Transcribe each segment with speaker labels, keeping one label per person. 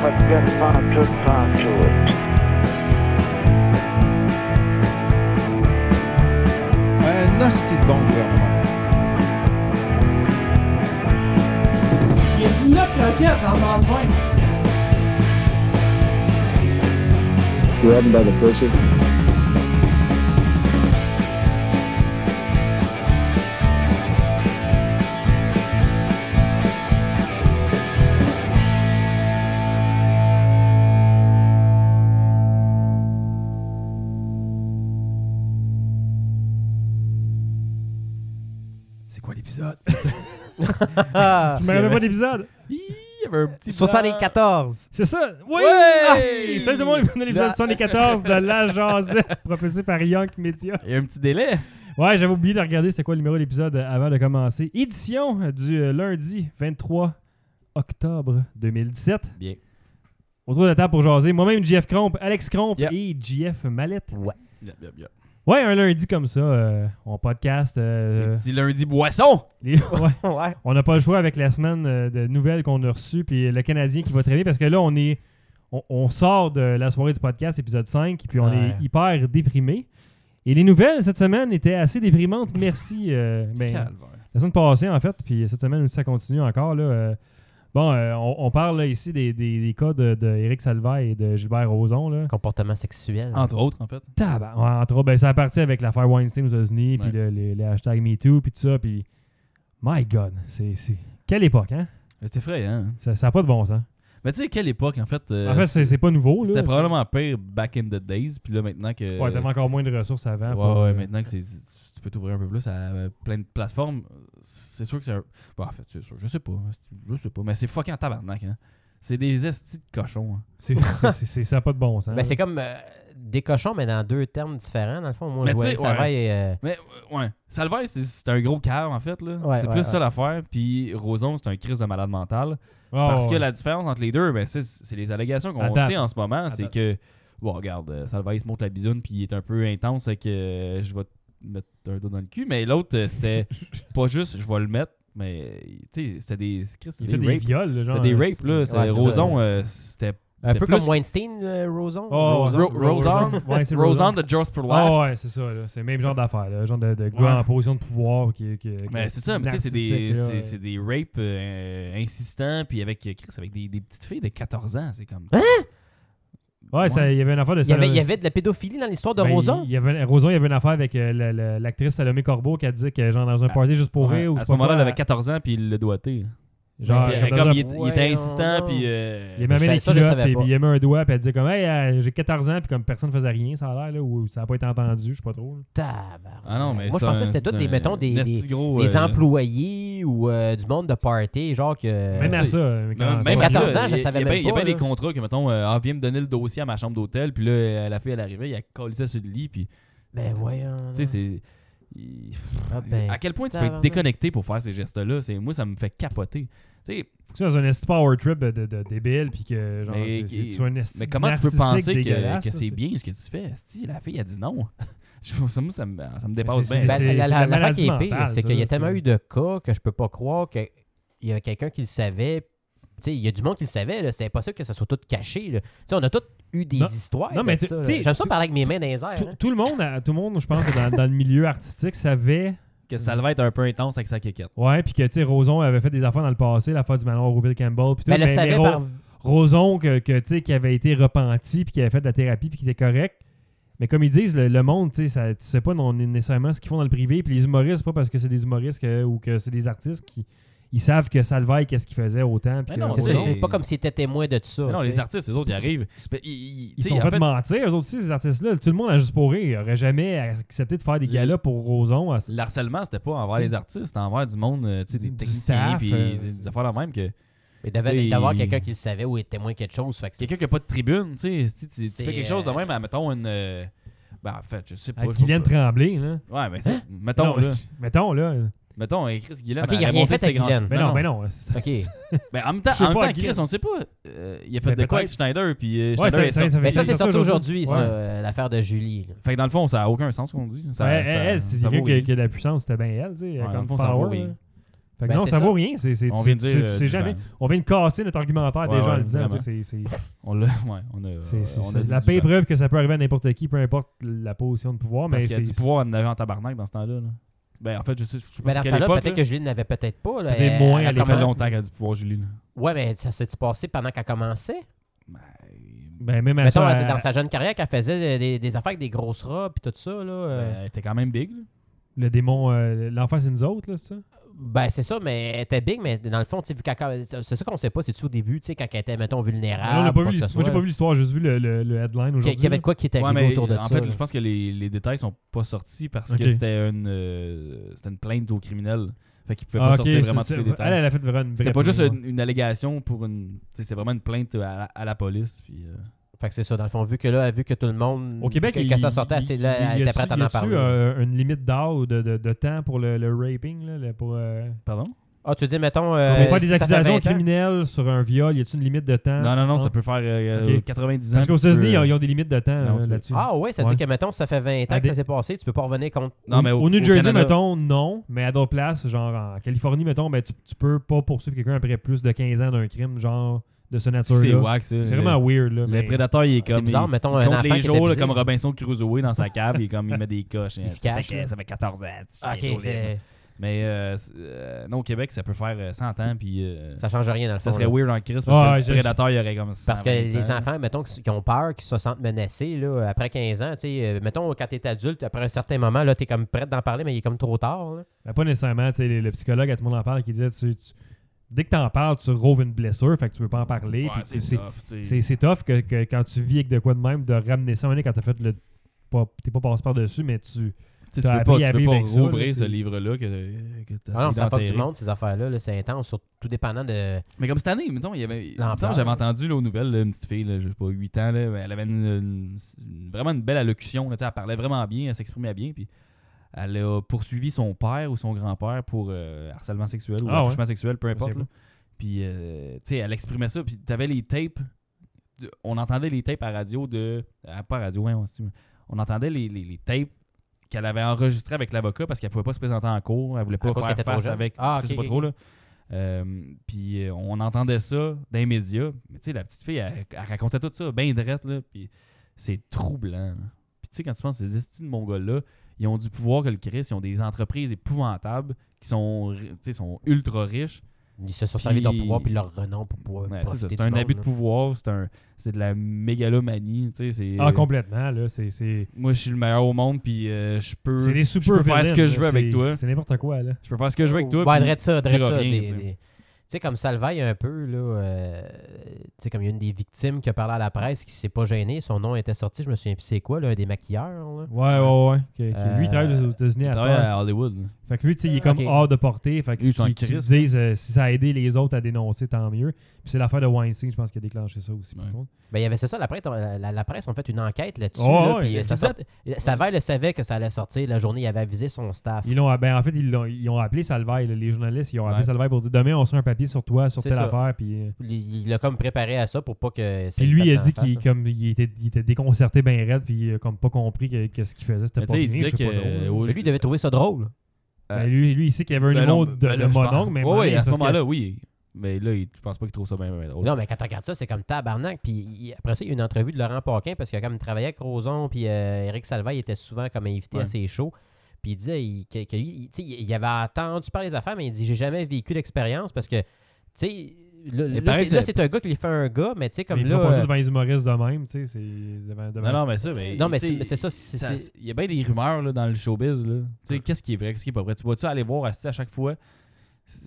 Speaker 1: but get Pontoon Pond to it.
Speaker 2: Un hostie de bon gouvernement.
Speaker 3: Il y a 19 croquettes dans le bain.
Speaker 4: Grab him by the pussy.
Speaker 5: C'est quoi l'épisode?
Speaker 6: Ah,
Speaker 7: Je me rappelle pas d'épisode.
Speaker 5: Il y avait un petit.
Speaker 6: 74.
Speaker 7: C'est ça? Oui!
Speaker 5: Ouais!
Speaker 7: Asti! Salut tout le monde, bienvenue à l'épisode
Speaker 5: La-
Speaker 7: 74 de La Jazette, propulsé par Yank Media.
Speaker 5: Il y a un petit délai.
Speaker 7: Ouais, j'avais oublié de regarder c'est quoi le numéro de l'épisode euh, avant de commencer. Édition euh, du euh, lundi 23 octobre 2017.
Speaker 5: Bien.
Speaker 7: Autour de la table pour jaser, moi-même JF Cromp, Alex Cromp
Speaker 5: Yep.
Speaker 7: et JF Mallette.
Speaker 5: Ouais.
Speaker 7: Ouais, un lundi comme ça, euh, on podcast. euh,
Speaker 5: Un petit lundi boisson.
Speaker 7: les- ouais.
Speaker 6: Ouais.
Speaker 7: On n'a pas le choix avec la semaine euh, de nouvelles qu'on a reçues, puis le Canadien qui va très bien, parce que là, on est on, on sort de la soirée du podcast, épisode 5, puis on
Speaker 5: Ouais.
Speaker 7: est hyper déprimé. Et les nouvelles cette semaine étaient assez déprimantes. Merci. euh, ben,
Speaker 5: Calvaire.
Speaker 7: la semaine passée, en fait, puis cette semaine aussi, ça continue encore. Là, euh, bon, euh, on, on parle là, ici des, des- des cas d'Éric de, Éric Salvaille et de Gilbert Rozon. Là.
Speaker 6: Comportement sexuel.
Speaker 5: Entre autres, en fait.
Speaker 7: Tabar- ouais, entre autres, ben, ça a parti avec l'affaire Weinstein aux États-Unis, puis le,
Speaker 5: Ouais.
Speaker 7: les, les hashtags MeToo, puis tout ça, puis... My God, c'est... c'est- Quelle époque, hein?
Speaker 5: C'était frais, hein?
Speaker 7: Ça n'a pas de bon sens.
Speaker 5: Mais tu sais, quelle époque, en fait. euh,
Speaker 7: en fait, c'est c'est pas nouveau. là.
Speaker 5: C'était
Speaker 7: C'est-
Speaker 5: probablement pire back in the days. Puis là, maintenant que.
Speaker 7: Ouais, t'avais encore moins de ressources avant.
Speaker 5: Ouais,
Speaker 7: pour,
Speaker 5: ouais,
Speaker 7: euh,
Speaker 5: maintenant que c'est, tu peux t'ouvrir un peu plus à euh, plein de plateformes, c'est sûr que c'est un. Bah, en fait, c'est sûr, je sais pas. Je sais pas, mais c'est fucking tabarnak, hein. C'est des estis de cochons. hein.
Speaker 7: c'est- c'est- c'est- c'est- Ça n'a pas de bon sens.
Speaker 6: Ben, c'est comme euh, des cochons, mais dans deux termes différents, dans le fond. Moi,
Speaker 5: Mais
Speaker 6: je vois
Speaker 5: tu sais,
Speaker 6: ça va et. euh,
Speaker 5: Mais, euh, ouais. Salvaire, c'est, c'est un gros cave, en fait, là.
Speaker 6: Ouais,
Speaker 5: c'est
Speaker 6: ouais,
Speaker 5: plus
Speaker 6: ouais.
Speaker 5: ça l'affaire. Puis Roson, c'est un crise de malade mental.
Speaker 7: Ah,
Speaker 5: Parce que
Speaker 7: ouais.
Speaker 5: la différence entre les deux, ben, c'est, c'est les allégations
Speaker 7: À
Speaker 5: qu'on
Speaker 7: date.
Speaker 5: sait en ce moment.
Speaker 7: À
Speaker 5: c'est
Speaker 7: date.
Speaker 5: que, bon, regarde, euh, Salvaire, il se monte la bisoune, puis il est un peu intense, c'est que euh, je vais te mettre un dos dans le cul. Mais l'autre, euh, c'était pas juste je vais le mettre, mais, tu sais, c'était des. Christ,
Speaker 7: Il
Speaker 5: c'était
Speaker 7: fait
Speaker 5: des
Speaker 7: des,
Speaker 5: rapes.
Speaker 7: viols, là, genre.
Speaker 5: C'était des
Speaker 7: euh,
Speaker 5: rapes, là. C'est-
Speaker 6: Ouais, c'est ça.
Speaker 5: Roson, euh, c'était.
Speaker 6: Un
Speaker 5: c'était
Speaker 6: peu
Speaker 5: plus-
Speaker 6: comme Weinstein, euh, Roson.
Speaker 7: Oh,
Speaker 5: Ro- Roson.
Speaker 7: Ouais, c'est
Speaker 5: Roson de George for
Speaker 7: Ah
Speaker 5: Life.
Speaker 7: ouais, c'est ça, là. C'est le même genre d'affaire, là. Genre de, de gars
Speaker 5: Ouais.
Speaker 7: en position de pouvoir qui. qui- qui-
Speaker 5: Mais c'est ça, mais tu sais, c'est des,
Speaker 7: narcissique, là.
Speaker 5: c'est- c'est des rapes euh, insistants, puis avec, euh, Chris, avec des, des petites filles de 14 ans, c'est comme...
Speaker 7: Hein? Ouais, ça- il y avait une affaire de
Speaker 6: Il y, avait, il y
Speaker 7: Salomé-
Speaker 6: avait de la pédophilie dans l'histoire de
Speaker 7: Ben,
Speaker 6: Roson.
Speaker 7: il y avait, Roson, il y avait une affaire avec euh, la- la- l'actrice Salomé Corbeau qui a dit que, genre, dans un
Speaker 5: Ah,
Speaker 7: party juste pour
Speaker 5: Ouais,
Speaker 7: rire ou
Speaker 5: à
Speaker 7: je sais
Speaker 5: ce
Speaker 7: pas
Speaker 5: moment-là,
Speaker 7: quoi,
Speaker 5: elle avait 14 ans, puis il le doigté.
Speaker 7: Genre,
Speaker 5: Puis, euh,
Speaker 7: comme
Speaker 5: comme
Speaker 7: dans
Speaker 5: il, est- il était
Speaker 6: Voyons
Speaker 5: insistant,
Speaker 6: donc.
Speaker 5: puis... euh,
Speaker 7: Il aimait
Speaker 6: Je
Speaker 7: les
Speaker 6: sais- ça, je
Speaker 7: culottes,
Speaker 6: savais
Speaker 7: puis,
Speaker 6: pas.
Speaker 7: puis il aimait un doigt, puis elle disait comme Hey, euh, j'ai 14 ans, puis comme personne faisait rien, ça a l'air, là, ou ça n'a pas été entendu, je sais pas trop. là.
Speaker 6: Tabarnak.
Speaker 5: Ah non, mais
Speaker 6: Moi, je
Speaker 5: c'est
Speaker 6: pensais que
Speaker 5: un-
Speaker 6: c'était
Speaker 5: c'est
Speaker 6: tous des,
Speaker 5: un-
Speaker 6: mettons, des,
Speaker 5: un
Speaker 6: des-
Speaker 5: esti gros,
Speaker 6: des
Speaker 5: euh,
Speaker 6: employés ou euh, du monde de party, genre que.
Speaker 7: Même à
Speaker 5: c'est-
Speaker 7: ça. euh, quand-
Speaker 5: Même, même
Speaker 7: ça-
Speaker 5: à
Speaker 6: 14
Speaker 5: ça,
Speaker 6: ans, je
Speaker 5: il-
Speaker 6: savais
Speaker 5: il y a
Speaker 6: même
Speaker 5: bien- Il y a
Speaker 6: pas,
Speaker 5: bien des
Speaker 6: là.
Speaker 5: contrats que, mettons, euh, ah, viens me donner le dossier à ma chambre d'hôtel, puis là, euh, la fille, elle arrivait, il a collé ça sur le lit, puis,
Speaker 6: Ben voyons.
Speaker 5: tu sais, c'est... il-
Speaker 6: Ah ben,
Speaker 5: à quel point tu peux être
Speaker 6: tabarnak.
Speaker 5: déconnecté pour faire ces gestes-là? C'est- Moi, ça me fait capoter. Tu sais,
Speaker 7: Faut que ça soit un esti power trip de, de, de débile, puis que genre,
Speaker 5: Mais-
Speaker 7: c'est- c'est- tu sois un esti
Speaker 5: Mais comment tu peux
Speaker 7: narcissique
Speaker 5: penser que,
Speaker 7: dégueulasse,
Speaker 5: que
Speaker 7: ça,
Speaker 5: c'est bien ce que tu fais? Esti, la fille, elle dit non. Je trouve ça, moi, ça me, ça me
Speaker 7: Mais
Speaker 5: dépasse
Speaker 7: c'est-
Speaker 5: bien.
Speaker 7: c'est-
Speaker 6: Ben, la, la,
Speaker 7: de la
Speaker 6: l'affaire
Speaker 7: maladie
Speaker 6: qui est
Speaker 7: mentale,
Speaker 6: pire, c'est
Speaker 7: ça,
Speaker 6: qu'il y
Speaker 7: là,
Speaker 6: a tellement
Speaker 7: c'est-
Speaker 6: eu de cas que je peux pas croire qu'il y a quelqu'un qui le savait. Tu sais, il y a du monde qui le savait. là. C'est impossible que ça soit tout caché. là. Tu sais, on a tous eu des
Speaker 7: Non.
Speaker 6: histoires.
Speaker 7: Non, mais
Speaker 6: de
Speaker 7: tu-
Speaker 6: ça, là.
Speaker 7: tu sais,
Speaker 6: J'aime ça
Speaker 7: tu-
Speaker 6: parler avec mes mains dans les airs.
Speaker 7: Tout,
Speaker 6: hein.
Speaker 7: tout le monde, à- tout le monde, je pense, que dans, dans le milieu artistique, savait.
Speaker 5: Que ça va être un peu intense avec sa quéquette.
Speaker 7: Ouais, puis que, tu sais, Roson avait fait des affaires dans le passé, l'affaire du manoir Rouville Campbell, puis tout.
Speaker 6: Ben,
Speaker 7: mais-
Speaker 6: le
Speaker 7: mais
Speaker 6: savait
Speaker 7: Ro-
Speaker 6: par.
Speaker 7: Roson, que, que, tu sais, qui avait été repenti, puis qui avait fait de la thérapie, puis qui était correct. Mais comme ils disent, le, le monde, tu sais, ça- tu sais pas non, nécessairement ce qu'ils font dans le privé. Puis les humoristes, pas parce que c'est des humoristes que- ou que c'est des artistes qui ils savent que Salvaille, qu'est-ce qu'il faisait autant. puis
Speaker 5: Ben non,
Speaker 7: que-
Speaker 6: C'est ça,
Speaker 5: Roson,
Speaker 6: c'est
Speaker 5: il-
Speaker 6: pas comme s'il était témoin de tout ça.
Speaker 5: non,
Speaker 6: tu
Speaker 5: les
Speaker 6: sais.
Speaker 5: artistes, eux autres, ils arrivent. Ben, Ils, ils-
Speaker 7: Ils
Speaker 5: tu sais,
Speaker 7: sont
Speaker 5: en
Speaker 7: fait,
Speaker 5: fait,
Speaker 7: mentir. Eux autres aussi, ces artistes-là, tout le monde a juste pour rire. Ils n'auraient jamais accepté de faire des
Speaker 5: Le-
Speaker 7: galas pour Roson. à-
Speaker 5: l'harcèlement, c'était pas envers
Speaker 7: Tu sais.
Speaker 5: les artistes, c'était envers du monde, euh, tu sais, des
Speaker 7: Du
Speaker 5: techniciens,
Speaker 7: staff,
Speaker 5: puis
Speaker 7: euh,
Speaker 5: des,
Speaker 7: c'est-
Speaker 5: des affaires la même que
Speaker 6: Mais il devait
Speaker 5: Tu sais,
Speaker 6: d'avoir
Speaker 5: il-
Speaker 6: quelqu'un qui le savait ou être témoin de quelque chose. fait que c'est-
Speaker 5: quelqu'un qui a pas de tribune, tu sais. si Tu, tu
Speaker 6: C'est,
Speaker 5: fais quelque chose de
Speaker 6: euh,
Speaker 5: même, à, mettons, une. euh, ben, en fait, je sais pas.
Speaker 7: À
Speaker 5: je vois
Speaker 7: Guylaine
Speaker 5: pas.
Speaker 7: Tremblay, là.
Speaker 5: Ouais, mais c'est-
Speaker 7: Non,
Speaker 5: mettons, là.
Speaker 7: Mettons, là.
Speaker 5: Mettons, euh, Chris Guylaine.
Speaker 6: Ok, il a
Speaker 5: elle
Speaker 6: rien
Speaker 5: monté
Speaker 6: fait
Speaker 5: ses
Speaker 6: à
Speaker 5: grands-
Speaker 6: Guylaine.
Speaker 7: Mais non, mais non. c'est-
Speaker 6: Ok.
Speaker 5: Ben, en même temps,
Speaker 7: Je sais
Speaker 5: en même
Speaker 7: pas,
Speaker 5: temps, Chris,
Speaker 7: Guylaine.
Speaker 5: on sait pas. euh, il a
Speaker 7: Mais
Speaker 5: fait de quoi
Speaker 7: peut-être.
Speaker 5: avec Schneider, puis euh,
Speaker 7: Ouais,
Speaker 5: Schneider
Speaker 7: ça-
Speaker 5: est
Speaker 7: ça-
Speaker 5: sorti.
Speaker 7: ça-
Speaker 6: Mais ça,
Speaker 7: c'est
Speaker 6: c'est sorti
Speaker 7: sorti
Speaker 6: aujourd'hui, ça,
Speaker 7: aujourd'hui.
Speaker 6: euh, l'affaire de Julie. là.
Speaker 5: Fait que dans le fond, ça a aucun sens ce qu'on dit. Ça,
Speaker 7: Ouais,
Speaker 5: ça-
Speaker 7: elle, elle, si
Speaker 5: ça
Speaker 7: c'est quelqu'un
Speaker 5: vaut
Speaker 7: qui a-
Speaker 5: rien.
Speaker 7: qui a de la puissance, c'était bien elle, tu sais.
Speaker 5: Ouais, dans
Speaker 7: comme
Speaker 5: le fond, ça vaut
Speaker 7: power,
Speaker 5: rien.
Speaker 7: là. Fait que
Speaker 6: Ben,
Speaker 7: non,
Speaker 6: c'est
Speaker 7: ça
Speaker 6: ça.
Speaker 7: vaut rien. C'est, c'est-
Speaker 5: On
Speaker 7: tu-
Speaker 5: vient de
Speaker 7: tu-
Speaker 5: dire,
Speaker 7: tu
Speaker 5: euh,
Speaker 7: sais
Speaker 5: du
Speaker 7: jamais.
Speaker 5: vent.
Speaker 7: On vient de casser notre argumentaire
Speaker 5: Ouais,
Speaker 7: déjà en
Speaker 5: ouais,
Speaker 7: le disant. tu
Speaker 5: vraiment.
Speaker 7: sais, C'est, c'est,
Speaker 5: On l'a. Ouais, on a.
Speaker 7: c'est- c'est-
Speaker 5: on a
Speaker 7: c'est
Speaker 5: dit
Speaker 7: la
Speaker 5: du
Speaker 7: paix est
Speaker 5: vent.
Speaker 7: preuve que ça peut arriver à n'importe qui, peu importe la position de pouvoir.
Speaker 5: Parce
Speaker 7: mais
Speaker 5: qu'il y a
Speaker 7: Ben, c'est,
Speaker 5: du
Speaker 7: c'est-
Speaker 5: pouvoir en avait en tabarnak dans ce temps-là. là. Ben, en fait, je sais, je sais pas
Speaker 6: Mais
Speaker 5: c'est
Speaker 6: dans ce
Speaker 5: quelle
Speaker 6: temps-là,
Speaker 5: époque,
Speaker 6: peut-être
Speaker 5: là.
Speaker 6: que Julie n'avait peut-être pas. Là, euh,
Speaker 7: Peut-être
Speaker 6: elle-
Speaker 7: moins,
Speaker 6: elle
Speaker 7: elle
Speaker 5: Ça fait
Speaker 6: commence-
Speaker 5: longtemps qu'elle a du pouvoir, Julie. là.
Speaker 6: Ouais, mais ça s'est-tu passé pendant qu'elle commençait? Euh,
Speaker 7: Ben, même à
Speaker 6: Mettons,
Speaker 7: ça,
Speaker 6: elle-
Speaker 7: à-
Speaker 6: dans sa jeune carrière, qu'elle faisait des, des affaires avec des grosses robes puis tout ça, là. euh,
Speaker 5: Ben, Elle était quand même big. là.
Speaker 7: le démon, euh, l'enfant, c'est nous autres, là, c'est ça?
Speaker 6: Ben, c'est ça, mais elle était big, mais dans le fond, tu sais, vu qu'elle- c'est ça qu'on sait pas, c'est-tu au début, tu sais, quand elle était, mettons, vulnérable.
Speaker 7: Ah, on n'a pas
Speaker 6: quoi
Speaker 7: vu
Speaker 6: que ce
Speaker 7: l'histoire. Moi, j'ai
Speaker 6: soit.
Speaker 7: pas vu l'histoire, j'ai juste vu le, le- le headline
Speaker 6: Qu'il
Speaker 7: aujourd'hui.
Speaker 6: qu'il y avait de quoi qui était
Speaker 5: Ouais,
Speaker 6: arrivé
Speaker 5: mais
Speaker 6: autour de
Speaker 5: en
Speaker 6: ça.
Speaker 5: fait,
Speaker 6: là.
Speaker 5: je pense que les, les détails sont pas sortis parce
Speaker 7: Ok.
Speaker 5: que c'était une, euh, c'était une plainte au criminel. Fait qu'ils
Speaker 7: là.
Speaker 5: pouvaient pas
Speaker 7: Ah, ok,
Speaker 5: sortir
Speaker 7: c'est-
Speaker 5: vraiment tous
Speaker 7: c'est-
Speaker 5: les
Speaker 7: Elle,
Speaker 5: détails.
Speaker 7: elle a fait vraiment une
Speaker 5: C'était
Speaker 7: vraie
Speaker 5: pas juste
Speaker 7: plainte,
Speaker 5: une, une allégation pour une. tu sais, C'est vraiment une plainte à, la- à la police. Puis, euh,
Speaker 6: Fait que c'est ça, dans le fond, vu que là, vu que tout le monde.
Speaker 7: Au Québec,
Speaker 6: que,
Speaker 7: il
Speaker 6: que ça sortait, c'est là,
Speaker 7: il- il-
Speaker 6: elle
Speaker 7: y
Speaker 6: était
Speaker 7: a-tu-
Speaker 6: prête à
Speaker 7: y
Speaker 6: en
Speaker 7: a-tu,
Speaker 6: parler.
Speaker 7: euh, une limite d'âge ou de, de- de temps pour le, le raping, là, le- pour, euh,
Speaker 5: Pardon?
Speaker 6: Ah, tu dis, mettons.
Speaker 7: pour
Speaker 6: euh,
Speaker 7: faire des
Speaker 6: si ça fait
Speaker 7: accusations
Speaker 6: 20 ans,
Speaker 7: criminelles sur un viol, y a-tu une limite de temps
Speaker 5: non, non, non, ça
Speaker 7: non.
Speaker 5: peut faire euh,
Speaker 7: Ah, oh. Ok.
Speaker 5: 90 ans.
Speaker 7: Parce qu'aux
Speaker 5: puis tu
Speaker 7: États-Unis, ils ont-
Speaker 5: peux-
Speaker 7: ils ont des limites de temps
Speaker 5: Non,
Speaker 7: là,
Speaker 5: tu peux-
Speaker 7: là-dessus.
Speaker 6: Ah, ouais, ça
Speaker 7: Ouais.
Speaker 6: dit que, mettons, ça fait 20 ans
Speaker 7: Ah,
Speaker 6: que
Speaker 7: des-
Speaker 6: ça s'est passé, tu peux pas revenir contre.
Speaker 5: Non, mais
Speaker 7: au, au New
Speaker 5: au
Speaker 7: Jersey,
Speaker 5: Canada-
Speaker 7: mettons, non. Mais à d'autres places, genre en Californie, mettons, ben, tu, tu peux pas poursuivre quelqu'un après plus de 15 ans d'un crime, genre de ce
Speaker 5: C'est c'est
Speaker 7: nature-là.
Speaker 5: wack, ça.
Speaker 7: C'est
Speaker 5: Le-
Speaker 7: vraiment weird. Là,
Speaker 5: Le
Speaker 7: mais-
Speaker 5: prédateur, il est
Speaker 6: C'est
Speaker 5: comme.
Speaker 6: bizarre,
Speaker 5: il-
Speaker 6: mettons,
Speaker 5: il
Speaker 6: un
Speaker 5: compte
Speaker 6: enfant.
Speaker 5: les
Speaker 6: qui
Speaker 5: jours, là,
Speaker 6: était
Speaker 5: comme
Speaker 6: abusé.
Speaker 5: Robinson Crusoe dans sa cave, il, est comme, il met des coches. hein.
Speaker 6: Il se
Speaker 5: Ça fait
Speaker 6: cache,
Speaker 5: que-
Speaker 6: là.
Speaker 5: Ça fait 14 ans.
Speaker 6: Ah,
Speaker 5: bientôt
Speaker 6: Ok,
Speaker 5: libre.
Speaker 6: c'est-
Speaker 5: Mais euh, c'est- euh, non, au Québec, ça peut faire euh, 100 ans, puis euh, ça,
Speaker 6: ça change rien dans le fond.
Speaker 5: serait
Speaker 6: là.
Speaker 5: weird en crise parce
Speaker 7: Ouais,
Speaker 5: que
Speaker 7: je-
Speaker 5: le prédateur, il aurait comme 100
Speaker 6: Parce que les enfants, mettons, qui s- qui ont peur, qui se sentent menacés, là, après 15 ans, tu sais, euh, mettons, quand t'es adulte, après un certain moment, là, t'es comme prête d'en parler, mais il est comme trop tard, là.
Speaker 7: Ben, pas nécessairement, tu sais, le, le psychologue, à tout le monde en parle, qui disait, tu- tu- dès que t'en parles, tu rouves une blessure, fait que tu veux pas en parler.
Speaker 5: Ouais,
Speaker 7: puis tu-
Speaker 5: c'est
Speaker 7: c'est-
Speaker 5: tough, tu sais.
Speaker 7: c'est c'est tough que, que quand tu vis avec de quoi de même, de ramener ça, à un moment donné, quand t'as fait le... pas- T'es pas passé par-dessus, mais tu...
Speaker 5: Tu sais,
Speaker 7: t'as
Speaker 5: tu peux pas,
Speaker 7: appris à
Speaker 5: tu peux
Speaker 7: vivre
Speaker 5: pas
Speaker 7: avec ça, là,
Speaker 5: rouvrir ce
Speaker 7: c'est-
Speaker 5: livre-là que, que t'as
Speaker 6: Ah non,
Speaker 5: essayé
Speaker 6: ça fuck
Speaker 5: d'enterrer.
Speaker 6: du monde, ces affaires-là, là, c'est intense, surtout tout dépendant de.
Speaker 5: Mais comme cette année, mettons, il y avait. il me semble que
Speaker 6: L'ampleur.
Speaker 5: J'avais entendu là, aux nouvelles là, une petite fille, là, je sais pas, 8 ans, là, elle avait une- une- une- vraiment une belle allocution. là, tu sais, elle parlait vraiment bien, elle s'exprimait bien. Puis elle a poursuivi son père ou son grand-père pour euh, harcèlement sexuel ou
Speaker 7: Ah ouais.
Speaker 5: attouchement sexuel, peu importe.
Speaker 7: sais
Speaker 5: là. Puis, euh, tu sais, elle exprimait ça. Puis t'avais les tapes. de- on entendait les tapes à radio de. à- pas à radio, ouais, on, se dit, mais on entendait les, les- les tapes qu'elle avait enregistrées avec l'avocat parce qu'elle pouvait pas se présenter en cours. Elle voulait
Speaker 6: À
Speaker 5: pas
Speaker 6: cause qu'elle
Speaker 5: faire
Speaker 6: était trop
Speaker 5: face
Speaker 6: jeune.
Speaker 5: avec.
Speaker 6: Ah,
Speaker 5: je
Speaker 6: ok,
Speaker 5: sais pas
Speaker 6: ok,
Speaker 5: trop,
Speaker 6: ok.
Speaker 5: là. Euh, puis euh, on entendait ça dans les médias. Mais tu sais, la petite fille, elle, elle racontait tout ça, bien drette, là. Puis c'est troublant. là. Puis tu sais, quand tu penses, ces estimes mongols-là, ils ont du pouvoir que le Christ, ils ont des entreprises épouvantables qui sont, ri- tu sais, sont ultra riches.
Speaker 6: Ils se sont servis de leur
Speaker 5: Puis-
Speaker 6: pouvoir puis de leur renom pour pouvoir.
Speaker 5: Ouais, c'est ça,
Speaker 6: profiter
Speaker 5: c'est
Speaker 6: du
Speaker 5: un
Speaker 6: monde,
Speaker 5: abus
Speaker 6: là.
Speaker 5: de pouvoir, c'est un c'est de la mégalomanie, tu sais, c'est
Speaker 7: Ah, complètement, là, c'est... C'est
Speaker 5: moi je suis le meilleur au monde puis euh, je peux
Speaker 7: c'est des
Speaker 5: je
Speaker 7: super
Speaker 5: peux faire ce
Speaker 7: villains,
Speaker 5: que je
Speaker 7: là,
Speaker 5: veux avec
Speaker 7: c'est-
Speaker 5: toi.
Speaker 7: C'est n'importe quoi, là.
Speaker 5: Je peux faire ce que je veux avec toi.
Speaker 6: Ouais,
Speaker 5: puis
Speaker 6: drette ça,
Speaker 5: tu
Speaker 6: drette
Speaker 5: diras
Speaker 6: ça.
Speaker 5: rien,
Speaker 6: des-
Speaker 5: tu sais.
Speaker 6: des- Tu sais, comme Salvaille, un peu, là. euh, tu sais, comme il y a une des victimes qui a parlé à la presse qui s'est pas gênée, son nom était sorti, je me souviens plus c'est quoi, là, un des maquilleurs, là.
Speaker 7: Ouais, ouais, ouais. Que- que lui, il
Speaker 6: Euh,
Speaker 7: travaille aux États-Unis à
Speaker 5: Il
Speaker 7: ce
Speaker 5: travaille
Speaker 7: temps.
Speaker 5: à Hollywood.
Speaker 7: Fait que lui, tu sais, il est
Speaker 6: Ah,
Speaker 7: comme
Speaker 6: ok.
Speaker 7: hors de portée. Fait que
Speaker 5: Lui,
Speaker 7: ce
Speaker 5: ils sont en
Speaker 7: qu'ils- qu'ils
Speaker 5: crise.
Speaker 7: disent, euh, si ça a aidé les autres à dénoncer, tant mieux. Puis c'est l'affaire de Weinstein, je pense, qui a déclenché ça aussi, par
Speaker 5: Ouais.
Speaker 7: contre.
Speaker 6: Ben, il y avait c'est ça, la presse, la, la- la presse ont fait une enquête là-dessus.
Speaker 7: Oh,
Speaker 6: là,
Speaker 7: ouais,
Speaker 6: puis,
Speaker 7: mais
Speaker 6: euh, ça
Speaker 5: c'est
Speaker 6: sort- Salvaille le savait que ça allait sortir la journée, il avait avisé son staff.
Speaker 7: Ils l'ont, ben, en fait, ils, l'ont- ils ont appelé Salvaille, là, les journalistes, ils ont appelé
Speaker 5: Ouais.
Speaker 7: Salvaille pour dire demain, on sort un papier sur toi, sur
Speaker 6: C'est
Speaker 7: telle
Speaker 6: ça.
Speaker 7: affaire. Puis, euh,
Speaker 6: Il il l'a comme préparé à ça pour pas que. ça
Speaker 7: puis
Speaker 6: lui
Speaker 7: lui, il a
Speaker 6: pète
Speaker 7: dit
Speaker 6: dans la
Speaker 7: qu'il
Speaker 6: face, hein.
Speaker 7: comme, il était, il était déconcerté, ben raide, puis il a comme pas compris que, que ce qu'il faisait, c'était
Speaker 5: Mais
Speaker 7: pas
Speaker 5: tu sais,
Speaker 7: bien.
Speaker 5: il disait
Speaker 7: je sais pas
Speaker 5: que-
Speaker 7: trop, là.
Speaker 5: au-
Speaker 6: là. Mais lui, il devait trouver ça drôle.
Speaker 7: Ben, lui, lui, il sait qu'il y avait un
Speaker 5: Euh, Ben
Speaker 7: niveau
Speaker 5: non,
Speaker 7: de,
Speaker 5: ben
Speaker 7: de
Speaker 5: là, je pense-
Speaker 7: mononcle, mais
Speaker 5: Ouais, ouais,
Speaker 7: mais
Speaker 5: à
Speaker 7: c'est
Speaker 5: ce
Speaker 7: parce que-
Speaker 5: moment-là, oui. Mais là, il- je pense pas qu'il trouve ça bien, bien drôle.
Speaker 6: Non, mais quand t'as regardé ça, c'est comme tabarnak. Puis il- après ça, il y a une entrevue de Laurent Paquin parce qu'il a comme travaillé avec Roson. Puis euh, Eric Salvaille était souvent comme invité à
Speaker 5: Ouais.
Speaker 6: ses shows. Puis il disait il- que- que lui, il, tu sais, il avait entendu parler des affaires, mais il dit J'ai jamais vécu l'expérience parce que, tu sais, là,
Speaker 5: Mais
Speaker 6: là,
Speaker 5: pareil,
Speaker 6: c'est- là,
Speaker 5: ça-
Speaker 6: c'est un gars qui les fait un gars, mais tu sais, comme
Speaker 7: mais il
Speaker 6: là.
Speaker 7: fera pas ça
Speaker 6: euh,
Speaker 7: devant les humoristes de même, tu sais, c'est devant, devant-
Speaker 5: Non, non, mais ça, mais.
Speaker 6: Non, mais
Speaker 5: tu sais,
Speaker 6: c'est- c'est ça, c'est- c'est-
Speaker 5: Il y a bien des rumeurs là, dans le showbiz. Là. Tu sais, qu'est-ce qui est vrai, qu'est-ce qui est pas vrai. Tu vas-tu aller voir asti, à chaque fois C'est-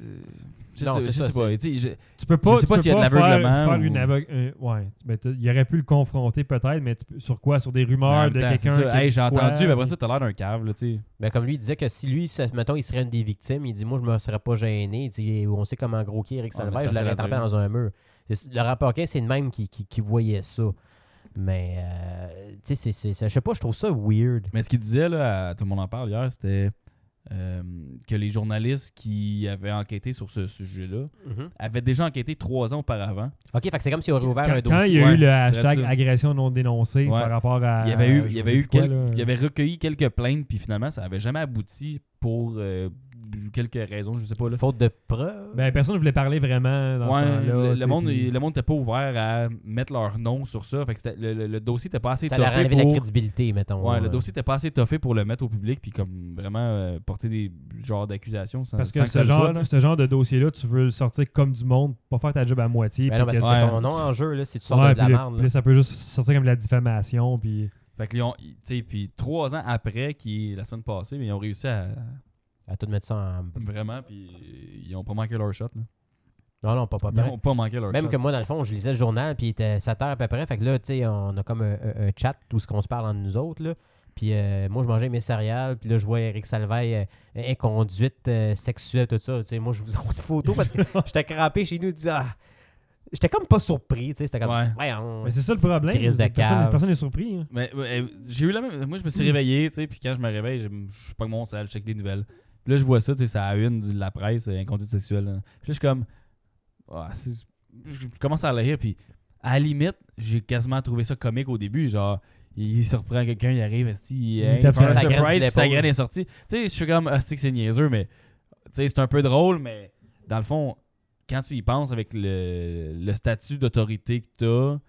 Speaker 5: Je
Speaker 6: Non,
Speaker 5: sais-
Speaker 6: c'est
Speaker 5: je
Speaker 6: ça,
Speaker 5: sais pas. Tu sais, je-
Speaker 7: Tu peux pas,
Speaker 5: Je sais
Speaker 7: tu
Speaker 5: pas
Speaker 7: peux
Speaker 5: s'il y a de
Speaker 7: pas faire,
Speaker 5: l'aveuglement
Speaker 7: faire
Speaker 5: ou-
Speaker 7: une aveugle. euh, ouais, mais t'as- il aurait pu le confronter peut-être, mais tu peux- sur quoi Sur des
Speaker 5: en
Speaker 7: rumeurs
Speaker 5: même
Speaker 7: de
Speaker 5: temps,
Speaker 7: quelqu'un.
Speaker 5: c'est
Speaker 7: qui
Speaker 5: ça.
Speaker 7: a
Speaker 5: Hey,
Speaker 7: dit
Speaker 5: j'ai
Speaker 7: quoi,
Speaker 5: entendu, mais après
Speaker 7: puis-
Speaker 5: ça, t'as l'air d'un cave. Là, tu sais.
Speaker 6: Mais comme lui, il disait que si lui, ça- mettons, il serait une des victimes, il dit Moi, je me serais pas gêné. Il dit, on sait comment gros qui Eric
Speaker 5: Ouais, Ah, mais
Speaker 6: Salvaire,
Speaker 5: c'est
Speaker 6: je l'aurais
Speaker 5: facile à
Speaker 6: tapé
Speaker 5: dire.
Speaker 6: dans un mur. C'est- Laurent Paquin, c'est le même qui, qui, qui voyait ça. Mais, euh, tu sais, c'est- c'est- c'est- je sais pas, je trouve ça weird.
Speaker 5: Mais ce qu'il disait, là, à- tout le monde en parle hier, c'était euh, que les journalistes qui avaient enquêté sur ce sujet-là avaient déjà enquêté trois ans auparavant.
Speaker 6: OK, fait que c'est comme si on avait ouvert
Speaker 7: Quand,
Speaker 6: un
Speaker 7: quand il
Speaker 6: dossier.
Speaker 7: y a
Speaker 5: ouais,
Speaker 7: eu le
Speaker 5: vrai
Speaker 7: hashtag
Speaker 5: ça.
Speaker 7: agression non dénoncée
Speaker 5: Ouais.
Speaker 7: par rapport à. euh,
Speaker 5: Il y avait eu,
Speaker 7: je
Speaker 5: il y
Speaker 7: sais
Speaker 5: avait
Speaker 7: plus
Speaker 5: eu
Speaker 7: quoi,
Speaker 5: quel-
Speaker 7: là.
Speaker 5: il y avait recueilli quelques plaintes, puis finalement, ça avait jamais abouti pour euh, quelques raisons, je sais pas. Là.
Speaker 6: Faute de preuves.
Speaker 7: Ben, personne ne voulait parler vraiment dans
Speaker 5: Ouais,
Speaker 7: ce temps-là.
Speaker 5: le,
Speaker 7: tu
Speaker 5: le
Speaker 7: sais,
Speaker 5: monde
Speaker 7: puis-
Speaker 5: il- le monde était pas ouvert à mettre leur nom sur ça. Fait que c'était- le, le- le dossier était pas assez
Speaker 6: ça leur
Speaker 5: toffé
Speaker 6: enlevait la
Speaker 5: pour...
Speaker 6: crédibilité, mettons.
Speaker 5: Ouais, le
Speaker 6: euh,
Speaker 5: dossier était pas assez toffé pour le mettre au public puis comme vraiment euh, porter des genres d'accusations sans,
Speaker 7: Parce
Speaker 5: sans
Speaker 7: que
Speaker 5: ça
Speaker 7: ce
Speaker 5: le soit,
Speaker 7: genre,
Speaker 5: là.
Speaker 7: ce genre de dossier-là, tu veux le sortir comme du monde, pas faire ta job à moitié.
Speaker 6: Ben
Speaker 7: puis
Speaker 6: non, parce que
Speaker 7: que-
Speaker 5: Ouais.
Speaker 6: c'est ton nom en jeu, là, si tu sors
Speaker 7: Ouais,
Speaker 6: de la
Speaker 7: puis le-
Speaker 6: merde.
Speaker 7: puis
Speaker 6: là.
Speaker 7: là, ça peut juste sortir comme de la diffamation. Puis...
Speaker 5: Fait que ils ont- ils- tu sais, puis trois ans après, qui est la semaine passée, mais ils ont réussi à
Speaker 6: À tout mettre ça en.
Speaker 5: vraiment, puis euh, ils ont pas manqué leur shot. Là.
Speaker 6: Non, non, pas, pas
Speaker 5: Ils
Speaker 6: pareil.
Speaker 5: ont pas manqué leur
Speaker 6: Même
Speaker 5: shot.
Speaker 6: que moi, dans le fond, je lisais le journal, puis il était 7 heures à peu près. Fait que là, tu sais, on a comme un, un- un chat, tout ce qu'on se parle entre nous autres, là. Puis euh, moi, je mangeais mes céréales, puis là, je vois Eric Salveille, euh, inconduite euh, sexuelle, tout ça. Tu sais, moi, je vous envoie de photos parce que j'étais crampé chez nous, je dis, ah. J'étais comme pas surpris, tu sais. C'était comme,
Speaker 5: Ouais.
Speaker 6: voyons,
Speaker 7: Mais c'est ça le
Speaker 6: petite
Speaker 7: problème.
Speaker 6: crise de
Speaker 7: c'est que personne
Speaker 6: cave.
Speaker 7: personne n'est surpris. hein.
Speaker 5: Mais ouais, euh, j'ai eu la même. Moi, je me suis réveillé, tu sais, puis quand je me réveille, je je suis pas que mon sale, je check des nouvelles. Puis là, je vois ça, tu sais, c'est à la une de la presse, euh, inconduite sexuelle. hein. Puis là, je suis comme. Ah, c'est- je commence à lire, puis à la limite, j'ai quasiment trouvé ça comique au début. Genre, il surprend quelqu'un, il arrive, esti, il hey,
Speaker 7: tape
Speaker 5: surprise,
Speaker 7: sa
Speaker 6: graine sur
Speaker 5: puis sa
Speaker 6: l'épaule.
Speaker 5: graine est sortie. Tu sais, je suis comme, ah, c'est que c'est niaiseux, mais. Tu sais, c'est un peu drôle, mais dans le fond, quand tu y penses avec le, le statut d'autorité que tu as,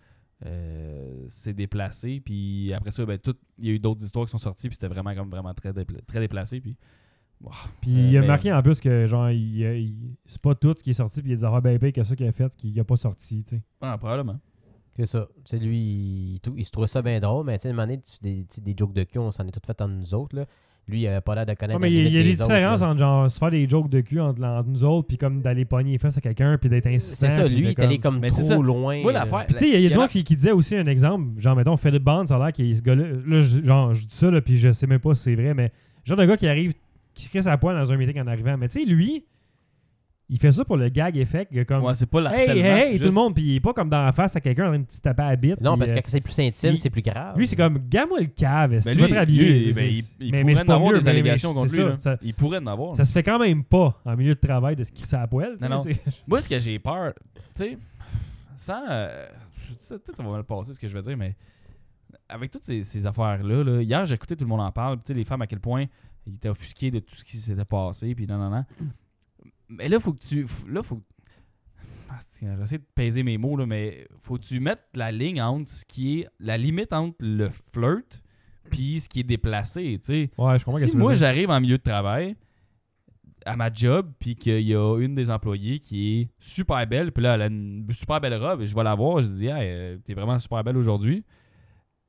Speaker 5: c'est déplacé. Puis après ça, ben, tout- il y a eu d'autres histoires qui sont sorties. Puis c'était vraiment, comme vraiment très, dépla- très déplacé. Puis
Speaker 7: Puis il y a
Speaker 5: Euh, mais-
Speaker 7: marqué en plus que genre il, il- c'est pas tout ce qui est sorti. Puis il y a des affaires bien pires que ça qu'il a fait qu'il a pas sorti. tu sais.
Speaker 5: ah, probablement.
Speaker 6: C'est ça. C'est lui, il, trou- il se trouvait ça bien drôle, mais tu sais, à un moment donné, tu- des, tu sais, des jokes de cul, on s'en est tout fait entre nous autres, là. Lui, il avait pas l'air de
Speaker 7: Ouais,
Speaker 6: connaître
Speaker 7: mais
Speaker 6: la
Speaker 7: il y a- il y a
Speaker 6: limite
Speaker 7: des
Speaker 6: des autres, là.
Speaker 7: différences entre genre se faire des jokes de cul entre, entre nous autres. Puis comme d'aller pogner les fesses à quelqu'un. Puis d'être insistant.
Speaker 6: C'est ça,
Speaker 7: hein, puis
Speaker 6: lui, il
Speaker 7: de
Speaker 6: est allé comme
Speaker 5: Mais
Speaker 6: trop
Speaker 5: c'est ça.
Speaker 6: loin.
Speaker 5: Moi,
Speaker 6: là.
Speaker 5: l'affaire.
Speaker 7: Puis tu sais, il y a,
Speaker 5: la-
Speaker 7: des gens qui, qui disaient aussi un exemple, genre, mettons, Philip Bond, ça a l'air qu'il ce gars-là. Là, je- genre, je dis ça, là, puis je sais même pas si c'est vrai, mais genre de gars qui arrive, qui se crée sa poêle dans un meeting en arrivant. Mais tu sais, lui, il fait ça pour le gag effect, que comme.
Speaker 5: Ouais, c'est pas
Speaker 7: hey, hey,
Speaker 5: l'harcèlement.
Speaker 7: hey,
Speaker 5: c'est
Speaker 7: tout
Speaker 5: juste- Ben
Speaker 7: le monde, puis il est pas comme dans la face à quelqu'un en train de se taper à la bite.
Speaker 6: Non,
Speaker 7: puis,
Speaker 6: parce que
Speaker 7: euh,
Speaker 6: quand c'est plus intime,
Speaker 7: lui-
Speaker 6: c'est plus grave.
Speaker 7: Lui, c'est comme, gamme-moi le cave, est-ce que
Speaker 5: Ben,
Speaker 7: tu vas
Speaker 5: lui,
Speaker 7: te rhabiller,
Speaker 5: lui,
Speaker 7: c'est-
Speaker 5: ben, il-
Speaker 7: c'est-
Speaker 5: il
Speaker 7: mais-
Speaker 5: pourrait
Speaker 7: mais c'est
Speaker 5: en
Speaker 7: pas
Speaker 5: avoir
Speaker 7: mieux, mais-
Speaker 5: des
Speaker 7: mais
Speaker 5: allégations contre
Speaker 7: c'est
Speaker 5: lui,
Speaker 7: ça,
Speaker 5: là.
Speaker 7: Ça,
Speaker 5: Il pourrait en avoir.
Speaker 7: ça se fait quand même pas en milieu de travail de se crisser à la poêle. tu
Speaker 5: Non,
Speaker 7: sais, c'est-
Speaker 5: Moi, ce que j'ai peur, tu sais, sans. euh, je- ça- Peut-être ça va mal passer ce que je veux dire, mais avec toutes ces, ces affaires-là, là, hier, j'écoutais tout le monde en parle, puis tu sais, les femmes à quel point ils étaient offusqués de tout ce qui s'était passé, puis non, non, non. Mais là, faut que tu. f- Là, faut. Ah, c'est- J'essaie de peser mes mots, là, mais faut que tu mettes la ligne entre ce qui est. La limite entre le flirt, puis ce qui est déplacé, tu sais
Speaker 7: Ouais, je comprends qu'est-ce
Speaker 5: si
Speaker 7: que tu veux
Speaker 5: moi
Speaker 7: dire.
Speaker 5: j'arrive en milieu de travail à ma job puis qu'il y a une des employées qui est super belle puis là elle a une super belle robe et je vais la voir je dis hey, euh, t'es vraiment super belle aujourd'hui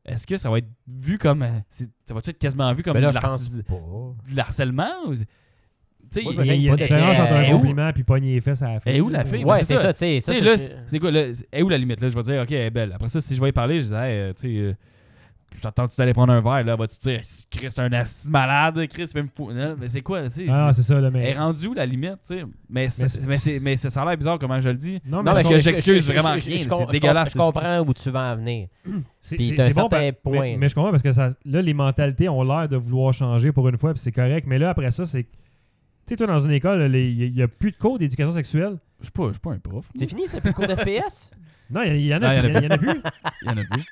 Speaker 5: est-ce que ça va être vu comme euh, c'est- ça va être quasiment vu comme
Speaker 6: Mais Ben là,
Speaker 5: de
Speaker 6: je
Speaker 5: l'harc-
Speaker 6: pense pas.
Speaker 5: de l'harcèlement ou- tu sais
Speaker 6: Moi, je
Speaker 5: il-
Speaker 6: me
Speaker 7: Il y a une
Speaker 6: pas de-
Speaker 7: différence entre
Speaker 5: Eh,
Speaker 7: un
Speaker 5: où-
Speaker 7: compliment puis pogner les fesses à la
Speaker 5: Eh, où la fille?
Speaker 6: Ouais,
Speaker 5: c'est
Speaker 6: c'est
Speaker 5: ça.
Speaker 6: ça, tu sais.
Speaker 5: tu
Speaker 6: ça,
Speaker 5: sais,
Speaker 6: c'est-
Speaker 5: là, c'est c'est quoi là, c'est- est où la limite là je vais dire ok elle est belle après ça si je vais y parler je dis hey, euh, tu sais euh, j'attends tu d'aller prendre un verre là va tu dire Chris c'est un assis malade Chris fais me fou Non, mais c'est quoi tu sais
Speaker 7: Ah, c'est ça, là, mais.
Speaker 5: Elle est rendue où la limite, tu sais? Mais, c'est-
Speaker 7: c'est-
Speaker 5: mais, c'est- mais ça ça a l'air bizarre comment je le dis.
Speaker 7: Non,
Speaker 6: Non,
Speaker 7: mais
Speaker 6: mais
Speaker 5: je-
Speaker 6: je-
Speaker 5: j'excuse
Speaker 6: je- je-
Speaker 5: vraiment
Speaker 6: je- je-
Speaker 5: rien,
Speaker 6: je-
Speaker 5: c'est
Speaker 6: je- je-
Speaker 5: dégueulasse,
Speaker 6: Je
Speaker 5: ça,
Speaker 6: comprends où tu vas en venir.
Speaker 7: c'est-
Speaker 6: Puis
Speaker 7: c'est-
Speaker 6: t'as un
Speaker 7: c'est bon,
Speaker 6: certain
Speaker 7: par-
Speaker 6: point,
Speaker 7: Mais,
Speaker 6: là.
Speaker 7: mais je comprends parce que ça, là, les mentalités ont l'air de vouloir changer pour une fois, puis c'est correct. Mais là, après ça, c'est. Tu sais, toi, dans une école, il n'y a, plus de cours d'éducation sexuelle.
Speaker 5: Je suis pas, je suis pas un prof.
Speaker 6: C'est fini, c'est plus cours d'FPS?
Speaker 7: Non, il y, en
Speaker 5: Non,
Speaker 7: a-
Speaker 5: y en a
Speaker 7: y en a- y en a plus.
Speaker 5: Il y en a deux.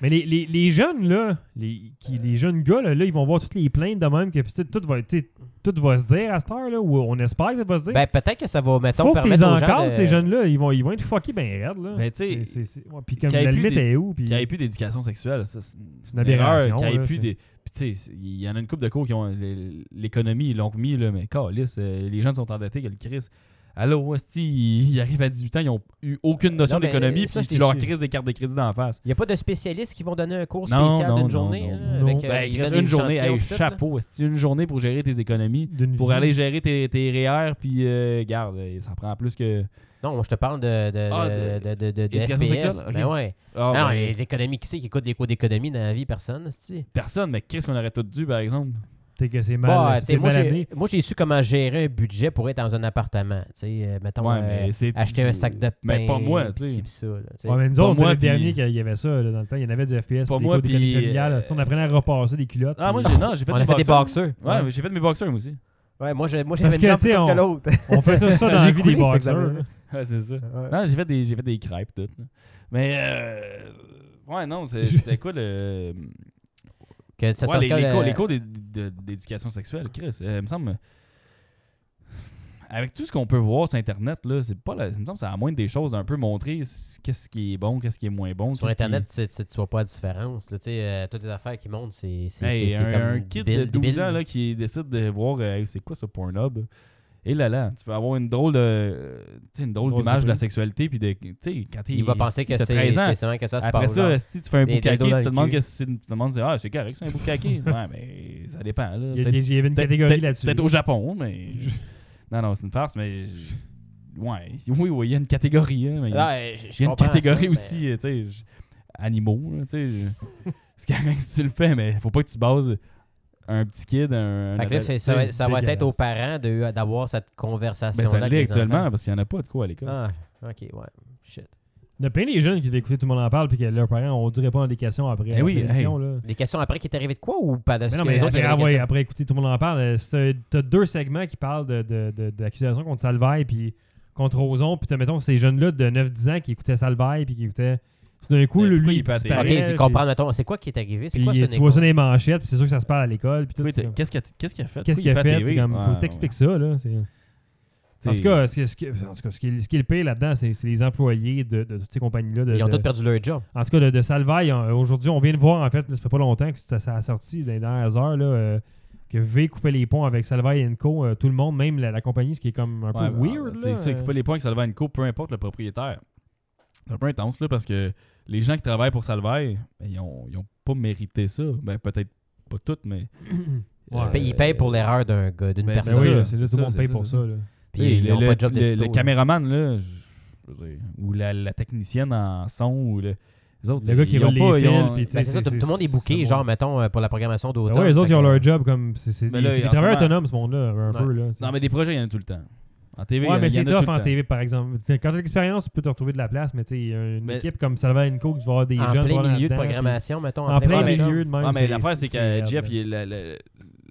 Speaker 7: Mais les, les, les jeunes, là, les, qui, les jeunes gars, là, là, ils vont voir toutes les plaintes de même, que puis tout, tout va, tu sais, tout va se dire à cette heure, là, ou on espère que ça va se dire.
Speaker 6: Ben, peut-être que ça va, mettons,
Speaker 7: faut que
Speaker 6: permettre
Speaker 7: les
Speaker 6: aux gens
Speaker 7: encadres,
Speaker 6: de-
Speaker 7: ces jeunes-là, ils vont, ils vont être fuckés ben raides, là.
Speaker 5: Ben, tu
Speaker 7: C'est-
Speaker 5: sais,
Speaker 7: c'est- c'est- ouais, Puis comme
Speaker 5: qu'il y ait
Speaker 7: la
Speaker 5: plus
Speaker 7: limite
Speaker 5: des-
Speaker 7: est où, puis.
Speaker 5: Qu'il n'y ait plus d'éducation sexuelle, ça, c'est
Speaker 7: C'est une aberration,
Speaker 5: erreur, Qu'il n'y
Speaker 7: là,
Speaker 5: ait plus
Speaker 7: c'est-
Speaker 5: des. Puis, tu sais, il y en a une couple de cours qui ont. l'é- L'économie, ils l'ont remis, là, mais calice, euh, les jeunes sont endettés, que le crise. Allô, hostie, ils ils arrivent à 18 ans, ils n'ont eu aucune notion
Speaker 6: Non, mais euh,
Speaker 5: d'économie,
Speaker 6: ça,
Speaker 5: puis
Speaker 6: je
Speaker 5: tu leur
Speaker 6: suis-
Speaker 5: crises des cartes de crédit d'en face.
Speaker 6: Il n'y a pas de spécialistes qui vont donner un cours
Speaker 5: Non,
Speaker 6: spécial
Speaker 5: non, non,
Speaker 6: d'une
Speaker 5: non,
Speaker 6: journée. là,
Speaker 7: non.
Speaker 6: avec, euh,
Speaker 5: Ben,
Speaker 6: qui
Speaker 5: il reste
Speaker 6: donne
Speaker 5: une
Speaker 6: des
Speaker 5: journée,
Speaker 6: échantillons
Speaker 5: hey,
Speaker 6: puis tout, là.
Speaker 5: chapeau, hostie, une journée pour gérer tes économies,
Speaker 7: d'une
Speaker 5: pour
Speaker 7: vie.
Speaker 5: aller gérer tes, tes REER, puis, euh, garde, ça prend plus que.
Speaker 6: Non, moi, je te parle de, de,
Speaker 5: Ah,
Speaker 6: de,
Speaker 5: de-
Speaker 6: de, de, de- de
Speaker 5: éducation
Speaker 6: FPS.
Speaker 5: sexuelle, ok.
Speaker 6: Ben ouais.
Speaker 5: Ah,
Speaker 6: non,
Speaker 5: ben,
Speaker 6: les économies, qui c'est qui écoute des cours d'économie dans la vie? Personne, cest
Speaker 5: Personne, mais qu'est-ce qu'on aurait tout dû, par exemple?
Speaker 7: T'sais que c'est mal, euh,
Speaker 6: Bah,
Speaker 7: c'est
Speaker 6: t'sais, moi,
Speaker 7: mal
Speaker 6: j'ai,
Speaker 7: amené.
Speaker 6: moi, j'ai su comment gérer un budget pour être dans un appartement. T'sais, euh, mettons,
Speaker 5: Ouais,
Speaker 6: euh,
Speaker 5: mais c'est-
Speaker 6: acheter un sac de pain.
Speaker 5: Mais pas moi,
Speaker 6: pis
Speaker 5: t'sais.
Speaker 6: ci, pis ça, là, t'sais.
Speaker 7: Ouais, mais nous
Speaker 5: Pas
Speaker 7: autres,
Speaker 5: moi,
Speaker 7: le
Speaker 5: puis-
Speaker 7: dernier, qu'il y avait ça, là, dans le temps, il y en avait du FPS.
Speaker 5: Pas
Speaker 7: Pas
Speaker 5: moi,
Speaker 7: moi,
Speaker 5: puis,
Speaker 7: puis.
Speaker 5: euh,
Speaker 7: Si on apprenait à repasser des culottes.
Speaker 5: Ah, moi,
Speaker 7: puis-
Speaker 5: j'ai, non, j'ai fait
Speaker 6: On a fait des boxeurs.
Speaker 5: Ouais, mais j'ai fait mes boxeurs, moi aussi.
Speaker 6: Ouais, moi, j'ai, moi,
Speaker 7: Parce
Speaker 6: j'avais une
Speaker 7: que,
Speaker 6: jambe
Speaker 7: t'sais,
Speaker 6: plus courte
Speaker 7: on-
Speaker 6: que l'autre.
Speaker 7: On fait tout ça dans la vie des boxeurs. là.
Speaker 5: Ouais, c'est ça.
Speaker 6: Ouais.
Speaker 5: Non, j'ai fait des, j'ai fait des crêpes, tout. là. Mais, euh, ouais, non, c'est- c'était quoi le.
Speaker 6: Que ça
Speaker 5: Ouais,
Speaker 6: sorte
Speaker 5: les,
Speaker 6: comme
Speaker 5: les
Speaker 6: le-
Speaker 5: cours, les cours d'é- de- d'éducation sexuelle, Chris. euh, il me semble. avec tout ce qu'on peut voir sur Internet, là, c'est pas la, il me semble que c'est la moindre des choses d'un peu montrer c- qu'est-ce qui est bon, qu'est-ce qui est moins bon.
Speaker 6: Sur
Speaker 5: qu'est-ce qui-
Speaker 6: Internet, c'est- c'est- tu vois pas la différence. là, tu sais, euh, toutes les affaires qui montent, c'est c'est- c'est-
Speaker 5: Hey,
Speaker 6: c'est
Speaker 5: un,
Speaker 6: comme
Speaker 5: un kid
Speaker 6: débile,
Speaker 5: de 12
Speaker 6: débile.
Speaker 5: ans là, qui décide de voir euh, c'est quoi ce Pornhub. Et là là, tu peux avoir une drôle de euh, tu sais, une drôle
Speaker 7: Drôle
Speaker 5: d'image de la
Speaker 7: surprise.
Speaker 5: sexualité puis de tu sais quand t'es-
Speaker 6: Il va penser
Speaker 5: si
Speaker 6: que
Speaker 5: t'as
Speaker 6: c'est
Speaker 5: 13 ans,
Speaker 6: c'est seulement que ça se
Speaker 5: Après
Speaker 6: passe.
Speaker 5: ça,
Speaker 6: genre.
Speaker 5: si tu fais un
Speaker 6: Des
Speaker 5: boucaquet,
Speaker 6: dildos
Speaker 5: tu
Speaker 6: dans
Speaker 5: te
Speaker 6: le
Speaker 5: demandes
Speaker 6: cul.
Speaker 5: qu'est-ce que c'est- tu te demandes c'est ah, c'est correct, c'est un boucaquet. ouais, mais ça dépend là.
Speaker 7: Il y, a
Speaker 5: Peut-être-
Speaker 7: des- il y avait une
Speaker 5: peut-être-
Speaker 7: catégorie
Speaker 5: peut-être-
Speaker 7: là-dessus.
Speaker 5: Peut-être au Japon, mais non non, c'est une farce mais je- ouais, oui oui, il y a une catégorie hein, mais il y a-
Speaker 6: Ouais, je- je
Speaker 5: il y a une
Speaker 6: comprends ça,
Speaker 5: catégorie
Speaker 6: mais-
Speaker 5: aussi, euh, tu sais, je- animaux, là, tu sais. je- C'est correct si tu le fais, mais faut pas que tu bases un petit kid, un. un
Speaker 6: Fait que là,
Speaker 5: adulte.
Speaker 6: c'est- ça, va- ça va
Speaker 7: dégueulasse.
Speaker 6: être aux parents de- d'avoir cette conversation.
Speaker 5: Ben, ça l'est actuellement parce qu'il y en a pas de quoi à l'école.
Speaker 6: Ah, ok, ouais. Shit.
Speaker 7: Il y a plein des jeunes qui devaient écouter Tout le monde en parle puis que leurs parents ont dû répondre à des questions après.
Speaker 5: Eh
Speaker 7: après
Speaker 5: oui,
Speaker 7: l'émission, là.
Speaker 6: Des questions après qui est arrivé de quoi ou pas de
Speaker 7: Mais
Speaker 6: ce
Speaker 7: non,
Speaker 6: que
Speaker 7: mais
Speaker 6: les autres
Speaker 7: après,
Speaker 6: il y avait des
Speaker 7: ah ouais,
Speaker 6: questions?
Speaker 7: après écouter, tout le monde en parle. euh, c'est- T'as deux segments qui parlent de, de, de- d'accusations contre Salvaille puis contre Ozon. Puis t'as, mettons, ces jeunes-là de 9-10 ans qui écoutaient Salvaille puis qui écoutaient. Tout d'un coup,
Speaker 5: Mais pourquoi
Speaker 7: lui,
Speaker 5: il
Speaker 7: il
Speaker 5: peut atterrir?
Speaker 6: Ok,
Speaker 7: disparaît,
Speaker 6: c'est
Speaker 7: puis-
Speaker 6: comprendre, mettons, c'est quoi qui est arrivé? C'est
Speaker 7: Puis
Speaker 6: quoi ce
Speaker 7: tu vois ça
Speaker 6: négo?
Speaker 7: dans les manchettes, puis c'est sûr que ça se parle à l'école. Puis tout,
Speaker 5: Oui,
Speaker 7: c'est
Speaker 5: t'as-
Speaker 7: comme-
Speaker 5: Qu'est-ce qu'il a, qu'est-ce qu'il a fait?
Speaker 7: Qu'est-ce qu'il a fait? C'est comme, faut t'expliquer ça, là. c'est- En tout cas, ce, que- ce que- en tout cas, ce qui, est, ce qui est le pire là-dedans, c'est, c'est les employés de, de toutes ces compagnies-là. de-
Speaker 6: Ils ont
Speaker 7: de-
Speaker 6: tous perdu leur job.
Speaker 7: en tout cas, de, de Salvaille, on- aujourd'hui, on vient de voir, en fait, là, ça fait pas longtemps que ça, ça a sorti dans les dernières heures, là, euh, que V coupait les ponts avec Salvaille Co. euh, tout le monde, même la, la compagnie, ce qui est comme un peu weird.
Speaker 5: bah, C'est
Speaker 7: là,
Speaker 5: ça,
Speaker 7: euh.
Speaker 5: couper les points avec Salvaille Co, peu importe le propriétaire. C'est un peu intense, là, parce que les gens qui travaillent pour Salvaille, ben, ils, ont, ils ont pas mérité ça. Ben, peut-être pas toutes, mais. euh,
Speaker 7: Ouais.
Speaker 6: Ils payent- Ils payent pour l'erreur d'un gars, d'une
Speaker 5: Ben,
Speaker 7: Ben
Speaker 5: c'est
Speaker 6: personne.
Speaker 7: oui,
Speaker 5: ça,
Speaker 7: là, c'est ça,
Speaker 5: c'est
Speaker 7: tout le monde
Speaker 5: ça,
Speaker 7: paye
Speaker 5: c'est
Speaker 7: pour
Speaker 5: ça.
Speaker 7: ça. là.
Speaker 5: T'sais,
Speaker 6: Puis ils
Speaker 5: le,
Speaker 6: n'ont
Speaker 5: le-
Speaker 6: pas de job
Speaker 5: le-
Speaker 6: de
Speaker 5: le
Speaker 6: sitôt, là.
Speaker 5: caméraman, là, je- je veux dire, ou la, la technicienne en son, ou le, les autres.
Speaker 7: Le gars
Speaker 5: ils
Speaker 7: qui
Speaker 5: ont
Speaker 7: roule les
Speaker 5: pas- ils ont-
Speaker 7: fils, puis tu sais,
Speaker 6: Ben, c'est ça, tout tout le monde est booké,
Speaker 7: c'est
Speaker 6: genre,
Speaker 7: bon.
Speaker 6: mettons, euh, pour la programmation
Speaker 7: Ben
Speaker 6: d'automne.
Speaker 7: ouais, les autres,
Speaker 6: Fait
Speaker 7: ils ont
Speaker 6: que-
Speaker 7: leur job comme. C'est, c'est,
Speaker 5: Mais Ben là,
Speaker 7: c'est des
Speaker 5: en ce
Speaker 7: travailleurs
Speaker 5: moment-
Speaker 7: autonomes, ce monde-là, un
Speaker 6: Ouais.
Speaker 7: peu. Là, c'est-
Speaker 5: Non, mais des projets, il y en a tout le temps. En TV, il y en
Speaker 7: ouais,
Speaker 5: a-
Speaker 7: mais
Speaker 5: euh, il y
Speaker 7: c'est
Speaker 5: en a tout
Speaker 7: tough
Speaker 5: le
Speaker 7: en
Speaker 5: temps.
Speaker 7: TV, par exemple. Quand t'as de l'expérience, tu peux te retrouver de la place, mais tu sais, une
Speaker 5: Mais-
Speaker 7: équipe comme Salvaille Co, qui va avoir des
Speaker 6: En
Speaker 7: jeunes.
Speaker 6: plein
Speaker 7: voilà,
Speaker 6: milieu de
Speaker 7: là-dedans, puis-
Speaker 6: programmation, mettons.
Speaker 7: En plein
Speaker 5: mais-
Speaker 7: milieu de même.
Speaker 5: Ah, mais l'affaire, c'est que Jeff, il est la, la-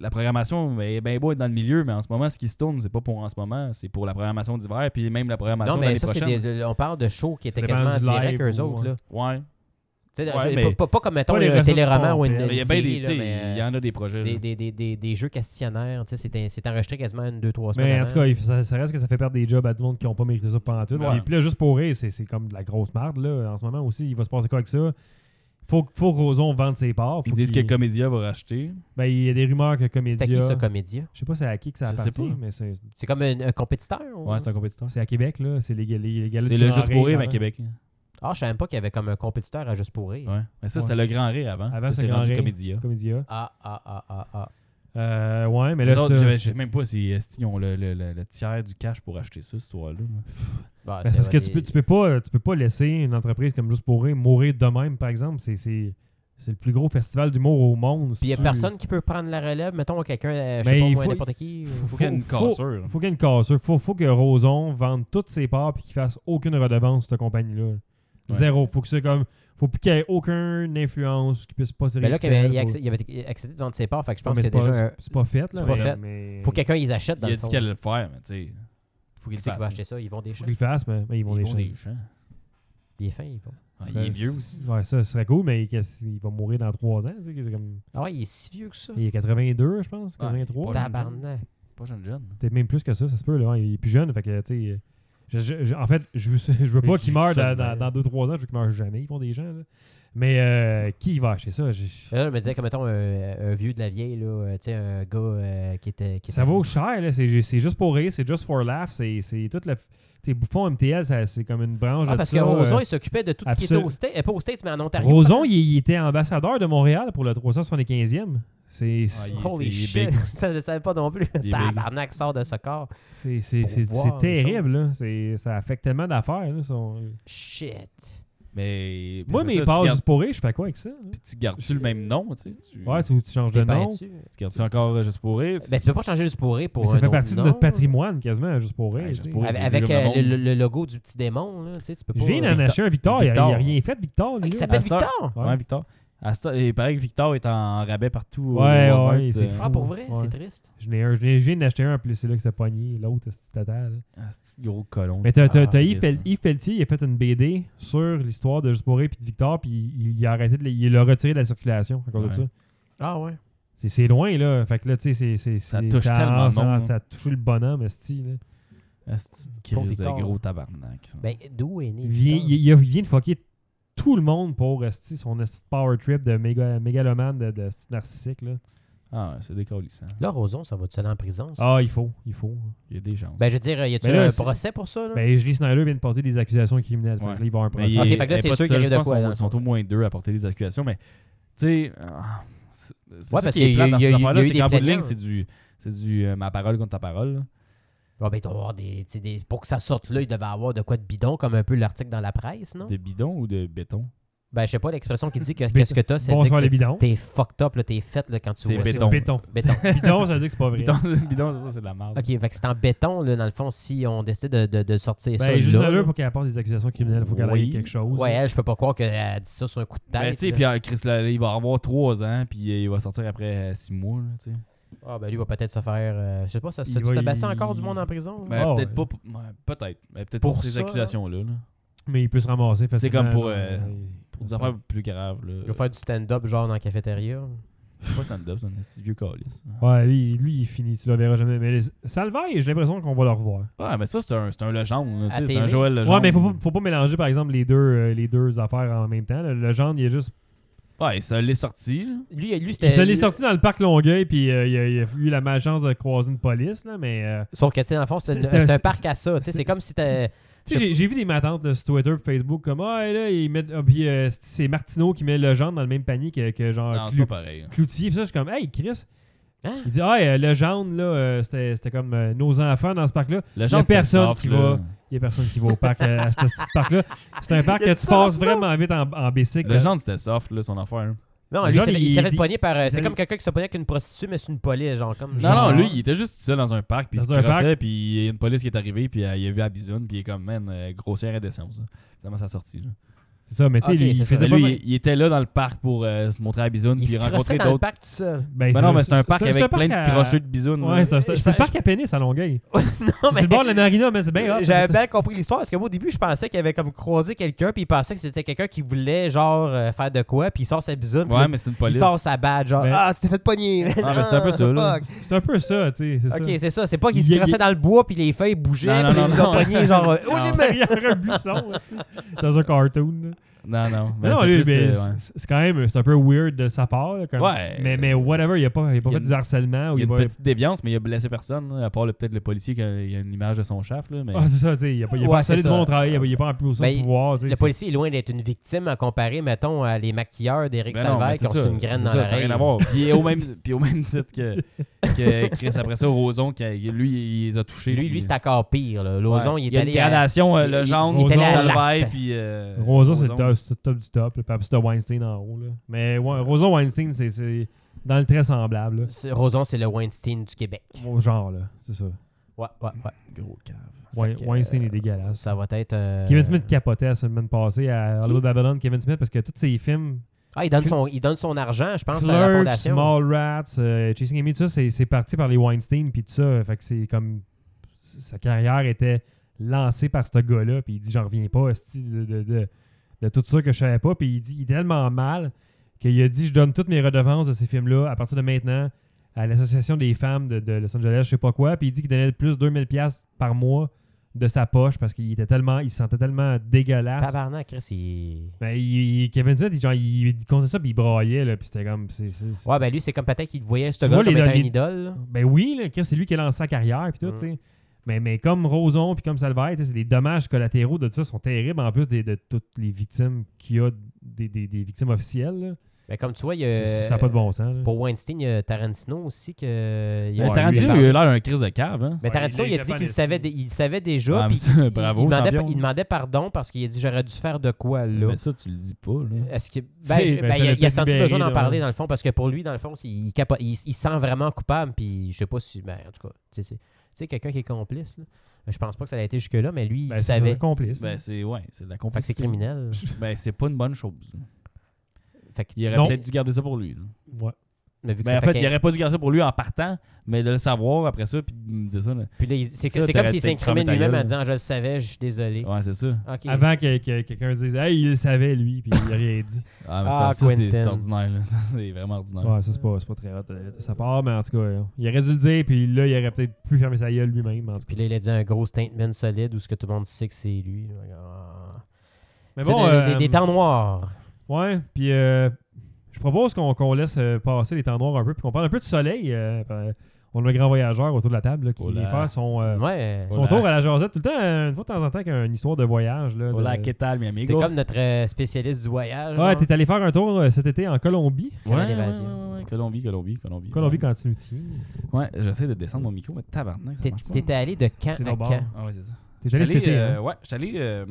Speaker 5: la programmation ben, est bien beau être dans le milieu, mais en ce moment, ce qui se tourne, c'est pas pour en ce moment, c'est pour la programmation d'hiver, puis même la programmation
Speaker 6: Non,
Speaker 5: l'année
Speaker 6: mais ça, c'est
Speaker 5: prochaine.
Speaker 6: des- on parle de shows qui étaient
Speaker 7: dépend
Speaker 6: quasiment en
Speaker 7: du
Speaker 6: direct
Speaker 7: live
Speaker 6: eux
Speaker 7: ou-
Speaker 6: autres. Là.
Speaker 5: Ouais.
Speaker 6: Tu sais,
Speaker 5: Ouais,
Speaker 6: je-
Speaker 5: mais-
Speaker 6: pas, pas comme, mettons,
Speaker 7: Pas les
Speaker 6: un
Speaker 7: réseaux de
Speaker 6: téléroman ou une,
Speaker 7: pompe,
Speaker 5: Mais
Speaker 6: une
Speaker 5: Il y a bien
Speaker 6: série,
Speaker 5: des.
Speaker 6: là,
Speaker 5: tu sais,
Speaker 6: mais,
Speaker 5: Il y en a des projets.
Speaker 6: des,
Speaker 5: là.
Speaker 6: des, des, des, des jeux questionnaires. tu sais, C'est c'est enregistré quasiment une, deux, trois semaines.
Speaker 7: Mais en
Speaker 6: avant.
Speaker 7: tout cas, il- ça, ça reste que ça fait perdre des jobs à tout le monde qui n'ont pas mérité ça pendant tout.
Speaker 5: Ouais.
Speaker 7: Et puis là, juste pour rire, c'est c'est comme de la grosse merde. Là. En ce moment aussi, il va se passer quoi avec ça? Faut, faut que Roson vende ses parts.
Speaker 5: Ils
Speaker 7: faut
Speaker 5: disent que
Speaker 7: qu'il-
Speaker 5: Comédia va racheter.
Speaker 7: ben, il y a des rumeurs que Comédia.
Speaker 6: c'est à qui ce comédia
Speaker 7: Je sais pas c'est à qui que ça
Speaker 5: Je sais
Speaker 7: appartient,
Speaker 5: pas.
Speaker 7: mais c'est
Speaker 6: C'est comme un, un compétiteur ou-
Speaker 5: Ouais, c'est un compétiteur.
Speaker 7: c'est à Québec, là. C'est les, les, les galas
Speaker 5: C'est
Speaker 7: du
Speaker 5: le
Speaker 7: Grand
Speaker 5: Juste pour
Speaker 7: Rire hein.
Speaker 5: rire, mais
Speaker 7: avant.
Speaker 5: Québec.
Speaker 6: Ah, je savais même pas qu'il y avait comme un compétiteur à Juste pour rire.
Speaker 5: Ouais. Mais ça, c'était le Grand Rire avant.
Speaker 7: Avant,
Speaker 5: Là,
Speaker 7: c'est
Speaker 5: c'est
Speaker 7: Grand
Speaker 5: rendu
Speaker 7: Rire.
Speaker 5: Comédia.
Speaker 7: Comédia.
Speaker 6: Ah, ah, ah, ah, ah.
Speaker 7: Euh, ouais, mais
Speaker 5: Les
Speaker 7: là,
Speaker 5: autres,
Speaker 7: ça-
Speaker 5: je je sais même pas si esti, ils ont le, le- le- le tiers du cash pour acheter ça, ce soir-là.
Speaker 6: Bah,
Speaker 7: Ben,
Speaker 6: c'est
Speaker 7: parce que
Speaker 6: vrai,
Speaker 7: tu peux,
Speaker 6: les-
Speaker 7: tu peux pas euh, tu peux pas laisser une entreprise comme Juste pour rire mourir de même, par exemple. C'est c'est- c'est le plus gros festival d'humour au monde.
Speaker 6: Puis il y a
Speaker 7: Tu-
Speaker 6: personne qui peut prendre la relève. Mettons quelqu'un, euh, je
Speaker 7: Mais
Speaker 6: sais pas
Speaker 7: il
Speaker 6: moi,
Speaker 7: faut-
Speaker 6: n'importe qui. ou-
Speaker 5: Faut qu'il y ait une
Speaker 7: faut-
Speaker 5: cassure.
Speaker 7: Faut qu'il y ait une cassure. Faut, faut que Roson vende toutes ses parts puis qu'il fasse aucune redevance cette compagnie-là. Zéro. Faut que c'est comme. Faut plus qu'il y ait aucune influence qui puisse pas se
Speaker 6: Mais Ben là, qu'il y avait- il,
Speaker 7: réussir. Faut-
Speaker 6: accé- il avait accédé de vendre ses parts. Fait que
Speaker 7: Ouais,
Speaker 6: je pense
Speaker 7: mais
Speaker 6: que
Speaker 7: c'est pas-
Speaker 6: déjà. un-
Speaker 7: C'est pas fait, là.
Speaker 6: c'est pas
Speaker 7: mais-
Speaker 6: fait.
Speaker 7: mais-
Speaker 6: Faut que quelqu'un les achète
Speaker 5: Il
Speaker 6: dans
Speaker 5: a
Speaker 6: le
Speaker 5: dit
Speaker 6: fond.
Speaker 5: qu'elle allait le faire, mais tu sais. Faut qu'il
Speaker 6: Qui c'est qui va
Speaker 5: fasse.
Speaker 6: acheter ça Ils vont des
Speaker 7: faut
Speaker 6: chats.
Speaker 7: qu'ils le fassent, mais, mais ils vont
Speaker 5: Ils
Speaker 7: les
Speaker 5: font
Speaker 7: chier.
Speaker 5: des champs.
Speaker 6: Il est fin, il va.
Speaker 5: Ah,
Speaker 7: Ça-
Speaker 5: Il est vieux aussi.
Speaker 7: c'est- Ouais, ça ce serait cool, mais qu'est-ce- il va mourir dans 3 ans. tu sais, que c'est comme-
Speaker 6: Ah ouais, il est si vieux que ça.
Speaker 7: Il est 82, je pense,
Speaker 5: Ouais,
Speaker 7: 83.
Speaker 5: il est pas-
Speaker 6: Tabarnak.
Speaker 5: Pas jeune jeune.
Speaker 7: Peut-être même plus que ça, ça se peut. Là, ouais, il est plus jeune. Fait que, tu sais, je- je- je- en fait, je veux, je veux pas
Speaker 6: Je
Speaker 7: qu'il
Speaker 6: dis
Speaker 7: meure
Speaker 6: ça
Speaker 7: dans-
Speaker 6: de
Speaker 7: dans
Speaker 6: même.
Speaker 7: 2-3 ans. Je veux qu'il meure jamais. Ils font des gens. Là. Mais euh, qui va acheter ça? Je-
Speaker 6: Là, je me disais que, mettons, un, un vieux de la vieille, là, euh, tu sais, un gars euh, qui était. Qui
Speaker 7: ça
Speaker 6: était-
Speaker 7: vaut cher. là. C'est ju- c'est juste pour rire. C'est juste for laugh. C'est c'est toute la. Tu sais, Bouffon MTL, ça- c'est comme une branche
Speaker 6: Ah,
Speaker 7: de
Speaker 6: parce
Speaker 7: ça,
Speaker 6: que Roson,
Speaker 7: euh,
Speaker 6: il s'occupait de tout ce qui
Speaker 7: absolu-
Speaker 6: était aux States. euh, Pas aux States, mais en Ontario.
Speaker 7: Roson, il, il était ambassadeur de Montréal pour le 375e. C'est
Speaker 5: Ah, il- était-
Speaker 6: Holy
Speaker 5: il est
Speaker 6: shit.
Speaker 5: big.
Speaker 6: ça, je le savais pas non plus.
Speaker 5: big.
Speaker 6: Tabarnak sort de ce corps.
Speaker 7: c'est- c'est-
Speaker 6: pour
Speaker 7: c'est- c'est
Speaker 6: voir les
Speaker 7: terrible. là. C'est- Ça affecte tellement d'affaires. là, son-
Speaker 6: Shit.
Speaker 5: Mais.
Speaker 7: Moi,
Speaker 5: après
Speaker 7: mes
Speaker 5: ça,
Speaker 7: passes
Speaker 5: tu
Speaker 7: juste
Speaker 5: gardes-
Speaker 7: pour rire, je fais quoi avec ça?
Speaker 5: Puis tu gardes-tu le même nom, tu sais? Tu,
Speaker 7: Ouais, tu, tu changes de
Speaker 6: T'es
Speaker 7: nom.
Speaker 6: peint-tu?
Speaker 5: tu gardes-tu encore euh, juste pour rire?
Speaker 6: Ben, tu peux pas changer juste pour rire pour.
Speaker 7: Mais
Speaker 6: un
Speaker 7: ça fait
Speaker 6: autre
Speaker 7: partie de
Speaker 6: nom.
Speaker 7: notre patrimoine quasiment, juste pour rire.
Speaker 5: Ouais, hein. Ben, juste
Speaker 7: tu sais.
Speaker 5: pour rire.
Speaker 6: Avec,
Speaker 5: c'est
Speaker 6: avec,
Speaker 5: le
Speaker 6: euh, le,
Speaker 5: monde.
Speaker 6: le- le logo du petit démon, là. Tu sais, tu peux pas.
Speaker 7: Je viens d'en acheter un Victor, il a-
Speaker 5: Victor.
Speaker 7: il a rien fait, Ben, Victor.
Speaker 6: Ah,
Speaker 7: lui,
Speaker 6: il
Speaker 7: là.
Speaker 6: s'appelle
Speaker 5: Pasteur.
Speaker 6: Victor.
Speaker 7: Ouais.
Speaker 5: Ouais, Victor. À ce temps- et pareil que Victor est en rabais partout. au
Speaker 7: Ouais,
Speaker 5: Walmart,
Speaker 7: ouais, c'est
Speaker 5: euh,
Speaker 6: Ah, pour vrai,
Speaker 7: Ouais.
Speaker 6: c'est triste.
Speaker 7: Je n'ai un- je n'ai- je viens d'en acheter un, puis c'est là que ça pogné, l'autre, c'est tata. là.
Speaker 5: ah, ce petit gros colon.
Speaker 7: Mais t'as t'as-
Speaker 5: Ah,
Speaker 7: t'as Yves,
Speaker 5: Chris.
Speaker 7: Pel- Yves Pelletier, il a fait une BD sur l'histoire de Juste pour rire puis de Victor, puis il, il a arrêté de le- il l'a retiré de la circulation à cause de
Speaker 5: Ouais.
Speaker 7: ça.
Speaker 6: Ah, ouais.
Speaker 7: C'est- C'est loin, là. Fait que là, tu sais, c'est- c'est-
Speaker 5: Ça
Speaker 7: c'est-
Speaker 5: touche
Speaker 7: ça,
Speaker 5: tellement de
Speaker 7: ça-
Speaker 5: monde.
Speaker 7: ça a touché le bonhomme, esti, là.
Speaker 5: Asti de
Speaker 6: Pauvre
Speaker 5: crise de
Speaker 6: Victor.
Speaker 5: gros tabarnak. ça.
Speaker 6: Ben, d'où est né
Speaker 7: Il vient,
Speaker 6: Victor?
Speaker 7: il, il a- il vient de fucker tout le monde pour esti, son esti de power trip de méga, mégalomane de, de esti narcissique. Là.
Speaker 5: Ah ouais, c'est décalissant.
Speaker 6: Là, Roson, ça va-tu aller en prison? ça?
Speaker 7: Ah, il faut, il faut.
Speaker 5: Il y a des chances.
Speaker 6: Ben, je veux dire, y a-tu
Speaker 7: Mais là,
Speaker 6: un
Speaker 7: c'est-
Speaker 6: procès pour ça? Là?
Speaker 7: Ben, Julie Snyder vient de porter des accusations criminelles. fait que
Speaker 5: Ouais.
Speaker 7: là, il va avoir un
Speaker 5: Mais il
Speaker 7: procès.
Speaker 5: est-
Speaker 6: Ok, fait que là,
Speaker 5: elle est pas
Speaker 6: c'est sûr
Speaker 5: toute
Speaker 6: qu'il
Speaker 5: seule,
Speaker 6: y a de
Speaker 5: je pense
Speaker 6: quoi,
Speaker 5: qu'on-
Speaker 6: dans le
Speaker 5: Ils sont
Speaker 6: fond.
Speaker 5: au moins deux à porter des accusations, mais tu sais. ah, c'est- c'est
Speaker 6: Ouais,
Speaker 5: ça
Speaker 6: parce
Speaker 5: qui est
Speaker 6: qu'il y a-
Speaker 5: plate dans
Speaker 6: il
Speaker 5: ces
Speaker 6: y a- il y a
Speaker 5: affaires-là,
Speaker 6: eu
Speaker 5: c'est
Speaker 6: des
Speaker 5: qu'en bout de
Speaker 6: plaignants.
Speaker 5: ligne, c'est du, c'est du euh, ma parole contre ta parole. là.
Speaker 6: Ah, ben, il doit avoir des, tu sais, des- Pour que ça sorte là, il devait avoir de quoi de bidon, comme un peu l'article dans la presse, non?
Speaker 5: De bidon ou de béton
Speaker 6: Ben, je sais pas, l'expression qui dit que qu'est-ce que t'as, c'est dire
Speaker 7: Ben, Bonsoir
Speaker 6: que
Speaker 7: les
Speaker 6: c'est-
Speaker 7: bidons.
Speaker 6: t'es fucked up, là, t'es fait là, quand tu
Speaker 5: C'est
Speaker 6: vois
Speaker 5: béton.
Speaker 7: Béton.
Speaker 6: ça. Béton.
Speaker 7: Bidon, ça veut dire que c'est pas vrai.
Speaker 5: Bidon, bidon c'est ça, c'est de la merde.
Speaker 6: OK, fait que c'est en béton, là, dans le fond, si on décide de, de, de sortir ça.
Speaker 7: Ben, Julie
Speaker 6: là,
Speaker 7: Snyder,
Speaker 6: là.
Speaker 7: pour qu'elle apporte des accusations criminelles, il faut qu'elle
Speaker 5: Oui.
Speaker 7: ait quelque chose.
Speaker 6: Ouais, elle, je peux pas croire qu'elle a dit ça sur un coup de
Speaker 5: Ben,
Speaker 6: tête.
Speaker 5: tu sais,
Speaker 6: là.
Speaker 5: puis euh, Chris, là, il va avoir trois ans, puis euh, il va sortir après euh, six mois. là, tu sais.
Speaker 6: Ah, ben, lui va peut-être se faire. euh, je sais pas, ça se
Speaker 7: Il
Speaker 6: fait
Speaker 7: va-
Speaker 6: tabasser
Speaker 7: il-
Speaker 6: encore du monde en prison? là?
Speaker 5: Ben,
Speaker 7: Ah,
Speaker 5: peut-être
Speaker 7: ouais.
Speaker 5: pas. pour- ouais, peut-être. Ben, peut-être
Speaker 6: Pour
Speaker 5: pour, ces
Speaker 6: ça, là.
Speaker 5: accusations-là. là.
Speaker 7: Mais il peut se ramasser facilement.
Speaker 5: C'est comme pour,
Speaker 7: genre,
Speaker 5: euh,
Speaker 7: il-
Speaker 5: Pour des affaires plus graves. Là.
Speaker 6: Il va faire du stand-up, genre, dans la cafétéria.
Speaker 5: pas stand-up, c'est un petit vieux calice.
Speaker 7: Ouais, lui, lui, il finit, tu le verras jamais. Mais les- Salvaille, j'ai l'impression qu'on va le revoir.
Speaker 5: Ouais, mais ça, c'est un, c'est un légende. là,
Speaker 6: À
Speaker 5: tu sais, C'est un
Speaker 6: TV.
Speaker 5: Joël
Speaker 7: Ouais,
Speaker 5: légende.
Speaker 7: mais faut pas, faut pas mélanger, par exemple, les deux, euh, les deux affaires en même temps. là. Le genre, il est juste.
Speaker 5: Ouais, ça l'est sorti. là.
Speaker 6: Lui, lui c'était.
Speaker 7: Il se l'est sorti dans le parc Longueuil, puis euh, il, a, il a eu la malchance de croiser une police, là, mais. euh,
Speaker 6: Sauf que, tu sais, dans le fond, c'était
Speaker 7: C'était-
Speaker 6: c'était un
Speaker 7: c'était-
Speaker 6: parc à ça. Tu sais, c'est comme si t'as.
Speaker 7: Tu sais, j'ai- j'ai vu des matantes là, sur Twitter et Facebook comme Ah, et là, ils mettent. ah, puis euh, c'est- c'est Martineau qui met le genre dans le même panier que, que
Speaker 6: Ah,
Speaker 7: genre
Speaker 5: Non, c'est
Speaker 7: Clou-
Speaker 5: pas pareil. là.
Speaker 7: Cloutier. Puis ça, je suis comme Hey, Chris.
Speaker 6: Hein?
Speaker 7: Il dit Ah, euh, le genre, là, euh, c'était c'était comme euh, nos enfants dans ce parc-là.
Speaker 5: Légende, c'est
Speaker 7: personne
Speaker 5: soft,
Speaker 7: qui
Speaker 5: là.
Speaker 7: va- Il n'y a personne qui va au parc, euh, à ce petit parc-là. C'est un parc
Speaker 6: Il a
Speaker 7: que
Speaker 6: dit
Speaker 7: tu
Speaker 6: ça,
Speaker 7: passes
Speaker 6: Martineau?
Speaker 7: vraiment vite en, en bicycle.
Speaker 5: Légende, c'était soft, là, son affaire. là.
Speaker 6: Non, lui,
Speaker 7: Genre,
Speaker 6: c'est-
Speaker 7: il-
Speaker 6: il s'est fait
Speaker 7: il-
Speaker 6: pogner par. euh, C'est
Speaker 7: il-
Speaker 6: comme quelqu'un qui s'est pogné avec une prostituée, mais c'est une police, genre, comme.
Speaker 5: Non,
Speaker 7: Genre-
Speaker 5: non, lui, il était juste seul dans un parc, puis il se
Speaker 7: Dans un
Speaker 5: crossait, puis il y a une police qui est arrivée, puis euh, il a vu la bisoune, puis il est comme, man, euh, grossière indécence. ça. Finalement, ça sortie. Là.
Speaker 7: C'est ça, mais tu sais,
Speaker 6: Ok,
Speaker 7: il
Speaker 6: c'est ça.
Speaker 7: faisait
Speaker 5: Mais
Speaker 7: pas.
Speaker 5: lui, il, il était là dans le parc pour euh, se montrer à la bisoune,
Speaker 6: Il se
Speaker 5: puis
Speaker 6: crossait
Speaker 5: rencontrer
Speaker 6: dans le
Speaker 5: d'autres.
Speaker 6: parc tout seul.
Speaker 7: Ben,
Speaker 5: Ben non, mais c'est un parc
Speaker 7: c'est
Speaker 5: avec
Speaker 7: parc
Speaker 5: plein de
Speaker 7: à-
Speaker 5: crosseux de bisoune. là.
Speaker 7: Ouais, c'est un- c'est un-
Speaker 6: Je-
Speaker 7: c'est le parc à pénis à Longueuil.
Speaker 6: non,
Speaker 7: C'est le bord de la marina, mais c'est bien hot.
Speaker 6: J'avais bien compris l'histoire parce que moi, au début, je pensais qu'il avait comme croisé quelqu'un, puis il pensait que c'était quelqu'un qui voulait genre euh, faire de quoi, puis il sort sa bisoune, puis
Speaker 5: Ouais,
Speaker 6: là,
Speaker 5: mais c'est une
Speaker 6: il
Speaker 5: police.
Speaker 6: sort sa badge, genre
Speaker 7: Mais-
Speaker 6: Ah, tu t'es fait pogner!
Speaker 5: Ah, mais c'est un peu ça, là.
Speaker 6: fuck.
Speaker 7: C'est un peu ça, tu sais. c'est ça.
Speaker 6: Ok, c'est ça, c'est pas qu'il
Speaker 7: Il-
Speaker 6: se
Speaker 7: il-
Speaker 6: crassait dans le bois, puis les feuilles bougeaient,
Speaker 5: Non, non,
Speaker 6: puis
Speaker 5: non,
Speaker 6: il l'a
Speaker 5: non.
Speaker 6: pogné, genre euh, Oh,
Speaker 5: Non.
Speaker 6: les mecs!
Speaker 7: derrière un buisson aussi, Ben, dans un cartoon. là.
Speaker 5: Non, non. mais
Speaker 7: Mais non,
Speaker 5: c'est
Speaker 7: lui,
Speaker 5: plus,
Speaker 7: mais
Speaker 5: euh, ouais.
Speaker 7: c'est- c'est quand même c'est un peu weird de sa part. là, comme-
Speaker 5: Ouais.
Speaker 7: mais, mais whatever, il a pas, il a pas
Speaker 5: Il y a
Speaker 7: fait
Speaker 5: une-
Speaker 7: du harcèlement. Ou
Speaker 5: Il y a
Speaker 7: il
Speaker 5: une
Speaker 7: va...
Speaker 5: petite déviance, mais il a blessé personne, là, à part le- peut-être le policier qui a, il a une image de son chef. Là, mais...
Speaker 7: Ah, c'est ça, tu sais. Il a pas, il a
Speaker 6: Ouais,
Speaker 7: pas harcelé
Speaker 6: c'est
Speaker 7: du
Speaker 6: ça.
Speaker 7: monde au travail, il a pas- il a pas en plus au
Speaker 6: Ben,
Speaker 7: pouvoir. tu sais,
Speaker 6: Le
Speaker 7: c'est-
Speaker 6: policier est loin d'être une victime à comparer, mettons, à les maquilleurs d'Éric
Speaker 5: Ben non, mais
Speaker 6: Salvaire qui
Speaker 5: c'est
Speaker 6: ont
Speaker 5: ça,
Speaker 6: reçu une graine
Speaker 5: c'est
Speaker 6: dans
Speaker 5: ça, ça a
Speaker 6: l'oreille.
Speaker 5: rien à voir. Puis au même, puis au même titre que, que Chris, après ça, Roson, qui a- lui, il les a touchés.
Speaker 6: Lui,
Speaker 5: puis-
Speaker 6: lui c'est encore pire. là. Lozon,
Speaker 5: Ouais.
Speaker 6: il est
Speaker 5: y a
Speaker 6: allé
Speaker 5: une
Speaker 6: à-
Speaker 5: gradation, euh,
Speaker 6: il-
Speaker 5: le
Speaker 6: il-
Speaker 5: genre,
Speaker 7: il est allé à
Speaker 5: Roson,
Speaker 6: l'acte.
Speaker 5: Salvaille, puis... euh,
Speaker 7: Rosa, c'est le,
Speaker 5: Roson.
Speaker 7: top- c'est le top du top. là. Puis après, c'était Weinstein en haut. Là. Mais ouais, Rosa Weinstein, c'est- c'est dans le très semblable. là.
Speaker 6: C'est- Roson, c'est le Weinstein du Québec.
Speaker 7: Au genre, là. C'est ça.
Speaker 6: Ouais, ouais, ouais.
Speaker 5: Gros cave.
Speaker 7: Wein-
Speaker 6: que,
Speaker 7: Weinstein
Speaker 6: euh,
Speaker 7: est dégueulasse.
Speaker 6: Ça va être. euh,
Speaker 7: Kevin Smith capotait la semaine passée à Hollywood Babylon, Kevin Smith, parce que tous ses films,
Speaker 6: Ah, il donne, son, il donne son argent, je pense, à la
Speaker 7: Clerks,
Speaker 6: fondation.
Speaker 7: Small Rats, euh, Chasing Amy, tout ça, c'est- c'est parti par les Weinstein, puis tout ça. Fait que c'est comme. Sa carrière était lancée par ce gars-là, puis il dit J'en reviens pas, esti, de, de, de- de tout ça que je savais pas. Puis il dit Il est tellement mal qu'il a dit Je donne toutes mes redevances de ces films-là à partir de maintenant à l'association des femmes de, de Los Angeles, je sais pas quoi. Puis il dit qu'il donnait plus 2000$ par mois de sa poche parce qu'il était tellement. Il se sentait tellement dégueulasse.
Speaker 6: Tabarnak, Chris, il...
Speaker 7: Ben, il- il- Kevin Smith, il, genre, il, il comptait ça, puis il braillait, là, puis c'était comme. c'est- c'est- c'est-
Speaker 6: Ouais, ben lui, c'est comme peut-être qu'il voyait
Speaker 7: Tu
Speaker 6: ce gars
Speaker 7: vois
Speaker 6: comme
Speaker 7: les
Speaker 6: étant
Speaker 7: données-
Speaker 6: une idole. là.
Speaker 7: Ben oui, là, Chris, c'est lui qui a lancé sa carrière, puis tout,
Speaker 6: Mm.
Speaker 7: tu sais. Mais, mais comme Roson, puis comme Salvaire, tu sais, c'est les dommages collatéraux de tout ça sont terribles, en plus des- de toutes les victimes qu'il y a, des, des- des victimes officielles. là.
Speaker 6: Mais comme tu vois, il y
Speaker 7: C'est-
Speaker 6: a...
Speaker 7: c'est- ça n'a pas de bon sens. là.
Speaker 6: Euh, Pour Weinstein, il y a Tarantino aussi. Que... il a-
Speaker 5: Euh,
Speaker 7: Ouais,
Speaker 5: Tarantino,
Speaker 7: lui,
Speaker 5: il
Speaker 7: il
Speaker 5: a
Speaker 7: est
Speaker 5: eu l'air d'un crise de cave. Hein?
Speaker 6: Mais Tarantino,
Speaker 7: Ouais,
Speaker 6: il
Speaker 7: il
Speaker 6: a
Speaker 7: est
Speaker 6: dit
Speaker 7: japonais,
Speaker 6: qu'il savait,
Speaker 7: ça.
Speaker 6: dé- il savait déjà.
Speaker 5: Ouais, mais
Speaker 6: puis
Speaker 5: ça,
Speaker 6: il-
Speaker 5: bravo,
Speaker 6: il, demandait,
Speaker 5: champion.
Speaker 6: il demandait pardon parce qu'il a dit j'aurais dû faire de quoi, là.
Speaker 5: Mais ça, tu le dis pas. Là.
Speaker 6: Est-ce que ben, je-
Speaker 7: Ben,
Speaker 6: ben,
Speaker 7: ça
Speaker 6: il,
Speaker 7: l'a
Speaker 6: a- il a
Speaker 7: peut-être
Speaker 6: senti
Speaker 7: libéré,
Speaker 6: besoin d'en
Speaker 7: là.
Speaker 6: parler dans le fond parce que pour lui dans le fond il, il, capo- il- il se sent vraiment coupable puis je sais pas si ben, en tout cas tu sais, c'est- tu sais quelqu'un qui est complice là, je pense pas que ça a été jusque là mais lui
Speaker 7: Ben,
Speaker 6: il
Speaker 7: c'est
Speaker 6: savait
Speaker 7: un complice.
Speaker 5: Ben, c'est ouais, c'est de la
Speaker 6: fait que c'est
Speaker 5: complicité.
Speaker 6: criminel
Speaker 5: Ben, c'est pas une bonne chose.
Speaker 6: fait que,
Speaker 5: Il aurait
Speaker 7: Non.
Speaker 5: peut-être dû garder ça pour lui. là.
Speaker 7: Ouais.
Speaker 6: Mais vu que
Speaker 5: Mais
Speaker 6: ça
Speaker 5: en fait,
Speaker 6: fait
Speaker 5: il aurait pas dû garder ça pour lui en partant, mais de le savoir après ça, puis de me dire ça. là.
Speaker 6: Puis là, il- c'est
Speaker 5: Ça,
Speaker 6: c'est comme
Speaker 5: t'aurais
Speaker 6: s'il
Speaker 5: peut-être fermé
Speaker 6: s'incrimine
Speaker 5: ta
Speaker 6: lui-même
Speaker 5: gueule.
Speaker 6: en disant Je le savais, je suis désolé.
Speaker 5: Ouais, c'est ça.
Speaker 6: Ok.
Speaker 7: Ah, Avant que, que quelqu'un dise Hey, il le savait, lui, puis il a rien dit.
Speaker 5: Ah, mais
Speaker 6: Ah,
Speaker 5: c'est- ça, c'est
Speaker 6: Quentin.
Speaker 5: c'est ordinaire. là. Ça, c'est vraiment ordinaire.
Speaker 7: Ouais, ça, c'est pas, c'est pas très hot de de sa part, mais en tout cas, euh, il aurait dû le dire, puis là, il aurait peut-être pu fermer sa gueule lui-même. En tout cas.
Speaker 6: Puis là, il a dit un gros statement solide où ce que tout le monde sait que c'est lui. Ah.
Speaker 7: Mais
Speaker 6: C'est
Speaker 7: bon,
Speaker 6: des- des,
Speaker 7: euh,
Speaker 6: des temps noirs.
Speaker 7: Ouais, puis euh, je propose qu'on qu'on laisse euh, passer les temps noirs un peu, puis qu'on parle un peu du soleil. euh, euh, on a le grand voyageur autour de la table là, qui
Speaker 5: Oh là.
Speaker 7: vient faire son, euh,
Speaker 6: ouais.
Speaker 7: son tour à la jasette tout le temps, euh, une fois de temps en temps, qu'une histoire de voyage. Là,
Speaker 5: Hola,
Speaker 7: de-
Speaker 5: ¿qué tal, mi
Speaker 6: T'es
Speaker 5: amigo?
Speaker 6: comme notre euh, spécialiste du voyage.
Speaker 7: Ouais,
Speaker 6: genre.
Speaker 7: t'es allé faire un tour euh, cet été en Colombie.
Speaker 5: Ouais,
Speaker 6: Canal
Speaker 5: ouais,
Speaker 6: Évasion.
Speaker 5: ouais, ouais, Colombie, Colombie, Colombie.
Speaker 7: Colombie
Speaker 5: Ouais.
Speaker 7: quand tu nous tiens.
Speaker 5: Ouais, j'essaie de descendre mon micro, mais tabarnak, ça
Speaker 6: T'es-
Speaker 5: marche pas.
Speaker 6: T'étais allé de camp
Speaker 7: C'est
Speaker 6: à
Speaker 7: le bord.
Speaker 6: camp.
Speaker 5: Ah ouais, c'est ça.
Speaker 7: T'es
Speaker 5: J'étais
Speaker 7: allé cet
Speaker 5: allé,
Speaker 7: été,
Speaker 5: euh,
Speaker 7: hein?
Speaker 5: ouais, j'étais allé... euh,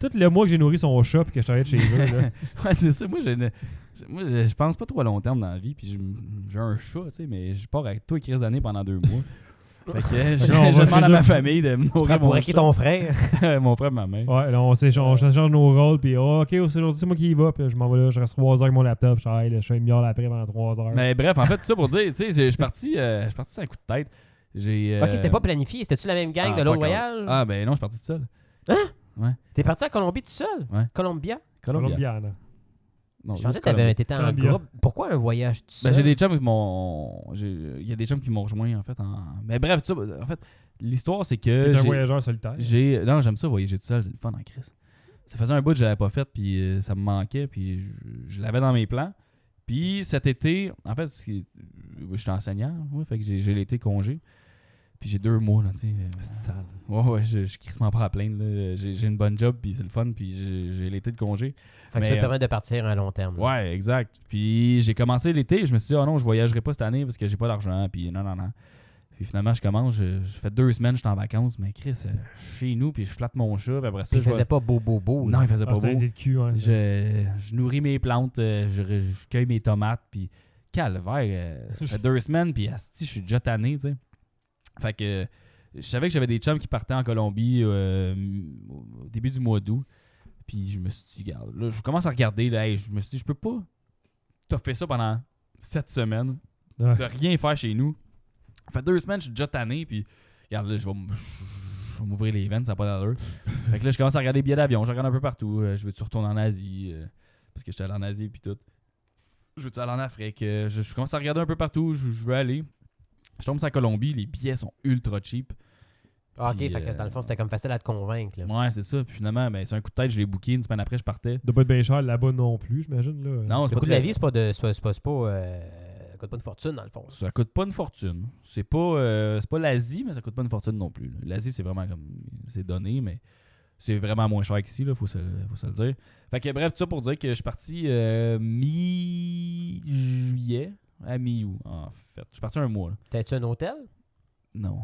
Speaker 7: Tout le mois que j'ai nourri son chat puis que je travaillais de chez eux. là.
Speaker 5: ouais, c'est ça. Moi, je, ne- je- moi, je je pense pas trop à long terme dans la vie. Puis je- j'ai un chat, tu sais, mais je pars avec toi et Chris d'année pendant deux mois. fait que je,
Speaker 7: Non, on
Speaker 5: je
Speaker 7: va
Speaker 5: demande
Speaker 7: chez
Speaker 5: à ma
Speaker 7: eux.
Speaker 5: famille de me
Speaker 6: Tu prends
Speaker 5: nourrir
Speaker 6: pour
Speaker 5: mon, chat,
Speaker 6: acquis ton Oh, frère.
Speaker 5: mon frère et ma mère.
Speaker 7: Ouais, là, on, s'échange- on change nos rôles, puis oh, ok, aujourd'hui, c'est moi qui y va, puis là, je m'en vais là, je reste 3 heures avec mon laptop, je travaille, là, je fais une miaule après pendant 3 heures.
Speaker 5: Mais bref, en fait, tout ça pour dire, tu sais, j'ai- je suis parti, euh, je suis parti sur un coup de tête. J'ai. euh,
Speaker 6: Ok, c'était pas planifié. C'était-tu la même gang
Speaker 5: ah,
Speaker 6: de l'autre
Speaker 5: fuck all.
Speaker 6: voyage?
Speaker 5: Ah, ben non, je suis parti tout seul.
Speaker 6: T'es parti en Colombie tout seul?
Speaker 5: Ouais.
Speaker 6: Colombia?
Speaker 5: Colombie.
Speaker 7: Colombienne.
Speaker 5: Non,
Speaker 6: Je
Speaker 5: juste
Speaker 6: pensais que
Speaker 5: Colombie.
Speaker 6: t'avais- t'étais en
Speaker 7: Colombia.
Speaker 6: groupe. Pourquoi un voyage tout
Speaker 5: Ben,
Speaker 6: seul?
Speaker 5: j'ai des chums qui m'ont. j'ai- Il y a des chums qui m'ont rejoint, en fait. en- Mais bref, tu sais, en fait, l'histoire, c'est que.
Speaker 7: T'es un
Speaker 5: j'ai-
Speaker 7: voyageur solitaire.
Speaker 5: J'ai non, j'aime ça voyager tout seul, c'est le fun en crise. Ça faisait un bout que je l'avais pas fait puis euh, ça me manquait puis je, je l'avais dans mes plans. Puis cet été, en fait, c'est- euh, j'étais enseignant, ouais, fait que j'ai j'ai l'été congé. Puis j'ai deux mois là, tu sais. euh, Ouais, ouais, je, je crisse pas à plaindre. là. J'ai j'ai une bonne job puis c'est le fun puis j'ai j'ai l'été de congé.
Speaker 6: Fait que
Speaker 5: mais,
Speaker 6: ça te
Speaker 5: euh,
Speaker 6: permet de partir à long terme. là.
Speaker 5: Ouais, exact. Puis j'ai commencé l'été, je me suis dit, oh non, je voyagerai pas cette année parce que j'ai pas d'argent. Puis non, non, non. Puis finalement, je commence, je, je fais deux semaines, je suis en vacances, mais Chris, euh, je suis chez nous, puis je flatte mon chat, puis après ça,
Speaker 6: Puis il
Speaker 5: je
Speaker 6: faisait pas beau, beau, beau. là.
Speaker 5: Non, il faisait
Speaker 7: Ah,
Speaker 5: pas
Speaker 7: c'est un
Speaker 5: beau.
Speaker 7: dé de cul, ouais.
Speaker 5: Je, je nourris mes plantes, euh, je, re- je cueille mes tomates, puis calvaire, euh, ça fait deux semaines, puis asti, je suis déjà tanné, tu sais. Fait que je savais que j'avais des chums qui partaient en Colombie euh, au début du mois d'août. Puis je me suis dit, regarde, là, je commence à regarder, là, hey, je me suis dit, je peux pas fait ça pendant sept semaines,
Speaker 7: Ouais.
Speaker 5: de rien faire chez nous. Ça fait deux semaines, je suis déjà tanné, puis regarde, là, je vais m- je vais m'ouvrir les veines, ça n'a pas d'allure. fait que là, je commence à regarder les billets d'avion, je regarde un peu partout, euh, je veux-tu retourner en Asie, euh, parce que j'étais allé en Asie, puis tout. Je veux-tu aller en Afrique, euh, je, je commence à regarder un peu partout, où je, je veux aller. Je tombe sur la Colombie, les billets sont ultra cheap.
Speaker 6: Ah, ok,
Speaker 5: puis,
Speaker 6: fait que dans le fond,
Speaker 5: euh,
Speaker 6: c'était comme facile à te convaincre. là.
Speaker 5: Ouais, c'est ça. Puis finalement, ben, c'est un coup de tête, je l'ai booké. Une semaine après, je partais.
Speaker 7: Doit pas être bien cher là-bas non plus, j'imagine. Là.
Speaker 5: Non, c'est pas
Speaker 6: Le coût de
Speaker 5: très-
Speaker 6: la vie, c'est pas de. C'est pas, c'est pas, c'est pas, euh, ça coûte pas une fortune, dans le fond.
Speaker 5: Ça coûte pas une fortune. C'est pas, euh, c'est pas l'Asie, mais ça coûte pas une fortune non plus. là. L'Asie, c'est vraiment comme. C'est donné, mais c'est vraiment moins cher qu'ici, là, faut se, faut se le dire. Fait que bref, tout ça pour dire que je suis parti euh, mi-juillet à mi-août, en fait. Je suis parti un mois, là.
Speaker 6: T'as-tu un hôtel?
Speaker 5: Non.